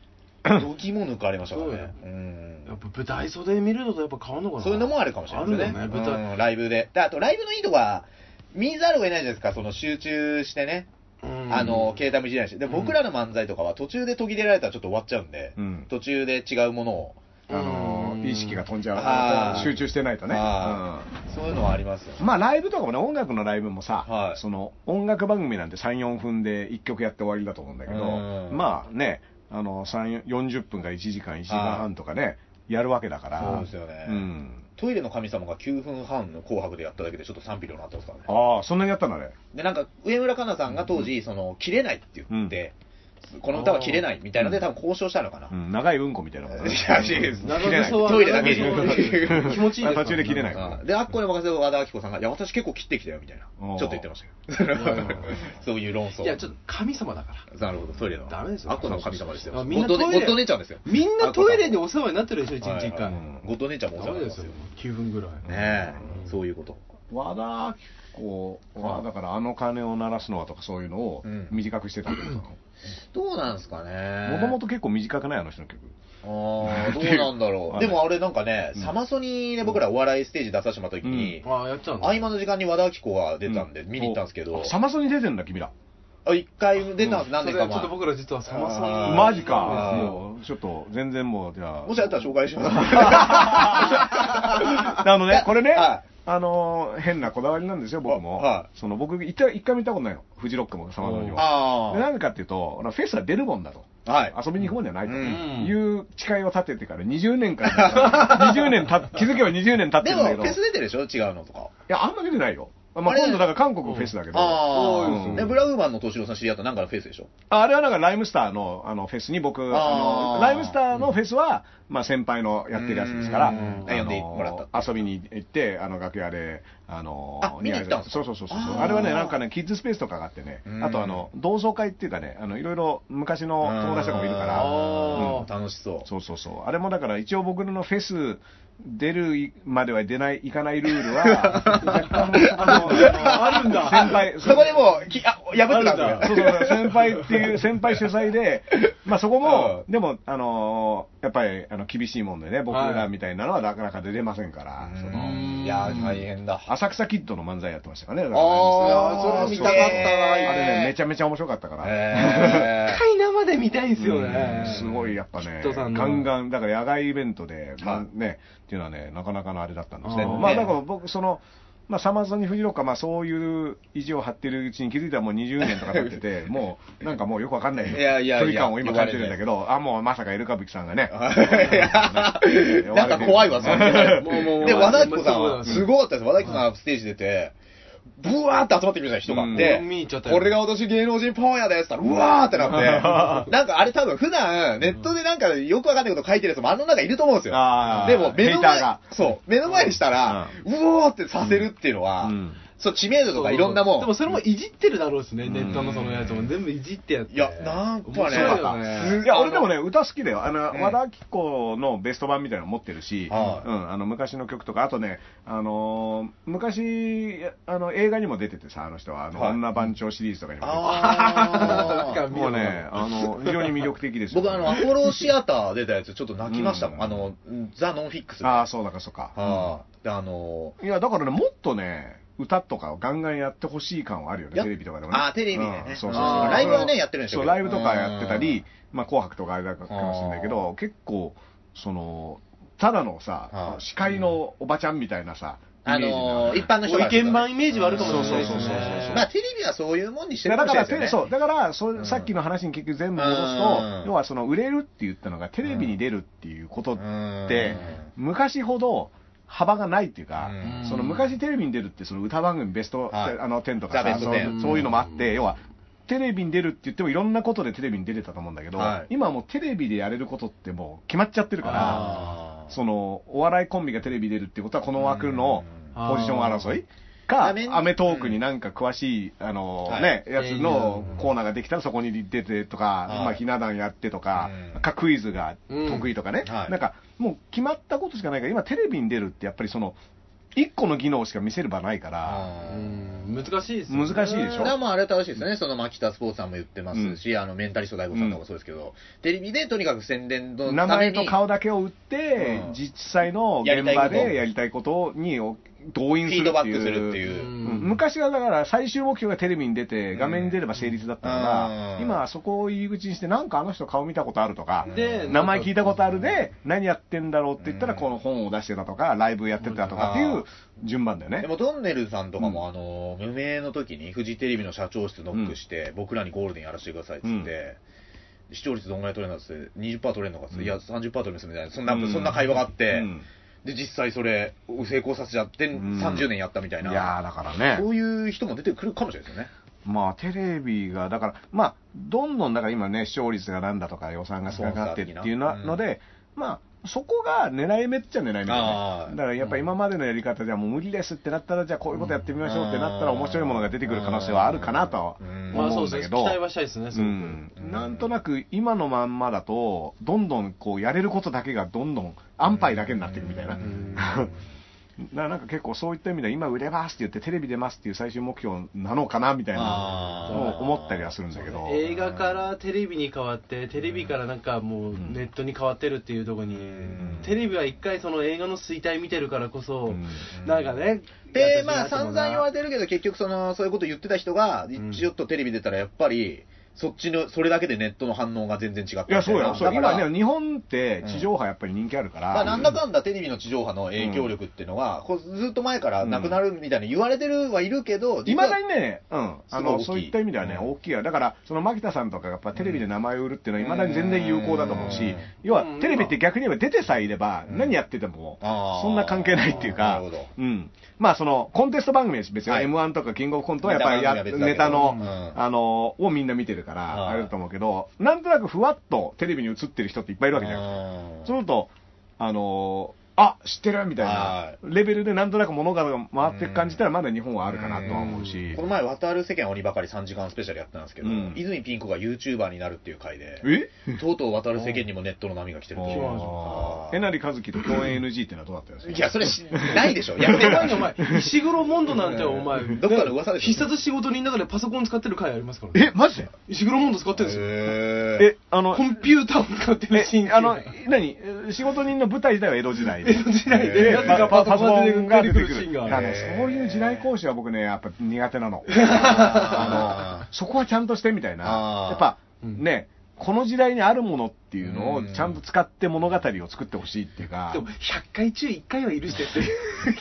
Speaker 2: ドキも抜かれましたからね。
Speaker 3: そううんやっぱ舞台袖で見るのとやっぱ変わるのかな
Speaker 2: そういうのもあるかもしれないですね。
Speaker 3: あるよね舞台
Speaker 2: うんライブで。であと、ライブのいいとこは、見ざるを得ないじゃないですか、その集中してね、
Speaker 3: うん
Speaker 2: あの、携帯もいじれないし。で、
Speaker 3: うん
Speaker 2: 僕らの漫才とかは途中で途切れられたらちょっと終わっちゃうんで、
Speaker 1: うん
Speaker 2: 途中で違うものを、
Speaker 1: あの
Speaker 3: うん
Speaker 1: ー意識が飛んじゃ
Speaker 2: は
Speaker 1: う
Speaker 2: い
Speaker 1: 集中してないとね、
Speaker 2: は
Speaker 1: うん
Speaker 2: いそういうのはありますよ。
Speaker 1: まあライブとかもね、音楽のライブもさ、
Speaker 2: はい
Speaker 1: その音楽番組なんて3、4分で1曲やって終わりだと思うんだけど、
Speaker 2: うん
Speaker 1: まあね、あの3 40分から1時間、1時間半とかね、やるわけだから、
Speaker 2: そうですよね
Speaker 1: うん
Speaker 2: トイレの神様が9分半の紅白でやっただけでちょっと賛否両論あったんですからね。
Speaker 1: ああ、そんなにやったんだね、
Speaker 2: で、なんか、上村かなさんが当時、その、切れないって言って、この歌は切れないみたいなので、多分交渉したのかな。
Speaker 1: うん長いうんこみたいなことね、
Speaker 2: いやいやいや
Speaker 1: うん
Speaker 3: 長
Speaker 1: 切れな
Speaker 3: 靴
Speaker 1: い
Speaker 3: は
Speaker 2: トイレだけに
Speaker 3: 長靴は気持ちいいですから
Speaker 1: 途中で切れない
Speaker 2: うんで、あっこに任せて和田アキ子さんが、いや、私結構切ってきたよ、みたいな。ち
Speaker 1: おー
Speaker 2: ょっと言ってましたけど
Speaker 3: うん。
Speaker 2: そういう論争。
Speaker 3: いやちょっと神様だから
Speaker 2: なるほど、トイレの。
Speaker 3: ダメですよ
Speaker 2: アッコさんは神様ですよ。
Speaker 3: あみんな
Speaker 2: ゴッド
Speaker 3: トイレ
Speaker 2: ゴッド姉ちゃんですよ。
Speaker 3: みんなトイレで
Speaker 2: お
Speaker 3: お世話になってるでしょ一日一回
Speaker 2: ゴッド姉ちゃんもお世
Speaker 3: ダ
Speaker 2: 話にな
Speaker 3: メで
Speaker 2: って
Speaker 3: す
Speaker 2: ま
Speaker 3: よ
Speaker 2: すよ。
Speaker 3: 9分ぐらい
Speaker 2: ね
Speaker 3: うん
Speaker 2: え、そういうこと。
Speaker 1: 和田アキ子は、
Speaker 2: はい
Speaker 1: だから、あの鐘を鳴らすのはとか、そういうのを
Speaker 2: うん
Speaker 1: 短くしてたんだけど、
Speaker 2: どうなんですかね。
Speaker 1: もともと結構短くない、あの人の曲。
Speaker 2: ああ、どうなんだろ
Speaker 1: は
Speaker 2: う。
Speaker 1: い
Speaker 2: でもあれなんかね
Speaker 1: うん、
Speaker 2: サマソニーで僕らお笑いステージ出させてもらった時に、
Speaker 3: ああやっちゃうの
Speaker 2: 合間の時間に和田アキ子が出たんで、見に行ったんですけ
Speaker 1: あ
Speaker 2: ど、
Speaker 1: サマソニ出てんだ、君ら。
Speaker 2: あ一回出たんです、何
Speaker 3: そ
Speaker 2: 年
Speaker 3: れ
Speaker 2: か
Speaker 3: はちょっ
Speaker 2: 前
Speaker 3: と。僕ら実はサマソニ
Speaker 2: あー
Speaker 1: マジか
Speaker 2: あ。ー
Speaker 1: もうちょっと、全然もう、じゃあ。
Speaker 2: もしあったら紹介します。
Speaker 1: あのね、これね、
Speaker 2: は
Speaker 1: あのー、変なこだわりなんですよ、僕も。
Speaker 2: あはい
Speaker 1: その僕、一回一回見たことないの。フジロックも、サマソニも。
Speaker 2: あ
Speaker 1: で、なんかっていうと、フェスは出るもんだと。
Speaker 2: あ。はい。
Speaker 1: 遊びに行くもんじゃないと。
Speaker 2: うん
Speaker 1: いう誓いを立ててから20年から、20年た気づけば20年経って
Speaker 2: で
Speaker 1: る
Speaker 2: も、
Speaker 1: んだ
Speaker 2: フ
Speaker 1: けど。
Speaker 2: ェス出てるでしょ違うのとか。
Speaker 1: いや、あんま出てないよ。ま
Speaker 2: あ
Speaker 1: あ、
Speaker 2: れ
Speaker 1: 今度、だから韓国フェスだけど。
Speaker 2: あ
Speaker 1: う
Speaker 2: あ。
Speaker 1: ん
Speaker 2: で、ブラウーマンの敏郎さん知り合ったなんかのフェスでしょ
Speaker 1: ああれはなんかライムスターのあのフェスに僕、あ
Speaker 2: あー
Speaker 1: のライムスターのフェスは、まあ、先輩のやってるやつですから、
Speaker 2: うん
Speaker 1: あの
Speaker 2: 呼んでもらった
Speaker 1: 遊びに行って、あの楽屋で、あの
Speaker 2: あ見に行ったんですか
Speaker 1: そうそうそうそう
Speaker 2: あ
Speaker 1: あ、
Speaker 2: ー
Speaker 1: れはね、なんかね、キッズスペースとかがあってね
Speaker 2: う、ん
Speaker 1: あとあの同窓会っていうかね、あのいろいろ昔の友達とかもいるから、
Speaker 3: あー
Speaker 2: うん楽しそう。
Speaker 1: そうそうそう、あれもだから、一応僕のフェス出るまでは出ない、行かないルールは、 若干あの
Speaker 3: あるんだ
Speaker 1: 先輩、
Speaker 2: そこでもう、きあ、破ってたんだ
Speaker 1: そうそう先輩っていう、先輩主催で、まあそこも、
Speaker 2: う
Speaker 1: でも、あのーやっぱりあの厳しいもんでね、僕らみたいなのはなかなか出れませんから、その
Speaker 2: うんいやー、大 変だ。
Speaker 1: 浅草キッドの漫才やってましたからね、だから
Speaker 2: あ
Speaker 3: ー
Speaker 2: あ、
Speaker 3: それ見
Speaker 1: そ
Speaker 3: た
Speaker 1: う
Speaker 3: かったな
Speaker 1: あ
Speaker 2: えー
Speaker 1: れね、めちゃめちゃ面白かったから。
Speaker 2: え
Speaker 3: 一回生で見たいんですよね
Speaker 1: うんすごいやっぱね
Speaker 3: キッドさん、の
Speaker 1: ガンガン、だから野外イベントで、ま
Speaker 2: は
Speaker 1: あ
Speaker 2: い
Speaker 1: ね、っていうのはね、なかなかのあれだったんですけど、
Speaker 3: あー
Speaker 1: まあだから僕、その、まあ、サマソニフジロックはまあそういう意地を張ってるうちに気づいたらもう20年とか経ってて、もうなんかもうよくわかんない
Speaker 2: いやいやいや
Speaker 1: 距離感を今感じてるんだけど、あ、もうまさかイルカブキさんがね、
Speaker 2: ーなんか怖いわ、そんな
Speaker 3: もうもう
Speaker 2: で、和田アキ子さん
Speaker 3: もう
Speaker 2: は、
Speaker 3: そう
Speaker 2: すごかったです。和田アキ子さんがステージ出て、ブワーって集まってくるじゃない、人
Speaker 1: うん
Speaker 2: が。で
Speaker 3: 見に行っちゃった、よ
Speaker 2: これが私芸能人パワーやですって言ったら、うわーってなって、なんかあれ多分普段、ネットでなんかよくわかんないこと書いてるやつもあの中いると思うんですよ
Speaker 1: あ。ー
Speaker 2: でも、目
Speaker 1: ヘイ
Speaker 2: の
Speaker 1: ター
Speaker 2: 前
Speaker 1: が、
Speaker 2: そう、目の前にしたら、うおーってさせるっていうのは
Speaker 1: うん、
Speaker 2: そう、知名度とかいろんなもん。
Speaker 3: でもそれもいじってるだろうしね、
Speaker 1: うん
Speaker 3: ネットのそのやつも全部いじってやって。
Speaker 2: いやなんかね
Speaker 3: 面白いよ
Speaker 1: い
Speaker 3: ね。
Speaker 1: や、俺でもね、歌好きだよ。あ
Speaker 2: う
Speaker 1: の、
Speaker 2: ん
Speaker 1: 和田アキ子のベスト版みたいなの持ってるし、
Speaker 2: は
Speaker 1: う
Speaker 2: い
Speaker 1: ん、あの、昔の曲とか、あとね、あのー、昔、あの、映画にも出ててさ、あの人は、あの、
Speaker 2: はい
Speaker 1: 女番長シリーズとかにも出てて
Speaker 2: あー
Speaker 1: もうね、あの、非常に魅力的ですよ
Speaker 2: 僕あ の、アポロシアター出たやつちょっと泣きましたも
Speaker 1: うん
Speaker 2: ん。あの、ザ・ノンフィックス。
Speaker 1: ああ、そうだか、そうか。
Speaker 2: ああ、であの
Speaker 1: いや、だからね、もっとね、歌とかをガンガンやってほしい感はあるよね、
Speaker 2: や
Speaker 1: テレビとかでも
Speaker 2: あーテレビでね
Speaker 1: うんそうそうそう
Speaker 3: あー
Speaker 2: ライブはねやってるんでしょう
Speaker 1: そう、ラ
Speaker 2: けど
Speaker 1: イブとかやってたり、まあ、紅白とかあれだかもしれないけ
Speaker 2: う
Speaker 1: ど、結構、その、ただのさ
Speaker 2: う、ん
Speaker 1: 司会のおばちゃんみたいなさ、
Speaker 2: あ
Speaker 1: イメージな
Speaker 2: の
Speaker 1: わ
Speaker 2: ー、
Speaker 1: け
Speaker 2: 一般の人
Speaker 3: ご意見番イメージはあるかもしれないです
Speaker 1: そうそうそうそうそう
Speaker 3: ね。
Speaker 2: まあ、テレビはそういうもんにして
Speaker 1: いや
Speaker 2: るか
Speaker 1: だ
Speaker 2: も
Speaker 1: か
Speaker 2: しれ
Speaker 1: ら
Speaker 2: な
Speaker 1: テレ
Speaker 2: いですよ
Speaker 1: そう
Speaker 2: ね。
Speaker 1: だからそううんさっきの話に結局全部戻す
Speaker 2: うん
Speaker 1: と、要はその売れるって言ったのが、テレビに出るっていうことって、
Speaker 2: う
Speaker 1: 昔ほど幅がないっていうか、
Speaker 2: うん
Speaker 1: その昔テレビに出るって、その歌番組ベスト、
Speaker 2: はい
Speaker 1: あの10とか
Speaker 2: ザベ
Speaker 1: さ
Speaker 2: ス
Speaker 1: そ
Speaker 2: ト
Speaker 1: う
Speaker 2: 10、
Speaker 1: そういうのもあって、
Speaker 3: うん
Speaker 1: 要はテレビに出るって言っても、いろんなことでテレビに出れたと思うんだけど、
Speaker 2: はい
Speaker 1: 今はもうテレビでやれることってもう決まっちゃってるから。
Speaker 3: あ
Speaker 1: そのお笑いコンビがテレビ出るってことはこの枠の
Speaker 3: うん
Speaker 1: ポジション争い
Speaker 2: ア
Speaker 1: か
Speaker 2: メ、
Speaker 1: アメトークになんか詳しい、あの、
Speaker 2: はい
Speaker 1: ね、やつの
Speaker 3: うん
Speaker 1: コーナーができたらそこに出てとか、
Speaker 2: はい
Speaker 1: まあ、ひな壇やってとか
Speaker 2: うん、
Speaker 1: かクイズが得意とかね、
Speaker 2: うんはい
Speaker 1: なんか、もう決まったことしかないから、今テレビに出るってやっぱりその、一個の技能しか見せる場ないから、
Speaker 3: うん難しいですよね
Speaker 1: 難しいでし
Speaker 2: だから
Speaker 1: ょ
Speaker 2: まああれは正しいですよね、その牧田スポーツさんも言ってますし、あのメンタリスト大悟さんとかもそうですけど、テレビでとにかく宣伝の
Speaker 1: 名
Speaker 2: た
Speaker 1: 前
Speaker 2: めに
Speaker 1: と顔だけを売って、
Speaker 2: うん
Speaker 1: 実際の現場でやりたいことに動
Speaker 2: フ
Speaker 1: 員す
Speaker 2: ィー
Speaker 1: る
Speaker 2: ド
Speaker 1: っ
Speaker 2: バ
Speaker 1: て
Speaker 2: ッ
Speaker 1: い
Speaker 2: クするって
Speaker 1: う。
Speaker 2: いう。
Speaker 3: うん
Speaker 1: うん昔はだから最終目標がテレビに出て
Speaker 2: うん
Speaker 1: 画面に出れば成立だったのが、
Speaker 2: うん
Speaker 1: 今はそこを入り口にしてなんかあの人顔見たことあるとか、
Speaker 3: で
Speaker 1: 名前聞いたことあるで何やってんだろうって言ったら
Speaker 2: うん
Speaker 1: この本を出してたとかライブやってたとかっていう順番だよね
Speaker 2: でもトンネルさんとかも、
Speaker 1: うん
Speaker 2: あの無名の時にフジテレビの社長室ノックして、僕らにゴールデンやらせてくださいっつって、視聴率どんぐらい取れるんだっつって20%取れるのかっつって、
Speaker 1: うん
Speaker 2: いや30%取れますみたいなそんな、
Speaker 1: うん
Speaker 2: そんな会話があって、
Speaker 1: うん
Speaker 2: で実際それ成功させちゃって
Speaker 1: ん
Speaker 2: 30年やったみたい
Speaker 1: いや
Speaker 2: な、
Speaker 1: ーだから
Speaker 2: そ
Speaker 1: ね
Speaker 2: ういう人も出てくるかもしれないですよね。
Speaker 1: まあテレビがだからまあどんどんだから今ね視聴率がなんだとか予算が少なくなってっていう
Speaker 2: そうそうそう
Speaker 1: ので、まあそこが狙い目っちゃ狙い目だ
Speaker 2: あ
Speaker 1: ね
Speaker 2: ー
Speaker 1: だからやっぱ今までのやり方じゃもう無理ですってなったらじゃあこういうことやってみましょうってなったら
Speaker 2: うん
Speaker 1: 面白いものが出てくる可能性はあるかなとは
Speaker 2: うん
Speaker 3: まあ
Speaker 1: 思
Speaker 3: そううん
Speaker 1: だ
Speaker 3: で
Speaker 1: け
Speaker 3: すね期
Speaker 1: ど、
Speaker 3: 待はしたいですねす
Speaker 1: う
Speaker 3: ごく
Speaker 1: ん
Speaker 2: うん
Speaker 1: なんとなく今のまんまだとどんどんこうやれることだけがどんどん安牌だけになっていくみたいな、
Speaker 2: う
Speaker 1: うんななんか結構そういった意味では今売れますって言ってテレビ出ますっていう最終目標なのかなみたいな
Speaker 2: あー
Speaker 1: のを思ったりはするんだけど
Speaker 3: 映画からテレビに変わってテレビからなんかもうネットに変わってるっていうところに、
Speaker 2: ん
Speaker 3: テレビは一回その映画の衰退見てるからこそ、
Speaker 1: うん
Speaker 3: なんかね
Speaker 2: で、まあ、散々言われ
Speaker 3: て
Speaker 2: てるけど、結局、その、そういうこと言ってた人が、
Speaker 3: ん
Speaker 2: ちょっとテレビ出たら、やっぱり、そっちの、それだけでネットの反応が全然違ったみ
Speaker 1: い
Speaker 2: た
Speaker 1: やそうよそう
Speaker 2: だか
Speaker 1: 今
Speaker 2: ら
Speaker 1: ね日本って地上波やっぱり人気あるから、
Speaker 2: まあ、なんだかんだテレビの地上波の影響力っていうのが、こうずっと前からなくなるみたいに言われてるはいるけど、
Speaker 1: い
Speaker 2: 実
Speaker 1: ま
Speaker 2: は
Speaker 1: だにね、うん、あ
Speaker 2: すごい大
Speaker 1: の
Speaker 2: きい
Speaker 1: そういった意味ではね、
Speaker 2: うん
Speaker 1: 大きいよ、だから、その牧田さんとかがやっぱテレビで名前を売るっていうのは、いまだに全然有効だと思うし、
Speaker 2: うん
Speaker 1: 要は
Speaker 3: うん
Speaker 1: テレビって逆に言えば出てさえいれば、
Speaker 2: うん
Speaker 1: 何やってても、
Speaker 2: あー
Speaker 1: そんな関係ないっていう
Speaker 2: な
Speaker 1: か
Speaker 2: るほど、
Speaker 1: うん、まあ、そのコンテスト番組です、別に、
Speaker 2: はい
Speaker 1: m 1とかキングオブコントはやっぱりや
Speaker 2: ネタ番組は別だけ
Speaker 1: ネタの、
Speaker 2: どうん
Speaker 1: あのをみんな見てるか
Speaker 2: は
Speaker 1: ら、
Speaker 2: い
Speaker 1: あれだと思うけど、なんとなくふわっとテレビに映ってる人っていっぱいいるわけじゃん。
Speaker 2: うん
Speaker 1: そうすると、あのあ知ってるみたい
Speaker 2: は
Speaker 1: ないレベルでなんとなく物が回っていく感じってのはまだ日本はあるかなとは思うし、
Speaker 2: この前、渡る世間鬼ばかり3時間スペシャルやったんですけど、
Speaker 1: うん
Speaker 2: 泉ピン子が YouTuber になるっていう回で、
Speaker 1: え
Speaker 2: とうとう渡る世間にもネットの波が来てるという
Speaker 3: あー
Speaker 2: あー
Speaker 1: えなりかずきと共演 NG ってのはどうだったんですか
Speaker 2: いや、それし、ないでしょ。やめ
Speaker 3: や
Speaker 2: てな
Speaker 3: ば
Speaker 2: いい
Speaker 3: よお前石黒モンドなんてお前
Speaker 2: どっかの噂でしょ
Speaker 3: 必殺仕事人だからパソコン使ってる回ありますからね
Speaker 1: えマジで
Speaker 3: 石黒モンド使ってるんですよ
Speaker 2: へ
Speaker 1: えあの
Speaker 3: コンピューターを使ってるシーンって
Speaker 1: え
Speaker 3: いう
Speaker 1: あの何仕事人の舞台自体は江戸時代で
Speaker 3: 江戸時代
Speaker 2: え
Speaker 3: で
Speaker 2: ー
Speaker 3: やつがパ
Speaker 1: パ
Speaker 3: ソ
Speaker 1: ソ
Speaker 3: コ
Speaker 1: コ
Speaker 3: ン
Speaker 1: ン
Speaker 3: が
Speaker 1: が
Speaker 3: 出
Speaker 1: 出
Speaker 3: て
Speaker 1: て
Speaker 3: く
Speaker 1: く
Speaker 3: る
Speaker 1: る
Speaker 3: シーン
Speaker 1: い
Speaker 3: が
Speaker 1: や
Speaker 3: ある
Speaker 1: ねそういう時代講師は僕ねやっぱ苦手なのあ
Speaker 2: あ
Speaker 1: のそこはちゃんとしてみたいな
Speaker 2: あー
Speaker 1: やっぱねこの時代にあるものっていうのをちゃんと使って物語を作ってほしいっていうか
Speaker 3: でも100回中1回は許してって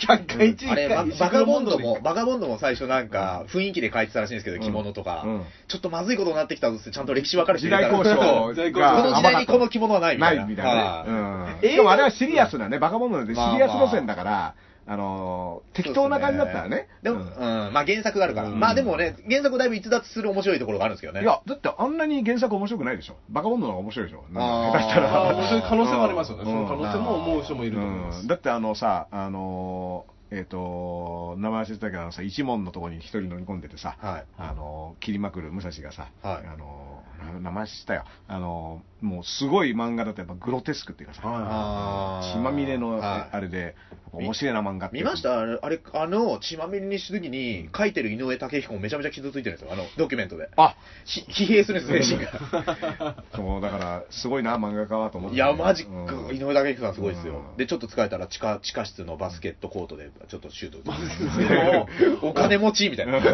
Speaker 3: 100回中1
Speaker 2: あれ、
Speaker 3: 回
Speaker 2: バ
Speaker 3: 石
Speaker 2: バ
Speaker 3: 黒
Speaker 2: カ
Speaker 3: モ
Speaker 2: ボ
Speaker 3: ン
Speaker 2: ン
Speaker 3: ド
Speaker 2: ド
Speaker 3: で
Speaker 2: も、バカボンドも最初なんか、雰囲気で書いてたらしいんですけど、
Speaker 1: うん
Speaker 2: 着物とか、
Speaker 1: うん
Speaker 2: ちょっとまずいことになってきたぞって、ちゃんと歴史分かる人
Speaker 1: 時
Speaker 2: いる
Speaker 1: 代
Speaker 2: から
Speaker 1: 交 渉
Speaker 3: 時代交渉
Speaker 1: が
Speaker 2: この時代にこの着物はないみた
Speaker 1: ないい
Speaker 2: な。
Speaker 1: みたいな
Speaker 2: はい
Speaker 1: ね。うん。
Speaker 3: 映画
Speaker 1: しかもあれはシリアスなね、バカボンドなんでシリ
Speaker 2: まあ
Speaker 1: アス路線だから、あのー、適当な感じだったらね。
Speaker 2: でも、
Speaker 1: う
Speaker 2: うんん、まあ原作があるから。
Speaker 1: うん
Speaker 2: まあでもね、原作だいぶ逸脱する面白いところがあるんですけどね。
Speaker 1: いや、だってあんなに原作面白くないでしょ。バカボンドの方が面白いでしょ。なんか下手した
Speaker 3: あ
Speaker 1: ら
Speaker 3: あ。面白い可能性もありますよね、
Speaker 1: うん
Speaker 3: その可能性も思う人もいると思います、
Speaker 1: うんだってあのさ、あのー、えっと、名前忘れてたけど、あのさ、一門のとこに一人乗り込んでてさ、
Speaker 2: はい。
Speaker 1: あのー切りまくる武蔵がさ、
Speaker 2: はい
Speaker 1: あのーな名前したよ、あのーもうすごい漫画だとやっぱグロテスクっていうかさ、
Speaker 2: あー
Speaker 1: 血まみれの
Speaker 2: はい
Speaker 1: あれで、面白いな漫画って
Speaker 2: 見ましたあれ、あれあの、血まみれにした時に、書いてる井上武彦もめちゃめちゃ傷ついてるんですよ。あの、ドキュメントで。
Speaker 1: あ
Speaker 2: ひ疲弊するんですよ、精神が。
Speaker 1: そうだからすごいな漫画家はと思って
Speaker 2: い
Speaker 1: い
Speaker 2: や、マジか、井
Speaker 1: い
Speaker 2: 上武彦さんすごいですよ。
Speaker 1: うん
Speaker 2: で、ちょっと疲れたら地下、地下室のバスケットコートで、ちょっとシュート打つ
Speaker 3: お
Speaker 2: お金持ちみたいな。
Speaker 3: な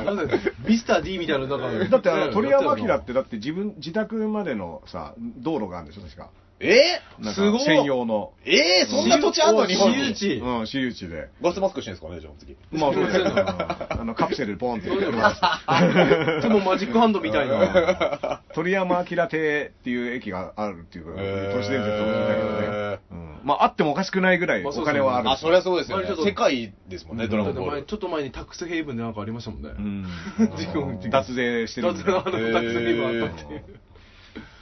Speaker 3: んでミスター D みたいな、だから。
Speaker 1: だってあの鳥山明ってだって自分自宅までのさ道路があるんでしょ確か
Speaker 2: え
Speaker 1: なん
Speaker 3: すご
Speaker 1: か
Speaker 3: い
Speaker 1: 専用の
Speaker 2: ー、えー、そんな土地あんの日本
Speaker 3: 私有
Speaker 2: に
Speaker 3: 地。
Speaker 1: うん私有地で
Speaker 2: ガスマスクしてるんですかね、じゃあ次。
Speaker 1: まあそうですようん あのカプセルポンって
Speaker 3: そうだよでもマジックハン ドみたいな。
Speaker 1: うん鳥山明邸っていう駅があるっていう、
Speaker 2: へー
Speaker 1: 都市伝説を聞いたけどね、うんまああってもおかしくないぐらい
Speaker 3: まあ
Speaker 1: お
Speaker 3: そうそう
Speaker 1: 金はある、
Speaker 2: あ、そりゃそうですよ
Speaker 3: あ
Speaker 2: ね
Speaker 3: れちょっ。と
Speaker 2: 世界ですもんね、ドラゴ
Speaker 3: だっ
Speaker 2: ン
Speaker 3: て
Speaker 2: ボー
Speaker 3: 前
Speaker 2: ル。
Speaker 3: ちょっと前にタックスヘイブンでなんかありましたもんね。
Speaker 1: うん
Speaker 3: 自分
Speaker 1: 脱税してる
Speaker 3: だっ
Speaker 1: ん
Speaker 3: て
Speaker 1: で
Speaker 3: あのタックスヘイブンあったっていう。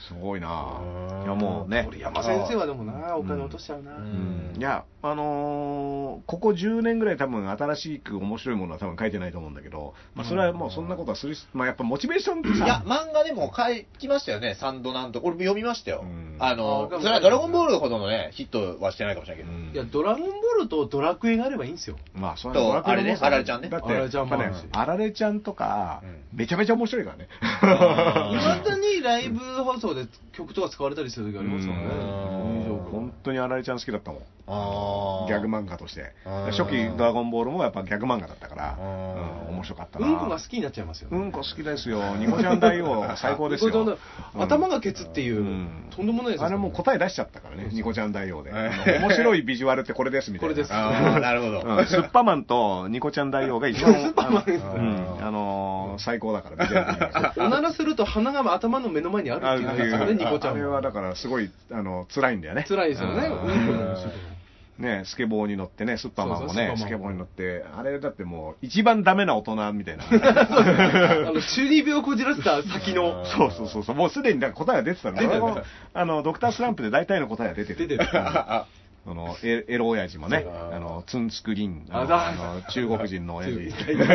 Speaker 1: すごいなぁいやもうね
Speaker 3: 鳥山先生はでもな、お金落としちゃうな。
Speaker 1: うんいや、あのーここ10年ぐらい多分新しく面白いものは多分書いてないと思うんだけど、まあ、それはもうそんなことはするし、まあ、やっぱモチベーションって
Speaker 2: い
Speaker 1: さ、
Speaker 2: や、漫画でも書きましたよね、サンドなんと。俺も読みましたよ。
Speaker 1: うん
Speaker 2: あ
Speaker 3: あ
Speaker 2: の、
Speaker 3: でも
Speaker 2: それはドラゴンボールほどのね、ヒットはしてないかもしれないけど。
Speaker 1: うん
Speaker 3: いや、ドラゴンボールとドラクエがあればいいんですよ。
Speaker 1: まあ、そ
Speaker 2: と
Speaker 1: ドラクエの面白
Speaker 2: あ
Speaker 1: い
Speaker 2: れねあられちゃんね
Speaker 1: だって、
Speaker 3: あられちゃんも
Speaker 1: やっぱ
Speaker 3: ある
Speaker 1: ね
Speaker 3: し
Speaker 1: あられちゃんとか、
Speaker 2: う
Speaker 1: めちゃめちゃ面白いからね。
Speaker 3: い
Speaker 2: あ
Speaker 3: まだにライブ放送で曲とか使われたりする時ありますからね。
Speaker 2: うん
Speaker 3: 友情曲
Speaker 1: 本当にあられちゃん好きだったもん。
Speaker 2: あー
Speaker 1: ギャグ漫画として。
Speaker 2: あー
Speaker 1: 初期ドラゴンボールもやっぱギャグ漫画だったから、う
Speaker 2: あー
Speaker 1: ん面白かったな。
Speaker 3: うんこが好きになっちゃいますよね。
Speaker 1: うんこ好きですよ。ニコちゃん大王、 最高です
Speaker 3: これ
Speaker 1: よ。
Speaker 3: と頭がケツっていう、
Speaker 1: うん
Speaker 3: とんでもないですよ
Speaker 1: あれもう答え出しちゃったからね、ニコちゃん大王で。
Speaker 2: ええ
Speaker 1: 面白いビジュアルってこれですみたいな。
Speaker 3: これです
Speaker 2: あーなるほど。
Speaker 1: うんスッパマンとニコちゃん大王が一番、スッパマン
Speaker 2: ン
Speaker 1: あのー最高だから、ビジュアル的には
Speaker 3: おならすると鼻が頭の目の前にあるっていうのがそれニコちゃ
Speaker 1: あ
Speaker 3: ん
Speaker 1: れはだからすごいあの辛いんだよね
Speaker 3: 辛いですよね。
Speaker 1: うんねスケボーに乗ってねスッパーマンもね
Speaker 3: そうそうスッパーマ
Speaker 1: ス
Speaker 3: ン
Speaker 1: ケボーに乗ってあれだってもう一番ダメな大人みたいな
Speaker 3: あの中二病をこじらせた先の。
Speaker 1: そうそうそうそうもうすでにだから答えは出てたの
Speaker 3: 出てた
Speaker 1: あのあのドクタースランプで大体の答えは出てる
Speaker 3: 出てる
Speaker 1: うんあのエエロ親父もね
Speaker 2: そう
Speaker 1: あのツンツクリンあの
Speaker 3: あ
Speaker 1: あの中国人の親
Speaker 3: 中
Speaker 1: 父
Speaker 3: 書いた書い
Speaker 1: う
Speaker 3: た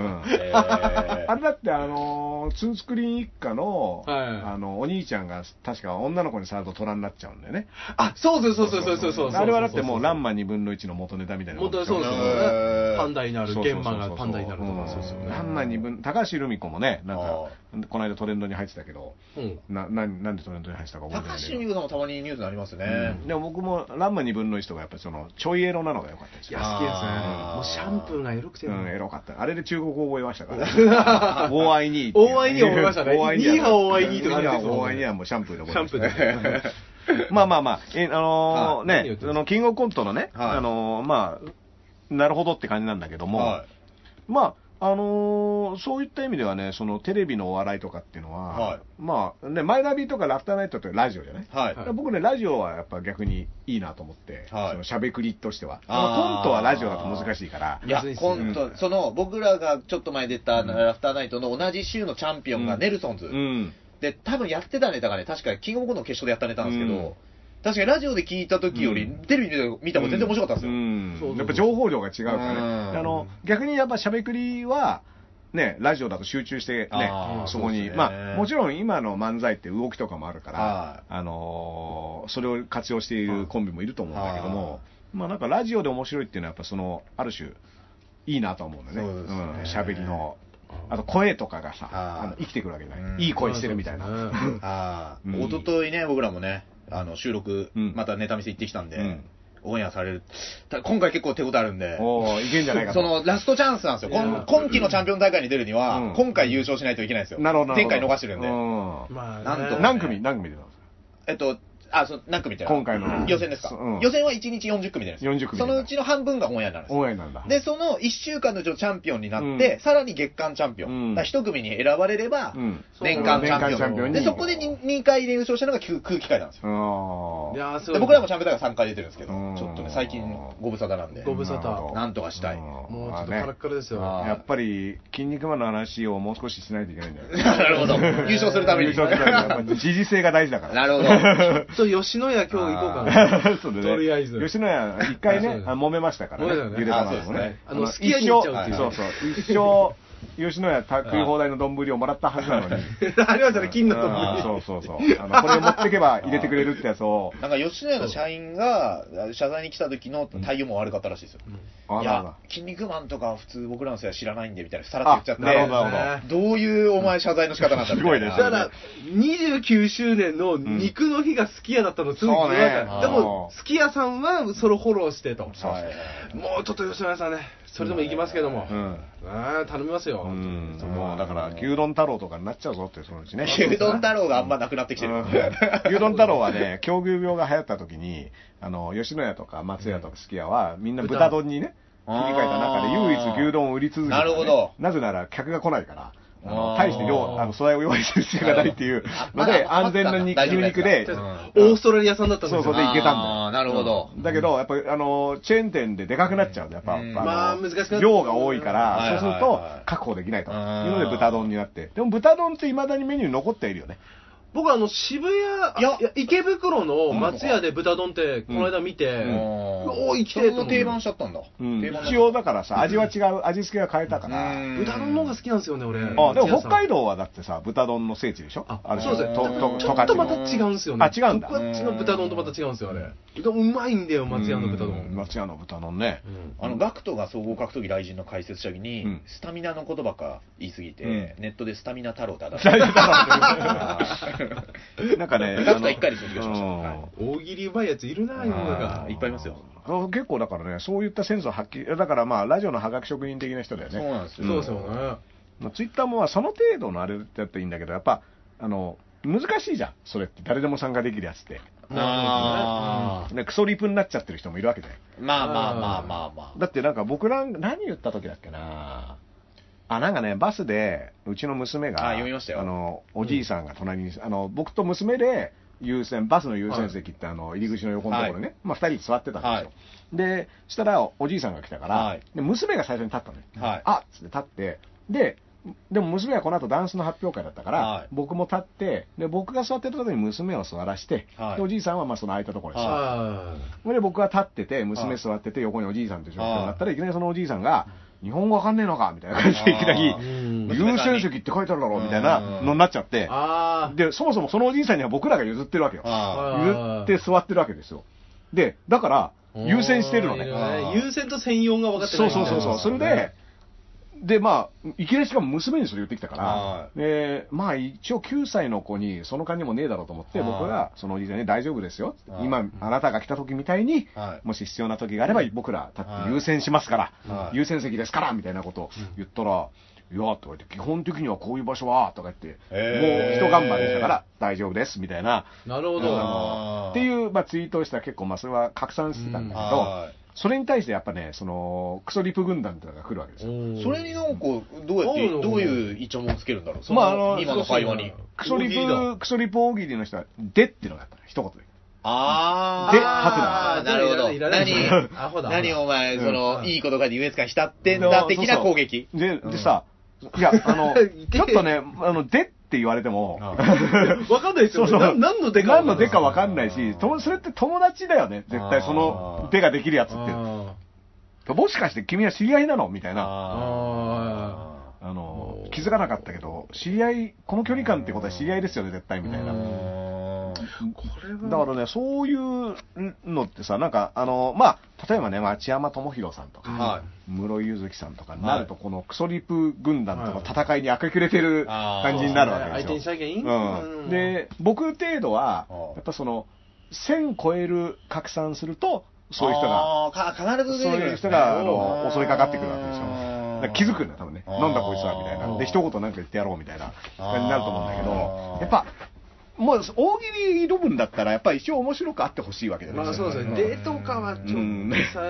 Speaker 1: ん
Speaker 2: え
Speaker 1: あれだって、あのーツンスクリーン一家の、
Speaker 3: はい
Speaker 1: あの、お兄ちゃんが、確か女の子に触ると虎になっちゃうんだよね。
Speaker 3: あ、そうそうそうそうそうそうそう。
Speaker 1: あれはだってもう、ランマ2分の1の元ネタみたいなもん
Speaker 3: 元
Speaker 1: で
Speaker 3: 々
Speaker 1: しょ。
Speaker 3: そうですよ
Speaker 2: へ
Speaker 3: ね。
Speaker 2: ー
Speaker 3: パンダになる、
Speaker 1: そう
Speaker 3: ゲ
Speaker 1: そう
Speaker 3: ン
Speaker 1: そうそう
Speaker 3: マがパンダになるとか、そうですよ
Speaker 1: ん
Speaker 3: ね。
Speaker 1: ランマ2分、高橋留美子もね、なんか、この間トレンドに入ってたけど、
Speaker 3: うん
Speaker 1: な、ななんでトレンドに入ってたか
Speaker 2: ー、
Speaker 1: 覚えてな
Speaker 2: 高
Speaker 1: い
Speaker 2: 橋
Speaker 1: けど
Speaker 2: 由美子さんもたまにニュースになりますね。
Speaker 1: うんでも僕もランマ2分の1とかやっぱりそのちょいエロなのが良かったです
Speaker 3: い
Speaker 1: よ
Speaker 3: や、
Speaker 2: あ
Speaker 3: 好きです
Speaker 2: あー
Speaker 3: ね。もうシャンプーがエロくて
Speaker 1: う
Speaker 3: ね。
Speaker 1: ん、エロかった。あれで中国語覚えましたから。 大愛に。
Speaker 3: 大愛に覚えましたね
Speaker 1: 大愛に
Speaker 3: ニーハオ大愛にとか
Speaker 1: ニ
Speaker 3: 出
Speaker 1: ー
Speaker 3: て
Speaker 1: ハ
Speaker 3: くるもんね
Speaker 1: オ大愛にはもうシャンプーで覚えました。
Speaker 3: シャンプーで
Speaker 1: まあまあまあ、え、あのー
Speaker 2: はい
Speaker 3: 何言
Speaker 1: ね
Speaker 3: っ、て
Speaker 1: あ
Speaker 3: る
Speaker 1: の、キングオブコントのね、
Speaker 2: はい
Speaker 1: あのーまあ、なるほどって感じなんだけども、
Speaker 2: はい
Speaker 1: まあ、あのーそういった意味ではね、そのテレビのお笑いとかっていうのは、
Speaker 2: はい
Speaker 1: まあ、ね、マイナビとかラフターナイトってラジオじゃない
Speaker 2: はい。
Speaker 3: は
Speaker 1: だから僕ね、ラジオはやっぱ逆にいいなと思って、
Speaker 2: はい
Speaker 1: そのしゃべくりとしては。
Speaker 2: あー
Speaker 1: あのコントはラジオだと難しいから、
Speaker 2: いや
Speaker 3: 別に、
Speaker 2: コント、その、僕らがちょっと前に出た、ラフターナイトの同じ週のチャンピオンがネルソンズ。
Speaker 1: うん。
Speaker 2: で、多分やってたネタがね、確かキングオブコントの決勝でやったネタなんですけど、
Speaker 1: うん
Speaker 2: 確かにラジオで聞いた時より、
Speaker 1: うん
Speaker 2: テレビで見た方が全然面白かったんですよ。
Speaker 1: うん
Speaker 3: そうそうそう
Speaker 1: やっぱ情報量が違うからね
Speaker 2: うん
Speaker 1: あの逆にやっぱしゃべくりはねラジオだと集中して
Speaker 2: あ
Speaker 1: ね
Speaker 3: ー
Speaker 1: そこに
Speaker 2: そうですね
Speaker 1: まあもちろん今の漫才って動きとかもあるから、
Speaker 2: はい
Speaker 1: あのーそれを活用しているコンビもいると思うんだけども、
Speaker 2: はい
Speaker 1: まあなんかラジオで面白いっていうのはやっぱそのある種いいなと思うんだよね
Speaker 2: そうですね
Speaker 1: んしゃべりのあと声とかがさ
Speaker 2: はい
Speaker 1: あの生きてくるわけじゃ
Speaker 2: うん
Speaker 1: ないいい声してるみたいな、
Speaker 3: うん
Speaker 2: ああ、
Speaker 1: うん
Speaker 2: 一昨日ね、僕らもね、あの収録、
Speaker 1: うん
Speaker 2: またネタ見せ行ってきたんで、
Speaker 1: うん
Speaker 2: オンエアされる。た今回結構手応えあるんで、
Speaker 1: おーいけんじゃないかと
Speaker 2: そのラストチャンスなんですよ。こ
Speaker 3: い
Speaker 2: ん
Speaker 3: や
Speaker 2: 今期のチャンピオン大会に出るには、
Speaker 1: うん
Speaker 2: 今回優勝しないといけないんですよ。
Speaker 1: なるほどなる
Speaker 2: 前
Speaker 1: ほど
Speaker 2: 回逃してるんで。
Speaker 1: うん
Speaker 3: まあね、
Speaker 2: なんと
Speaker 1: 何組何組でなんですか
Speaker 2: えっと、あ、そう何組って
Speaker 1: 今回の
Speaker 2: 予選ですか、
Speaker 1: うん
Speaker 2: 予選は1日40組出るんですよ。
Speaker 1: 40組
Speaker 2: そのうちの半分がオンエアになるんですよ
Speaker 1: 応援なんだ
Speaker 2: で、その1週間のうちのチャンピオンになって、
Speaker 1: うん
Speaker 2: さらに月間チャンピオン。
Speaker 1: うん
Speaker 2: だから1組に選ばれれば、
Speaker 1: うん
Speaker 2: 年間チャンピオ
Speaker 1: 年間
Speaker 2: ン。
Speaker 1: チャンピオンに
Speaker 2: で、そこで 2, 回で優勝したのが空空気階なんですよ。
Speaker 1: ああ
Speaker 3: いやーすご
Speaker 2: で
Speaker 3: い
Speaker 2: 僕らもチャンピオン大会3回出てるんですけど、
Speaker 1: うん
Speaker 2: ちょっとね、最近ご無沙汰なんで。
Speaker 3: ご無沙汰
Speaker 2: なんとかしたい
Speaker 3: もうちょっとカラッカラですよ。
Speaker 2: あ
Speaker 1: やっぱり、筋肉マンの話をもう少ししないといけないんだ よね。
Speaker 2: なるほど。優勝するた め
Speaker 1: 優
Speaker 2: に。
Speaker 1: 勝するためにやっぱ時事性が大事だから。
Speaker 2: なるほど。
Speaker 3: ちょっと吉野家今日行こうかな。
Speaker 1: そうだね
Speaker 3: とりあえず
Speaker 1: 吉野家、一回ね
Speaker 3: そう、だ
Speaker 1: あ揉めましたから
Speaker 3: 揉めたよ
Speaker 1: ね。
Speaker 3: ね
Speaker 1: ゆで卵もね。
Speaker 3: あそうですねあの
Speaker 1: の
Speaker 3: すき家に行っちゃうっていう
Speaker 1: 一生そうそう。一生、吉野家食い放題の丼をもらったはずなのに。
Speaker 3: ありましたね、金のとこ
Speaker 1: あー
Speaker 3: に。
Speaker 1: そうそうそう。あのこれを持ってけば入れてくれるってやつを。
Speaker 2: なんか吉野家の社員が謝罪に来た時の対応も悪かったらしいですよ。
Speaker 1: あ
Speaker 2: い
Speaker 1: らあ
Speaker 2: や
Speaker 1: ら、
Speaker 2: 筋肉マンとか普通僕らの世代知らないんでみたいな、さらっと言っち
Speaker 1: なるほど、
Speaker 2: ゃって。
Speaker 1: なる
Speaker 2: どういうお前謝罪の仕方なんだみたいな
Speaker 1: すごいね
Speaker 3: だから、29周年の肉の日がすき家だったの、すぐ聞い
Speaker 1: そ
Speaker 3: た
Speaker 1: うね
Speaker 3: でも、すき家さんはそれをフォローしてと。
Speaker 1: そう
Speaker 2: はい
Speaker 3: もうちょっと吉野家さんね、それでも行きますけども。
Speaker 1: ほど。うん。
Speaker 3: ああ、頼みますよ。
Speaker 1: うん、もうだから、牛丼太郎とかになっちゃうぞって、そのうち ね。
Speaker 2: 牛丼太郎があんまなくなってきてる。
Speaker 1: うん牛丼太郎はね、狂牛病が流行った時に、あの、吉野家とか松屋とかすき家は、みんな豚丼にね、切り替えた中で唯一牛丼を売り続けて、ね、
Speaker 2: なるほど
Speaker 1: なぜなら客が来ないから、あの
Speaker 2: あー
Speaker 1: 大して量、あの、素材を用意する必要がないっていうの
Speaker 2: な
Speaker 1: で、
Speaker 2: るほど
Speaker 1: 安全な肉
Speaker 2: まだ
Speaker 1: 牛肉で
Speaker 2: う、ん
Speaker 3: オーストラリアさんだったん
Speaker 1: そ
Speaker 3: で
Speaker 1: う
Speaker 3: す
Speaker 1: そう
Speaker 3: よ。
Speaker 1: でいけたんだ
Speaker 2: あ
Speaker 1: よ。
Speaker 2: ーなるほど
Speaker 1: うんだけど、やっぱり、あの、チェーン店ででかくなっちゃうんだ、やっぱ。
Speaker 2: うん
Speaker 1: あの
Speaker 3: まあ難しくなっちゃう
Speaker 1: 量が多いか
Speaker 2: は
Speaker 1: ら、
Speaker 2: いはい
Speaker 1: そうす
Speaker 2: はい
Speaker 1: ると確保できないと。いうの
Speaker 2: うん
Speaker 1: で豚丼になって。でも豚丼って未だにメニューに残っているよね。
Speaker 3: 僕あの渋谷
Speaker 2: いや
Speaker 3: いや池袋の松屋で豚丼ってこの間見て、
Speaker 1: うん
Speaker 3: おー生きてえ
Speaker 2: そ
Speaker 3: と思っ
Speaker 2: こ
Speaker 3: て
Speaker 2: 定番しちゃったんだ。
Speaker 1: うん
Speaker 2: 定番
Speaker 1: 一応だからさ、味は違う、味付けは変えたから。
Speaker 2: うん
Speaker 3: 豚丼の方が好きなんですよね俺
Speaker 2: うん
Speaker 1: あでも北海
Speaker 3: 道
Speaker 1: 道はだってさ、豚丼の聖地でしょ
Speaker 3: あ
Speaker 1: る
Speaker 3: そうですね
Speaker 1: と
Speaker 2: だ
Speaker 1: と
Speaker 3: ち
Speaker 1: 十
Speaker 3: ょっ
Speaker 1: 勝
Speaker 3: と
Speaker 1: の
Speaker 3: また違うんですよね
Speaker 1: あ違うんだ
Speaker 3: こっちの豚丼とまた違うんですよあれうどんうまいんだよ松屋の豚
Speaker 1: うん
Speaker 3: 丼
Speaker 1: 松屋の豚丼 ね。
Speaker 3: うん
Speaker 2: あの、ガクトが総合格闘技雷神の解説者に、
Speaker 1: うん
Speaker 2: スタミナのことばっか言いすぎて、
Speaker 1: う
Speaker 2: ネットでスタミナ太郎だだ。
Speaker 1: 大丈夫
Speaker 2: あー
Speaker 1: なんかね、
Speaker 2: ガクトは一回で卒業しました
Speaker 1: うん
Speaker 2: はい
Speaker 3: 大喜利うまいやついるな今
Speaker 2: あ
Speaker 3: が
Speaker 2: ーいっぱいいますよ
Speaker 1: あー結構だからね、そういったセンスを発揮、だからまあ、ラジオのハガキ職人的な人だよ
Speaker 2: そう
Speaker 1: ね。
Speaker 2: なんです
Speaker 3: そ
Speaker 2: よ。
Speaker 3: うですよね
Speaker 1: まあ、ツイッターもまあその程度のあれだっていいんだけど、やっぱ、あの、難しいじゃん、それって。誰でも参加できるやつって。
Speaker 2: まあ、
Speaker 1: ねクソリプになっちゃってる人もいるわけじゃん。
Speaker 2: まあまあまあまあまあ。
Speaker 1: だってなんか僕ら、何言った時だっけなあ、なんかね、バスで、うちの娘が、
Speaker 2: あ読みましたよ
Speaker 1: あの、おじいさんが隣に、あの、僕と娘で、優先、バスの優先席って、あの、入り口の横のところにね、まあ、二人座ってたんですよ。
Speaker 2: はい
Speaker 1: で、したら、おじいさんが来たから、
Speaker 2: はい
Speaker 1: で娘が最初に立ったのよ。
Speaker 2: はい
Speaker 1: あっつって立って、で、でも娘はこの後ダンスの発表会だったから、
Speaker 2: はい
Speaker 1: 僕も立って、で、僕が座ってるところに娘を座らして、
Speaker 2: はい
Speaker 1: でおじいさんはまあその空いたところに座って
Speaker 3: あ
Speaker 1: それで僕は立ってて、
Speaker 2: は
Speaker 1: 娘
Speaker 2: い
Speaker 1: 座ってて、横におじいさんという状況になった
Speaker 2: は
Speaker 1: ら、いきなりそのおじいさんが、日本語わかんねえのかみたいな感じで、いきなり
Speaker 2: あ
Speaker 3: あ
Speaker 2: ー、
Speaker 3: うん
Speaker 1: 優先席って書いてあるだろうみたいなのになっちゃって、
Speaker 3: あー
Speaker 1: で、そもそもそのおじいさんには僕らが譲ってるわけよ。
Speaker 2: あ
Speaker 1: 譲って座ってるわけですよ。で、だから、優先してるのね。
Speaker 3: あー優先と専用が分かってな
Speaker 1: そ
Speaker 3: いう
Speaker 1: そうそうそう。それで、で、まあ、いきなりしかも娘にそれ言ってきたから
Speaker 2: は、
Speaker 1: で、まあ一応9歳の子にその感じもねえだろうと思って、
Speaker 2: はい
Speaker 1: 僕がそのおじいさんに大丈夫ですよって
Speaker 2: は。い
Speaker 1: 今、あなたが来た時みたいに、
Speaker 2: あ。はい。
Speaker 1: もし必要な時があれば、僕ら立って優先しますから、
Speaker 2: はい
Speaker 1: 優先席ですから、みたいなことを言ったら、いや、とか言って、基本的にはこういう場所は、とか言って、
Speaker 2: へー
Speaker 1: もう一頑張りしたから大丈夫です、みたいな、
Speaker 3: なるほ
Speaker 1: あ
Speaker 3: ど
Speaker 1: のっていう、まあ、ツイートをしたら結構、まあ、それは拡散してたんだけど、
Speaker 2: は
Speaker 1: それに対してやっぱね、その、クソリプ軍団っていうのが来るわけですよ。
Speaker 2: い。それになんか、どうやって、どういうイチョモをつけるんだろう。そ
Speaker 1: まああの
Speaker 2: の、今の会話に。
Speaker 1: クソリ
Speaker 3: 大喜利だ
Speaker 1: プ、クソリプ大喜利の人は、でっていうのがあったの、一言で。
Speaker 2: あ
Speaker 1: で
Speaker 2: あ
Speaker 1: 吐く
Speaker 2: なるほど。
Speaker 3: いらないいらない
Speaker 2: 何、
Speaker 3: アホだ
Speaker 2: 何お前、
Speaker 1: うん
Speaker 2: その、いいことが優越感浸ってんだ的な攻撃。
Speaker 1: で、でさ、いや、あ の、ちょっとね、あの、でって言われても、
Speaker 3: わかんないですよね。な何のデカ
Speaker 1: 何の出かわかんない
Speaker 2: うん
Speaker 1: し、ともそれって友達だよね、絶対その出ができるやつっ
Speaker 3: あ
Speaker 1: て。もしかして君は知り合いなのみたいな。
Speaker 2: あ
Speaker 1: あの
Speaker 3: おー、
Speaker 1: 気づかなかったけど、知り合い、この距離感ってことは知り合いですよね、絶対みたいな。
Speaker 3: うん
Speaker 1: だ
Speaker 2: ー
Speaker 3: ーこれは。
Speaker 1: からね、そういうのってさ、なんか、あの、まあ、例えばね、町山智博さんとか、
Speaker 2: は
Speaker 1: 室井ゆずきさんとかに
Speaker 2: はい
Speaker 1: なると、このクソリプ軍団との戦いに明け暮れてる
Speaker 2: あー
Speaker 1: 感じになるわけですよ。
Speaker 3: 相手にしなきゃいいん
Speaker 1: うん、で、僕程度は
Speaker 2: ああ、
Speaker 1: やっぱその、1000超える拡散すると、そういう人が、
Speaker 2: あーか必ず出
Speaker 1: そ
Speaker 2: て
Speaker 1: う
Speaker 2: くるん
Speaker 1: いう
Speaker 2: です
Speaker 1: 人
Speaker 2: ね
Speaker 1: があ
Speaker 2: お
Speaker 1: の
Speaker 2: ー
Speaker 1: 襲いかかってくるわけですよ。だから気づくんだよ、多分ね。
Speaker 2: あー
Speaker 1: なんだこいつは、みたいな。で、一言なんか言ってやろう、みたいな感じになると思うんだけど
Speaker 2: あ、ー
Speaker 1: やっぱ、もう大喜利部分だったら、やっぱ一応面白くあってほしいわけじゃない
Speaker 3: まあ
Speaker 1: です
Speaker 3: そう
Speaker 1: か。
Speaker 3: ですね。デートかはちょっとさ。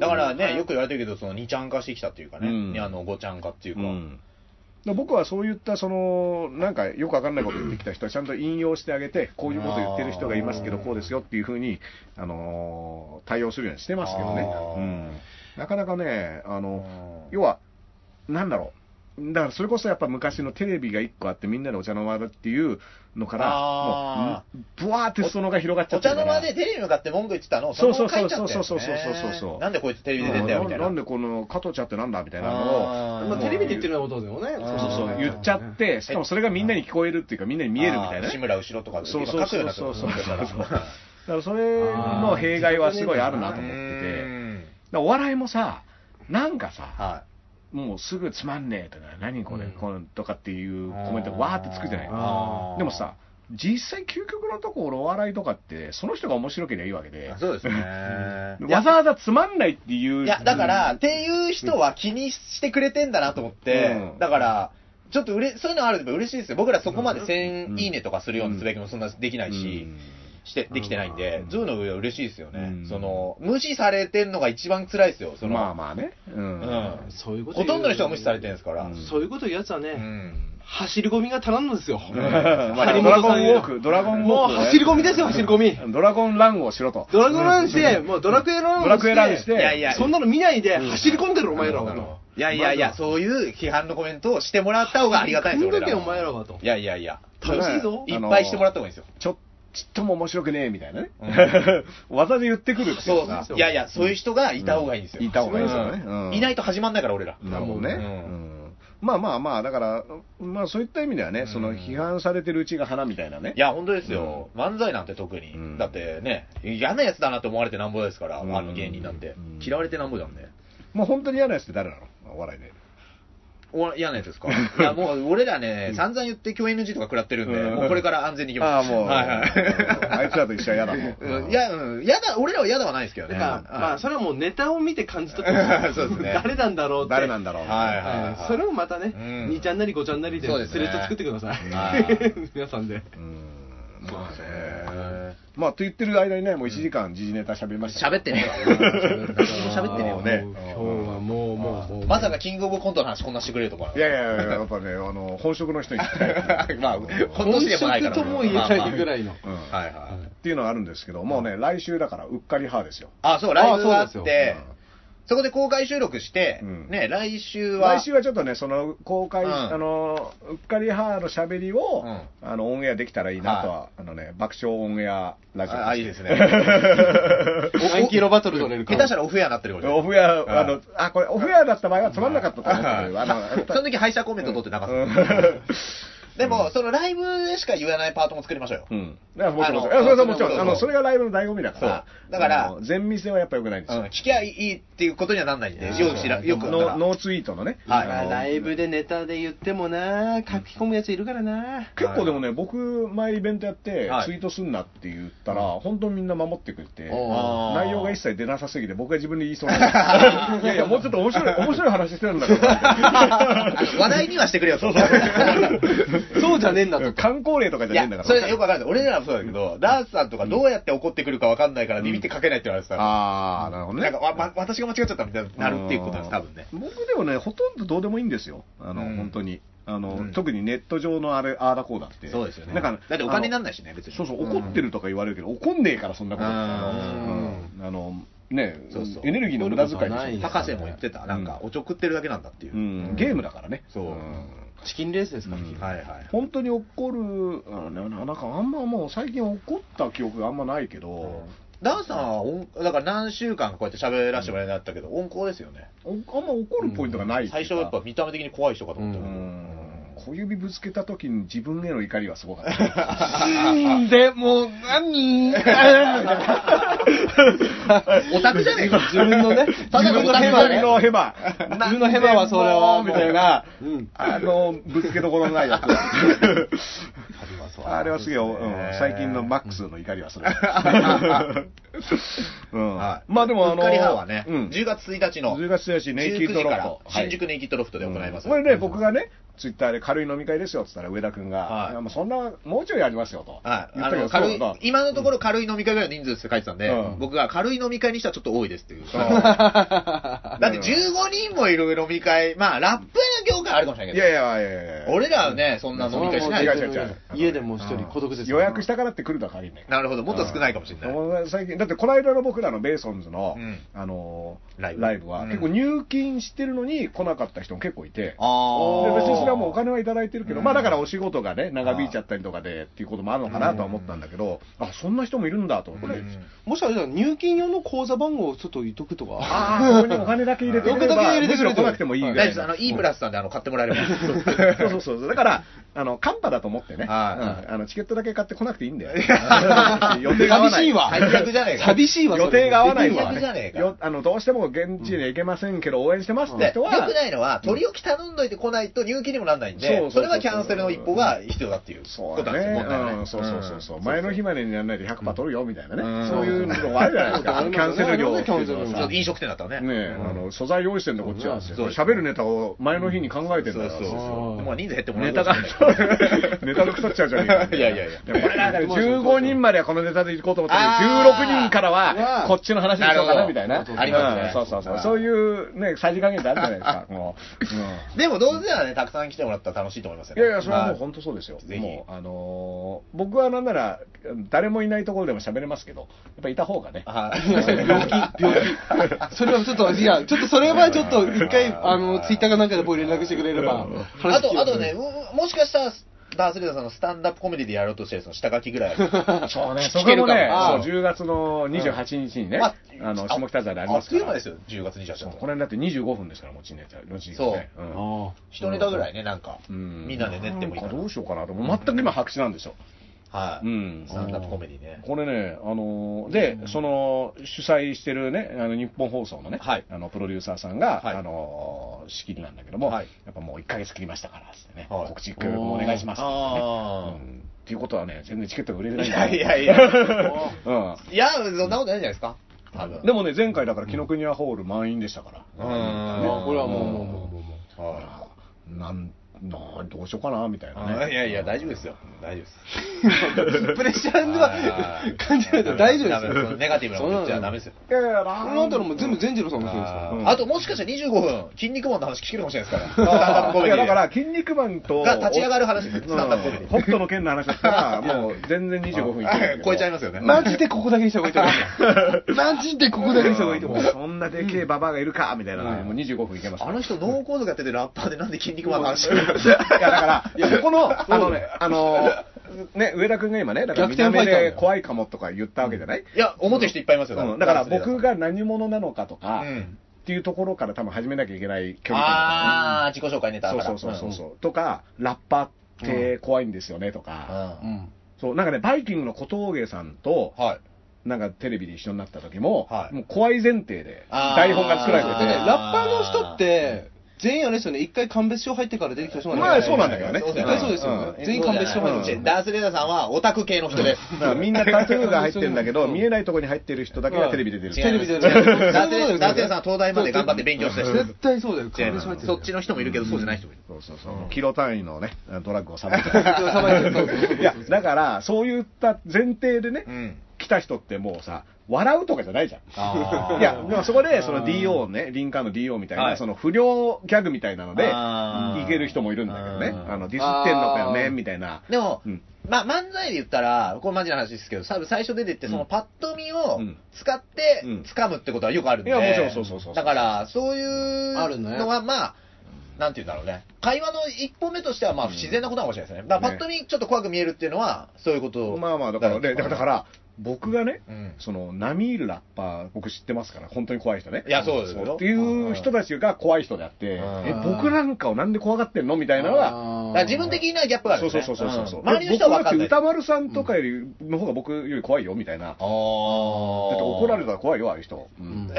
Speaker 2: だからね、よく言われてるけど、その2ちゃん化してきたっていうかね、
Speaker 1: うん
Speaker 2: あの5ちゃん化っていうか、
Speaker 1: うんだから僕はそういったそのなんかよくわかんないこと言ってきた人はちゃんと引用してあげてこういうこと言ってる人がいますけど
Speaker 2: あー
Speaker 1: こうですよっていうふうに、あのー対応するようにしてますけどね、
Speaker 2: あー
Speaker 1: うんなかなかねあの
Speaker 2: うん
Speaker 1: 要はなんだろうだからそれこそやっぱ昔のテレビが1個あってみんなでお茶の間だっていうのから
Speaker 2: あ
Speaker 1: もうぶわーって裾野が広がっちゃ
Speaker 2: お
Speaker 1: って
Speaker 2: 茶
Speaker 1: るか
Speaker 2: の
Speaker 1: ら
Speaker 2: 間でテレビに向かって文句言ってたのを、
Speaker 1: そうそ
Speaker 2: その
Speaker 1: う
Speaker 2: まま書いちゃったよ、ね、
Speaker 1: そうそうそうそうそうそう
Speaker 2: なんでこいつテレビ出てんだよみたいな。
Speaker 1: うんんでこの加藤ちゃんってなんだみたいなのを
Speaker 2: あー
Speaker 3: まあ
Speaker 1: もう
Speaker 3: テレビで言ってるようなことですよね。
Speaker 2: そう
Speaker 1: そうそう、
Speaker 2: ん
Speaker 1: 言っちゃっ。て、しかもそれがみんなに聞こえるっていうか、みんなに見えるみたいな
Speaker 2: あー志
Speaker 1: ね。
Speaker 2: 村後ろとか、
Speaker 1: そうそう
Speaker 2: 今書く
Speaker 1: そ
Speaker 2: よ
Speaker 1: う
Speaker 2: うになって
Speaker 1: そう
Speaker 2: ます
Speaker 1: そう。だ
Speaker 2: ねだから
Speaker 1: からそれの弊害はすごいあるなと思って
Speaker 2: う
Speaker 1: て、だか
Speaker 2: ん
Speaker 1: らお笑いもさ、なんかさ、
Speaker 2: は
Speaker 1: もうすぐつまんねえとか、何これ、
Speaker 3: うん
Speaker 1: このとかっていう
Speaker 2: い。
Speaker 1: コメントがわーってつくじゃない
Speaker 3: あ
Speaker 1: でもさ、実際究極のところお笑いとかって、その人が面白ければいいわけで
Speaker 2: あー、そうですね。
Speaker 1: わざわざつまんないっていう。
Speaker 2: いや、だから、っていう人は気にしてくれてんだなと思って、
Speaker 1: うん
Speaker 2: だから、ちょっとうれそういうのあるとやっぱ嬉しいですよ。僕らそこまで
Speaker 1: うん
Speaker 2: 1000いいねとかするようなつぶやきもそんなできないし、
Speaker 1: うん
Speaker 2: して、できてないんで
Speaker 1: う、ん
Speaker 2: ズーの上は嬉しいですよね
Speaker 1: う。ん
Speaker 2: その、無視されてんのが一番辛いですよ。その、
Speaker 1: まあまあね。う
Speaker 2: うん
Speaker 1: ん。
Speaker 3: そういうこと
Speaker 2: ほ
Speaker 3: 言う
Speaker 2: とんどの人が無視されてるんですから。
Speaker 1: うん
Speaker 3: そういうこと言うやつはね、
Speaker 2: うん
Speaker 3: 走り込みが足らんのですよ。
Speaker 1: まあド
Speaker 3: 張本
Speaker 1: ラゴ
Speaker 3: さん
Speaker 1: ンウォーク、ドラゴンウォークを
Speaker 3: も
Speaker 1: や。
Speaker 3: う走り込みですよ、走り込み。
Speaker 1: ドラゴンランをしろと。
Speaker 3: ドラゴンランして、もうドラクエランして、
Speaker 1: ドラクエランして、
Speaker 2: いやいや
Speaker 3: そんなの見ないで走り込んでる、お前らは
Speaker 1: なるほど
Speaker 2: い
Speaker 3: と。
Speaker 2: やいやいや、そういう批判のコメントをしてもらった方がありがたいですよ、
Speaker 3: こんだ
Speaker 2: 俺
Speaker 3: け
Speaker 2: らは
Speaker 3: お前らはと
Speaker 2: いやいやいや。
Speaker 3: 楽しいぞ
Speaker 2: いっぱいしてもらった方がいいですよ。
Speaker 1: ちょ、ちっとも面白くねえ、みたいなね。
Speaker 2: う
Speaker 1: 技で言ってくるってい
Speaker 2: そう
Speaker 1: うさ
Speaker 3: そ
Speaker 2: いやいや、そういう人がいた方がいいんですよ。
Speaker 1: うんいた方がいいですよね
Speaker 2: うん
Speaker 1: うん
Speaker 2: いないと始まんないから、俺ら。
Speaker 1: なるほどね。
Speaker 2: う
Speaker 1: うんんまあまあまあ、だから、まあそういった意味ではね、その批判されてるうちが花みたいなね。
Speaker 2: いや、本当ですよ。漫才なんて特に。
Speaker 1: うん
Speaker 2: だってね、嫌なやつだなと思われてなんぼですから、
Speaker 1: うん
Speaker 2: あの芸人なんて
Speaker 1: うん。
Speaker 2: 嫌われてなんぼなんで。
Speaker 1: もう本当に嫌なやつって誰なのお笑いで。
Speaker 2: お嫌なやつですかいや、もう俺らね、散々言って共演 NG とか食らってるんで、
Speaker 1: うん
Speaker 2: もうこれから安全に行き
Speaker 1: あ
Speaker 2: ま
Speaker 1: あ、
Speaker 2: す。
Speaker 1: もう、
Speaker 2: はいはい。
Speaker 1: あいつらと一緒は嫌だ
Speaker 2: う
Speaker 1: も
Speaker 2: ん
Speaker 1: ん。
Speaker 2: いや、うん、やだ、俺らは嫌ではないですけど
Speaker 3: だか
Speaker 2: ね。
Speaker 3: ら、
Speaker 2: はい
Speaker 3: まあ、それはもうネタを見て感じ取って
Speaker 2: そうですね
Speaker 3: 誰なんだろうって。
Speaker 1: 誰なんだろう。
Speaker 2: はいはい
Speaker 3: うんそれをまたね、
Speaker 2: うん
Speaker 3: 2ちゃんなり5ちゃんなりで、
Speaker 2: そうです
Speaker 3: ス
Speaker 2: ね
Speaker 3: レッド作ってくださ
Speaker 2: はいい。
Speaker 3: 皆さんで。
Speaker 1: うんまあね。
Speaker 2: へ
Speaker 1: まあ、と言ってる間にね、もう1時間時事ネタ喋りま
Speaker 2: ー
Speaker 1: した。
Speaker 2: 喋ってね 喋ってねえわ
Speaker 1: ね
Speaker 3: もう今日はもう、もう、もう。
Speaker 2: まさかキングオブコントの話こんなしてくれるとか。
Speaker 1: いやいやいや、やっぱね、あの、本職の人に聞きたい
Speaker 2: まあ、
Speaker 1: う
Speaker 2: 本年でもないから。
Speaker 3: 本職とも言えないぐらいの。
Speaker 1: ん
Speaker 2: まあまあはいはい。
Speaker 1: っていうのがあるんですけど、もうね、来週だから、うっかり派ですよ。
Speaker 2: あ、そう、ライブがあっ
Speaker 3: そう
Speaker 2: て
Speaker 1: ですようん、
Speaker 2: そこで公開収録して
Speaker 1: う、ん
Speaker 2: ね、来週は、
Speaker 1: 来週はちょっとね、その公開、
Speaker 2: うん
Speaker 1: あのうっかり派のしゃべりを、
Speaker 2: うん
Speaker 1: あのオンエアできたらいいなとは、あのね、爆笑オンエアラジオ
Speaker 2: ああ、いいです
Speaker 1: ね。
Speaker 2: ね。
Speaker 3: 3キロバトルとれるか
Speaker 2: 下
Speaker 3: ら。
Speaker 2: 手したらオフエアになってるよ
Speaker 1: オ
Speaker 2: 俺。
Speaker 1: フエア、
Speaker 2: ん
Speaker 1: あの、あ、これ、オフエアだった場合はつまんなかったと思ってる。あの、
Speaker 2: その時敗者コメント取ってなかった。 でも、そのライブでしか言わないパートも作りましょう よ。
Speaker 1: うん。だからもちろん、
Speaker 2: あ
Speaker 1: い
Speaker 2: の
Speaker 1: やそれはもちろん、
Speaker 2: そうそうそう
Speaker 1: あの、それがライブの醍醐味だから、
Speaker 2: そうだから
Speaker 1: あの、全見せはやっぱ良くないんです
Speaker 2: うん
Speaker 1: よ。
Speaker 2: 聞きゃいいっていうことにはなんないんで、よく知ら、よく
Speaker 1: ノーノーツイートのね。
Speaker 2: はい
Speaker 1: あの
Speaker 3: ライブでネタで言ってもな、書き込むやついるか らな。
Speaker 1: 結構でもね、僕、前イベントやって
Speaker 2: はい、
Speaker 1: ツイートすんなって言ったら、本当みんな守ってくれて、
Speaker 3: お
Speaker 2: ー
Speaker 1: 内容が一切出なさすぎて、僕が自分で言いそうになるいやい や、もうちょっと面白い、面白い話してるんだけ
Speaker 2: 話題にはしてくれよと。
Speaker 3: そうじゃねえんだ
Speaker 1: ど、
Speaker 3: と。
Speaker 1: 観光例とかじ
Speaker 2: い
Speaker 1: ゃねえ
Speaker 2: や
Speaker 1: んだ、か
Speaker 2: そ
Speaker 1: ら。
Speaker 2: れよくわかるんない俺らもそうだけど、ダースさんとかどうやって怒ってくるかわかんないからビビって書けないって言われてたから。
Speaker 1: あー、なるほど
Speaker 2: なん
Speaker 1: ね
Speaker 2: か。わ、ま、私が間違っちゃったみたいになるっていうことなんです、多分ね。
Speaker 1: うん。僕でもね、ほとんどどうでもいいんですよ。あの、
Speaker 2: うん
Speaker 1: 本当に。あの、
Speaker 2: うん
Speaker 1: 特にネット上のあれ、あーだこうだって。
Speaker 2: そうですよね。
Speaker 1: なんか、
Speaker 2: だってお金にな
Speaker 1: あ
Speaker 2: んないしね、別
Speaker 1: の
Speaker 2: に。
Speaker 1: そうそう、怒ってるとか言われるけど、怒んねえから、そんなこと。
Speaker 2: うん
Speaker 1: うんあの、ね
Speaker 2: そうそう
Speaker 1: エネルギーの無駄遣いでしょ
Speaker 3: ない
Speaker 2: 博士も言ってた。なんか、
Speaker 1: う
Speaker 2: おちょくってるだけなんだっていうう。
Speaker 1: ん、ゲームだからね。
Speaker 2: そうん
Speaker 3: チキンレースですから、
Speaker 1: うん
Speaker 2: はいはい。
Speaker 1: 本当に怒る、あのねななんかあんまもう最近怒った記憶があんまないけど、
Speaker 2: ダンさんは音、だから何週間かこうやって喋らせてもらえなかったけど、温厚ですよね。
Speaker 1: おあんま怒るポイントがないっていう
Speaker 2: 最初
Speaker 1: か
Speaker 2: はやっぱ見た目的に怖い人かと思った
Speaker 1: う
Speaker 2: けど。
Speaker 1: ん小指ぶつけた時に自分への怒りはすごかった。うんで、もう、何
Speaker 2: オタクじゃねえ か。
Speaker 3: 自分のね、
Speaker 2: ただのオタクじゃねえ
Speaker 1: 自分のヘマ。
Speaker 3: 自分のヘマはそれはもう
Speaker 1: みたいな
Speaker 3: うん、
Speaker 1: あの、ぶつけどころのない やつ。あれはすげえ、うん最近のマックスの怒りは それ。 うん
Speaker 2: はい
Speaker 1: まあでも、あ
Speaker 2: う
Speaker 1: の、
Speaker 2: っかりははね、
Speaker 1: うん
Speaker 2: 10月1日の
Speaker 1: 10月1日ネイキッドロフト
Speaker 2: 19時から新宿ネイキッドロフトで行います。
Speaker 1: これね、僕がね、ツイッターで軽い飲み会ですよって言ったら、上田君が、
Speaker 2: はい
Speaker 1: いやもうそんな、もうちょいありますよと。
Speaker 2: はい。
Speaker 1: 言
Speaker 2: あ
Speaker 1: ったけ
Speaker 2: の、
Speaker 1: ど、
Speaker 2: 軽
Speaker 1: そう
Speaker 2: い
Speaker 1: だ、
Speaker 2: 今のところ軽い飲み会ぐらいの人数って書いてたんで、
Speaker 1: うん
Speaker 2: 僕が軽い飲み会にしてはちょっと多いですっていう。
Speaker 1: そう
Speaker 2: だって15人もいる飲み会、まあ、ラップの業界あるかもしれない
Speaker 1: い
Speaker 2: けど。
Speaker 1: やいやいやいや。
Speaker 2: 俺らはね、そんな飲み会しない
Speaker 1: 違
Speaker 2: で
Speaker 1: う
Speaker 2: す
Speaker 1: 違
Speaker 2: よ
Speaker 1: う違う
Speaker 3: 家でもう一人孤独ですよ
Speaker 1: 予約したからって来るとは限らない。
Speaker 2: なるほど、もっと少ないかもしれない。
Speaker 1: もう最近、だってこの間の僕らのベーソンズの、
Speaker 2: うん
Speaker 1: あのー
Speaker 2: ライブ
Speaker 1: は、
Speaker 2: うん
Speaker 1: 結構入金してるのに来なかった人も結構いて、
Speaker 2: あ
Speaker 1: で
Speaker 2: あ。
Speaker 1: 別にそれはもうお金はいただいてるけど、
Speaker 2: うん
Speaker 1: まあだからお仕事がね、長引いちゃったりとかでっていうこともあるのかなとは思ったんだけど、あ、そんな人もいるんだと思って。
Speaker 2: うん
Speaker 3: もしかしたら入金用の口座番号をちょっと言っとくとか。
Speaker 1: ああ、ここにお金だけ入れてくれれ
Speaker 3: お金だ
Speaker 1: ば、
Speaker 3: け入れて
Speaker 1: む
Speaker 3: く
Speaker 1: し
Speaker 3: れ
Speaker 1: ろ
Speaker 3: て
Speaker 1: 来なくてもいいぐら
Speaker 2: 大
Speaker 1: い。
Speaker 2: 丈夫です。あの、いいプ ラスさんで、あの、買ってもらえれば。
Speaker 1: そうそうそうそう。だから、あの、カンパだと思ってね。
Speaker 2: はい
Speaker 1: うんあの、チケットだけ買ってこなくていいんだよ。予定が合わない。
Speaker 3: 寂しいわ
Speaker 2: 最悪じゃねえか。
Speaker 3: 寂しいわ。
Speaker 1: 予定が合わない
Speaker 2: 最
Speaker 1: わ。
Speaker 2: 悪じゃねえか
Speaker 1: よあの、どうしても現地には行けませんけど、応援してますって
Speaker 2: で
Speaker 1: 人
Speaker 2: 良
Speaker 1: は、
Speaker 2: くないのは、取り置き頼んどいてこないと入金にもなんないん
Speaker 1: そ、
Speaker 2: で
Speaker 1: う
Speaker 2: そ
Speaker 1: そうそうそう
Speaker 2: れはキャンセルの一歩が必要だっていう
Speaker 1: そ
Speaker 2: こと
Speaker 1: うだ
Speaker 2: なんですよ、問題
Speaker 1: ね。う
Speaker 2: ない。
Speaker 1: んそうそうそうそう。前の日までにやらないで100%取るよみたいな
Speaker 2: うん
Speaker 1: ね。そういうのがあるじゃないです
Speaker 3: う
Speaker 1: か。
Speaker 3: ん
Speaker 1: キャンセル料って
Speaker 3: キャンセル
Speaker 1: い
Speaker 3: 料
Speaker 1: うのは
Speaker 2: ちょっ
Speaker 1: さ
Speaker 2: と飲食店だったら
Speaker 1: ね
Speaker 2: ね。
Speaker 1: え、あの、素材用意してんだこっちは。
Speaker 3: そう
Speaker 2: です
Speaker 1: 喋るネタを前の日に考えてん
Speaker 2: そ
Speaker 1: だ
Speaker 2: う
Speaker 1: か
Speaker 2: そう
Speaker 1: ら。
Speaker 2: そう。でも人数減ってもら
Speaker 1: ネ
Speaker 2: う
Speaker 1: タが、 ネタが腐っちゃうじゃねえか。
Speaker 2: いやいやいや
Speaker 1: でもこれがだから15人まではこのネタで行こうと思ったけど、16人から
Speaker 3: あー
Speaker 1: はこっちの話にしようかなみたいな
Speaker 2: なる。ほどありますね
Speaker 1: うんそうそうそう。そういうね、さじ加減ってあるじゃないですか。もう。うん
Speaker 2: でもどうせならね、たくさん来てもらったら楽しいと思いますよ
Speaker 1: い
Speaker 2: ね。
Speaker 1: やいや、それはもう
Speaker 2: まあ
Speaker 1: 本当そうですよ。
Speaker 2: ぜひ
Speaker 1: もう、あのー僕はなんなら、誰もいないところでも喋れますけど、やっぱいた方がね。
Speaker 2: はい
Speaker 3: それはちょっと、いや、ちょっとそれはちょっと、一回、あの、ツイッターかなんかで僕連絡してくれれば、話
Speaker 2: あ
Speaker 3: 聞き
Speaker 2: と、
Speaker 3: ま
Speaker 2: あ
Speaker 3: す
Speaker 2: とね、うもしかしたら、ダースレーダーさんのスタンダップコメディでやろうとしてるその下書きぐらいある。
Speaker 1: そうね、そ
Speaker 2: 聞け
Speaker 1: れ
Speaker 2: る
Speaker 1: も
Speaker 2: かも
Speaker 1: ね、
Speaker 3: ああ
Speaker 1: そう10月の28日にね、
Speaker 2: ま
Speaker 1: あの、下北沢でありますか
Speaker 2: あっという間
Speaker 1: ら。
Speaker 2: ですよ、10月28日
Speaker 1: そう
Speaker 2: だと
Speaker 1: これだって25分ですから、もちネタ、後にね。う
Speaker 2: そ
Speaker 1: ん
Speaker 3: あ
Speaker 2: 一ネタぐらいね、なんか、
Speaker 1: うん
Speaker 2: みんなで練ってもいいか
Speaker 1: なん
Speaker 2: な。
Speaker 1: どうしようかなと思う。全く今白紙なんですよ。
Speaker 2: はい、
Speaker 1: うん
Speaker 2: スタンダップコメディね。
Speaker 1: これね、あのーで、その主催してるね、あの日本放送のね、
Speaker 2: はい
Speaker 1: あのプロデューサーさんが、
Speaker 2: はい
Speaker 1: あのー仕切りなんだけども、
Speaker 2: はい
Speaker 1: やっぱもう1ヶ月切りましたからっつってね、
Speaker 2: はい
Speaker 1: 告知協力もお願いしますって、
Speaker 2: あー
Speaker 1: ねうんっていうことはね、全然チケットが売れてないいん
Speaker 2: や
Speaker 1: だ
Speaker 2: いやいや。
Speaker 1: うん
Speaker 2: いや、そんなことないんじゃないですか。多分。
Speaker 1: でもね、前回だから、紀ノ国屋ホール満員でしたから、
Speaker 2: うん
Speaker 3: あ、まあこれはもう、もう、もう、もう、も
Speaker 1: だからなんなんどうしようかなみたいな
Speaker 2: はい
Speaker 1: ね。
Speaker 2: いやいや、大丈夫ですよ。大丈夫です。
Speaker 3: う。プレッシャーは
Speaker 2: はい
Speaker 3: 感じないと大丈
Speaker 2: ダメですそ
Speaker 3: 夫
Speaker 2: の
Speaker 3: です
Speaker 2: ネ
Speaker 3: よ。
Speaker 2: ガティブなこと言っちゃダメですよ。
Speaker 1: いやいや、
Speaker 3: この後のもう全部善次郎さんのせいです
Speaker 2: あ
Speaker 3: か
Speaker 1: う
Speaker 2: ー
Speaker 1: ん
Speaker 2: あと、もしかしたら25分、筋肉マンの話聞けるかもしれないですから。スタンダップコ
Speaker 1: い
Speaker 2: メ
Speaker 1: や
Speaker 2: ディで
Speaker 1: だ から、筋肉マンと、
Speaker 2: が立ち上がる話です。ス
Speaker 1: う
Speaker 2: タンダップコメデ
Speaker 1: ん
Speaker 2: ィ
Speaker 1: 北斗の剣の話だったら、もう全然25分いけ る
Speaker 2: 超えちゃいますよね。
Speaker 3: ら。マジでここだけにした方がいいと思 う。マジでここだけにした方がいいと思う。
Speaker 1: そんなでけえババアがいるかみたいなので、
Speaker 3: うん
Speaker 1: もう25分い けます。
Speaker 2: あの人、ノーコードやっててラッパーでなんで筋肉マンの話を
Speaker 1: いやだから、いやここの、あのね、あの、ね、上田君が今ね、だから見た目
Speaker 3: 逆転ファイターだ
Speaker 1: で
Speaker 3: よ
Speaker 1: 怖いかもとか言ったわけじゃない
Speaker 2: いや、思ってる人いっぱいいますよ。
Speaker 1: うんだから僕が何者なのかと
Speaker 2: う
Speaker 1: か、
Speaker 2: ん
Speaker 1: っていうところから多分始めなきゃいけない距離感
Speaker 2: ああ、自己紹介ネタだ
Speaker 1: だ
Speaker 2: か
Speaker 1: と
Speaker 2: ら。
Speaker 1: かねそうそうそうそう。とか、ラッパーって怖いんですよねとか、
Speaker 2: ん
Speaker 3: うん。
Speaker 1: そう、なんかね、バイキングの小峠さんと、
Speaker 2: はい。
Speaker 1: なんかテレビで一緒になった時も、
Speaker 2: はい
Speaker 1: もう怖い前提で
Speaker 2: あー
Speaker 1: 台本が作られ
Speaker 3: だ
Speaker 1: て
Speaker 3: ってね、
Speaker 1: て、
Speaker 3: ラッパーの人って、全員あれですよね、一回鑑別所入ってから出てきた人
Speaker 1: まあ
Speaker 3: よ
Speaker 1: そうなんだけどね
Speaker 3: 絶対そうですよ
Speaker 1: う
Speaker 3: ね。全員鑑別所入って
Speaker 1: う
Speaker 3: る
Speaker 1: ん。
Speaker 2: ダースレーダーさんはオタク系の人です。
Speaker 1: だからみんなタトゥーが入ってるんだけど、
Speaker 3: うん
Speaker 1: 見えないところに入ってる人だけがテレビ出てる。
Speaker 3: テレビ出
Speaker 2: 違
Speaker 3: る。
Speaker 2: いますダースレダースレさんは東大まで頑張って勉強した人
Speaker 3: 絶対そうだよ。鑑別所入ってる。
Speaker 2: そっちの人もいるけど、そうじゃない人もいる。
Speaker 1: そうそうそう。キロ単位のね、ドラッグをさばいて
Speaker 3: さばいてるそうそうそう
Speaker 1: いや、だから、そういった前提でね、
Speaker 2: うん。
Speaker 1: 来た人ってもうさ、笑うとかじゃないじゃん。
Speaker 2: あー
Speaker 1: いや、でもそこで、そ
Speaker 3: あ
Speaker 1: の
Speaker 3: ー
Speaker 1: DO ね、リンカーンの DO みたい
Speaker 2: は
Speaker 1: な、
Speaker 2: い
Speaker 1: その不良ギャグみたいなので、
Speaker 2: あー
Speaker 1: いける人もいるんだけどね。
Speaker 2: あー
Speaker 1: あの、ディスってんのかよね、みたいな。
Speaker 2: でも、
Speaker 1: うん
Speaker 2: まあ、漫才で言ったら、これマジな話ですけど、多分最初出てって、そのパッと見を
Speaker 1: うん
Speaker 2: 使って
Speaker 1: うん、
Speaker 2: 掴むってことはよくあるんで。
Speaker 1: いやもちろんそうそうそうそう
Speaker 2: だから、そういう
Speaker 3: あるね
Speaker 2: のは、まあ、なんて言うんだろうね。会話の一歩目としては、まあ、不自然なことかもしれないですね。だか
Speaker 1: ね
Speaker 2: ら、パッと見ちょっと怖く見えるっていうのは、そういうこと
Speaker 1: まあまあ、だから、でだから、僕がね、
Speaker 2: うん
Speaker 1: その、ナミールラッパー、僕知ってますから、本当に怖い人ね。
Speaker 2: いやそうですよ
Speaker 1: よ。っていう人たちが怖い人であって、
Speaker 2: うん
Speaker 1: え、僕なんかをなんで怖がってんのみたいなのは、
Speaker 2: だから自分的なギャップがある
Speaker 1: そ
Speaker 2: ん
Speaker 1: う
Speaker 2: です
Speaker 1: そう
Speaker 2: ね。
Speaker 1: そうそうそう。
Speaker 2: ん周りの人は分
Speaker 1: 僕だ
Speaker 2: か
Speaker 1: って
Speaker 2: んない。
Speaker 1: 歌丸さんとかより、の方が僕より怖いよ、みたいな。だって怒られたら怖いよ、ああいう人。うん。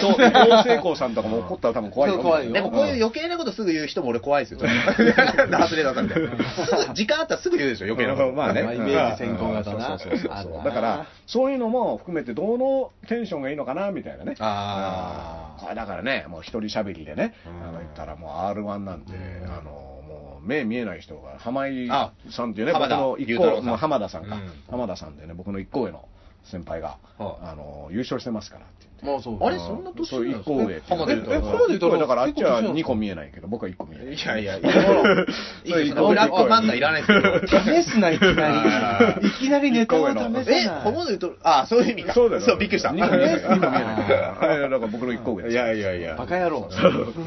Speaker 1: そう、大成功さんとかも怒ったら多分怖いよ。
Speaker 3: そう怖いよ
Speaker 2: でもこういう余計なことすぐ言う人も俺怖いですよ。ダースレーダーさんみたいな。すぐ、時間あったらすぐ言うでしょ、余計なこと。
Speaker 1: まあね。
Speaker 3: まあイメージ先行型な
Speaker 1: そうそうそう
Speaker 3: ある
Speaker 1: そ
Speaker 3: な
Speaker 1: う。だから、そういうのも含めて、どのテンションがいいのかな、みたいなね。
Speaker 2: あー
Speaker 1: あー。だからね、もう一人喋りでね、
Speaker 2: うん
Speaker 1: あの、言ったらもう R1 なんて、あの、もう目見えない人が、浜井
Speaker 2: あ
Speaker 1: さんっていうね、
Speaker 2: 浜
Speaker 1: 僕
Speaker 2: 田
Speaker 1: の一
Speaker 2: 雄太
Speaker 1: 個、
Speaker 2: 郎さん
Speaker 1: もう浜田さんか
Speaker 2: うん。
Speaker 1: 浜田さんでね、僕の一個上の先輩が、
Speaker 2: は
Speaker 1: あの、優勝してますからって言って。
Speaker 3: まあそう。
Speaker 2: あれそんな年
Speaker 1: そう、
Speaker 2: な
Speaker 1: 一
Speaker 2: んです
Speaker 1: 個
Speaker 2: ね
Speaker 1: 上っていう。
Speaker 2: 浜田雄
Speaker 1: え
Speaker 2: 太郎さん
Speaker 1: 浜田雄太郎だからあっちは
Speaker 3: 結構年なんですね
Speaker 1: 2個見えないけど、僕は1個見えない。
Speaker 2: いやいや、いや、いいよ、その裏漫才いらないですけど。
Speaker 3: 試すな、いきなり。いきなりネタを試さない。
Speaker 2: え、ホモで言うと、あ、そういう意味か。
Speaker 1: そうだよ。
Speaker 2: びっくりした。
Speaker 1: 2個見えない。
Speaker 2: い
Speaker 1: 2個見えない。はいだから僕の1個上です。
Speaker 2: やいやいや。
Speaker 3: バカ野郎。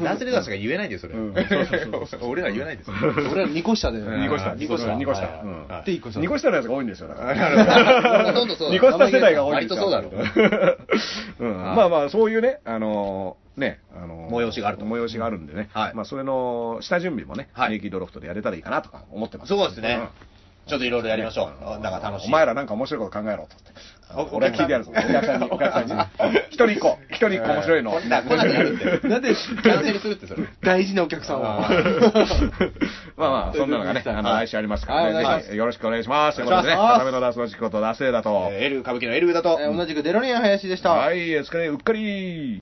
Speaker 2: 男性レーダーしか言えないんですよ、
Speaker 1: うん
Speaker 2: それ。俺ら言えないですよ。
Speaker 3: 俺ら2個下で。
Speaker 1: 二個下。
Speaker 3: 2個下。
Speaker 1: 二個下。
Speaker 3: うん
Speaker 1: うん
Speaker 3: で、1個下。
Speaker 1: 二個下のやつが多いんですよ、だから。
Speaker 2: ほとんどそうだ
Speaker 1: 二個下世代が多いん
Speaker 2: 割
Speaker 1: で
Speaker 2: と
Speaker 1: す
Speaker 2: そう
Speaker 1: よ。
Speaker 2: だろう。
Speaker 1: うんまあまあ、そういうね、あのー、ね、あのー、
Speaker 2: 催しがあると
Speaker 1: 催しがあるんでね。
Speaker 2: はい
Speaker 1: まあ、それの下準備もね、
Speaker 2: はい
Speaker 1: ネイキドロフトでやれたらいいかなとか思ってます。
Speaker 2: そうですね。ちょっといろいろやりましょう。なんか楽しい。
Speaker 1: お前らなんか面白いこと考えろと
Speaker 2: あ
Speaker 1: って。俺は聞いてやるぞ。お客さんに、お客さんに。一人一 個、一人一個面白いの。
Speaker 2: こんな、こんなのやるって。
Speaker 3: なんで
Speaker 2: キャンセルするっ て、それ。
Speaker 3: 大事なお客 さんは。
Speaker 1: まあまあ、そんなのがね、あの、
Speaker 3: はい
Speaker 1: 来週ありますから
Speaker 3: はいお願い
Speaker 1: ね
Speaker 3: しま
Speaker 1: ぜひ、よろしくお願いします。ということでね、
Speaker 3: お願いします
Speaker 1: ダメのダースのチコとダセーだと。
Speaker 2: えーエル、歌舞伎のエルだと。
Speaker 3: えー同じくデロリアン林でした。
Speaker 1: はい、お疲れ、うっかり。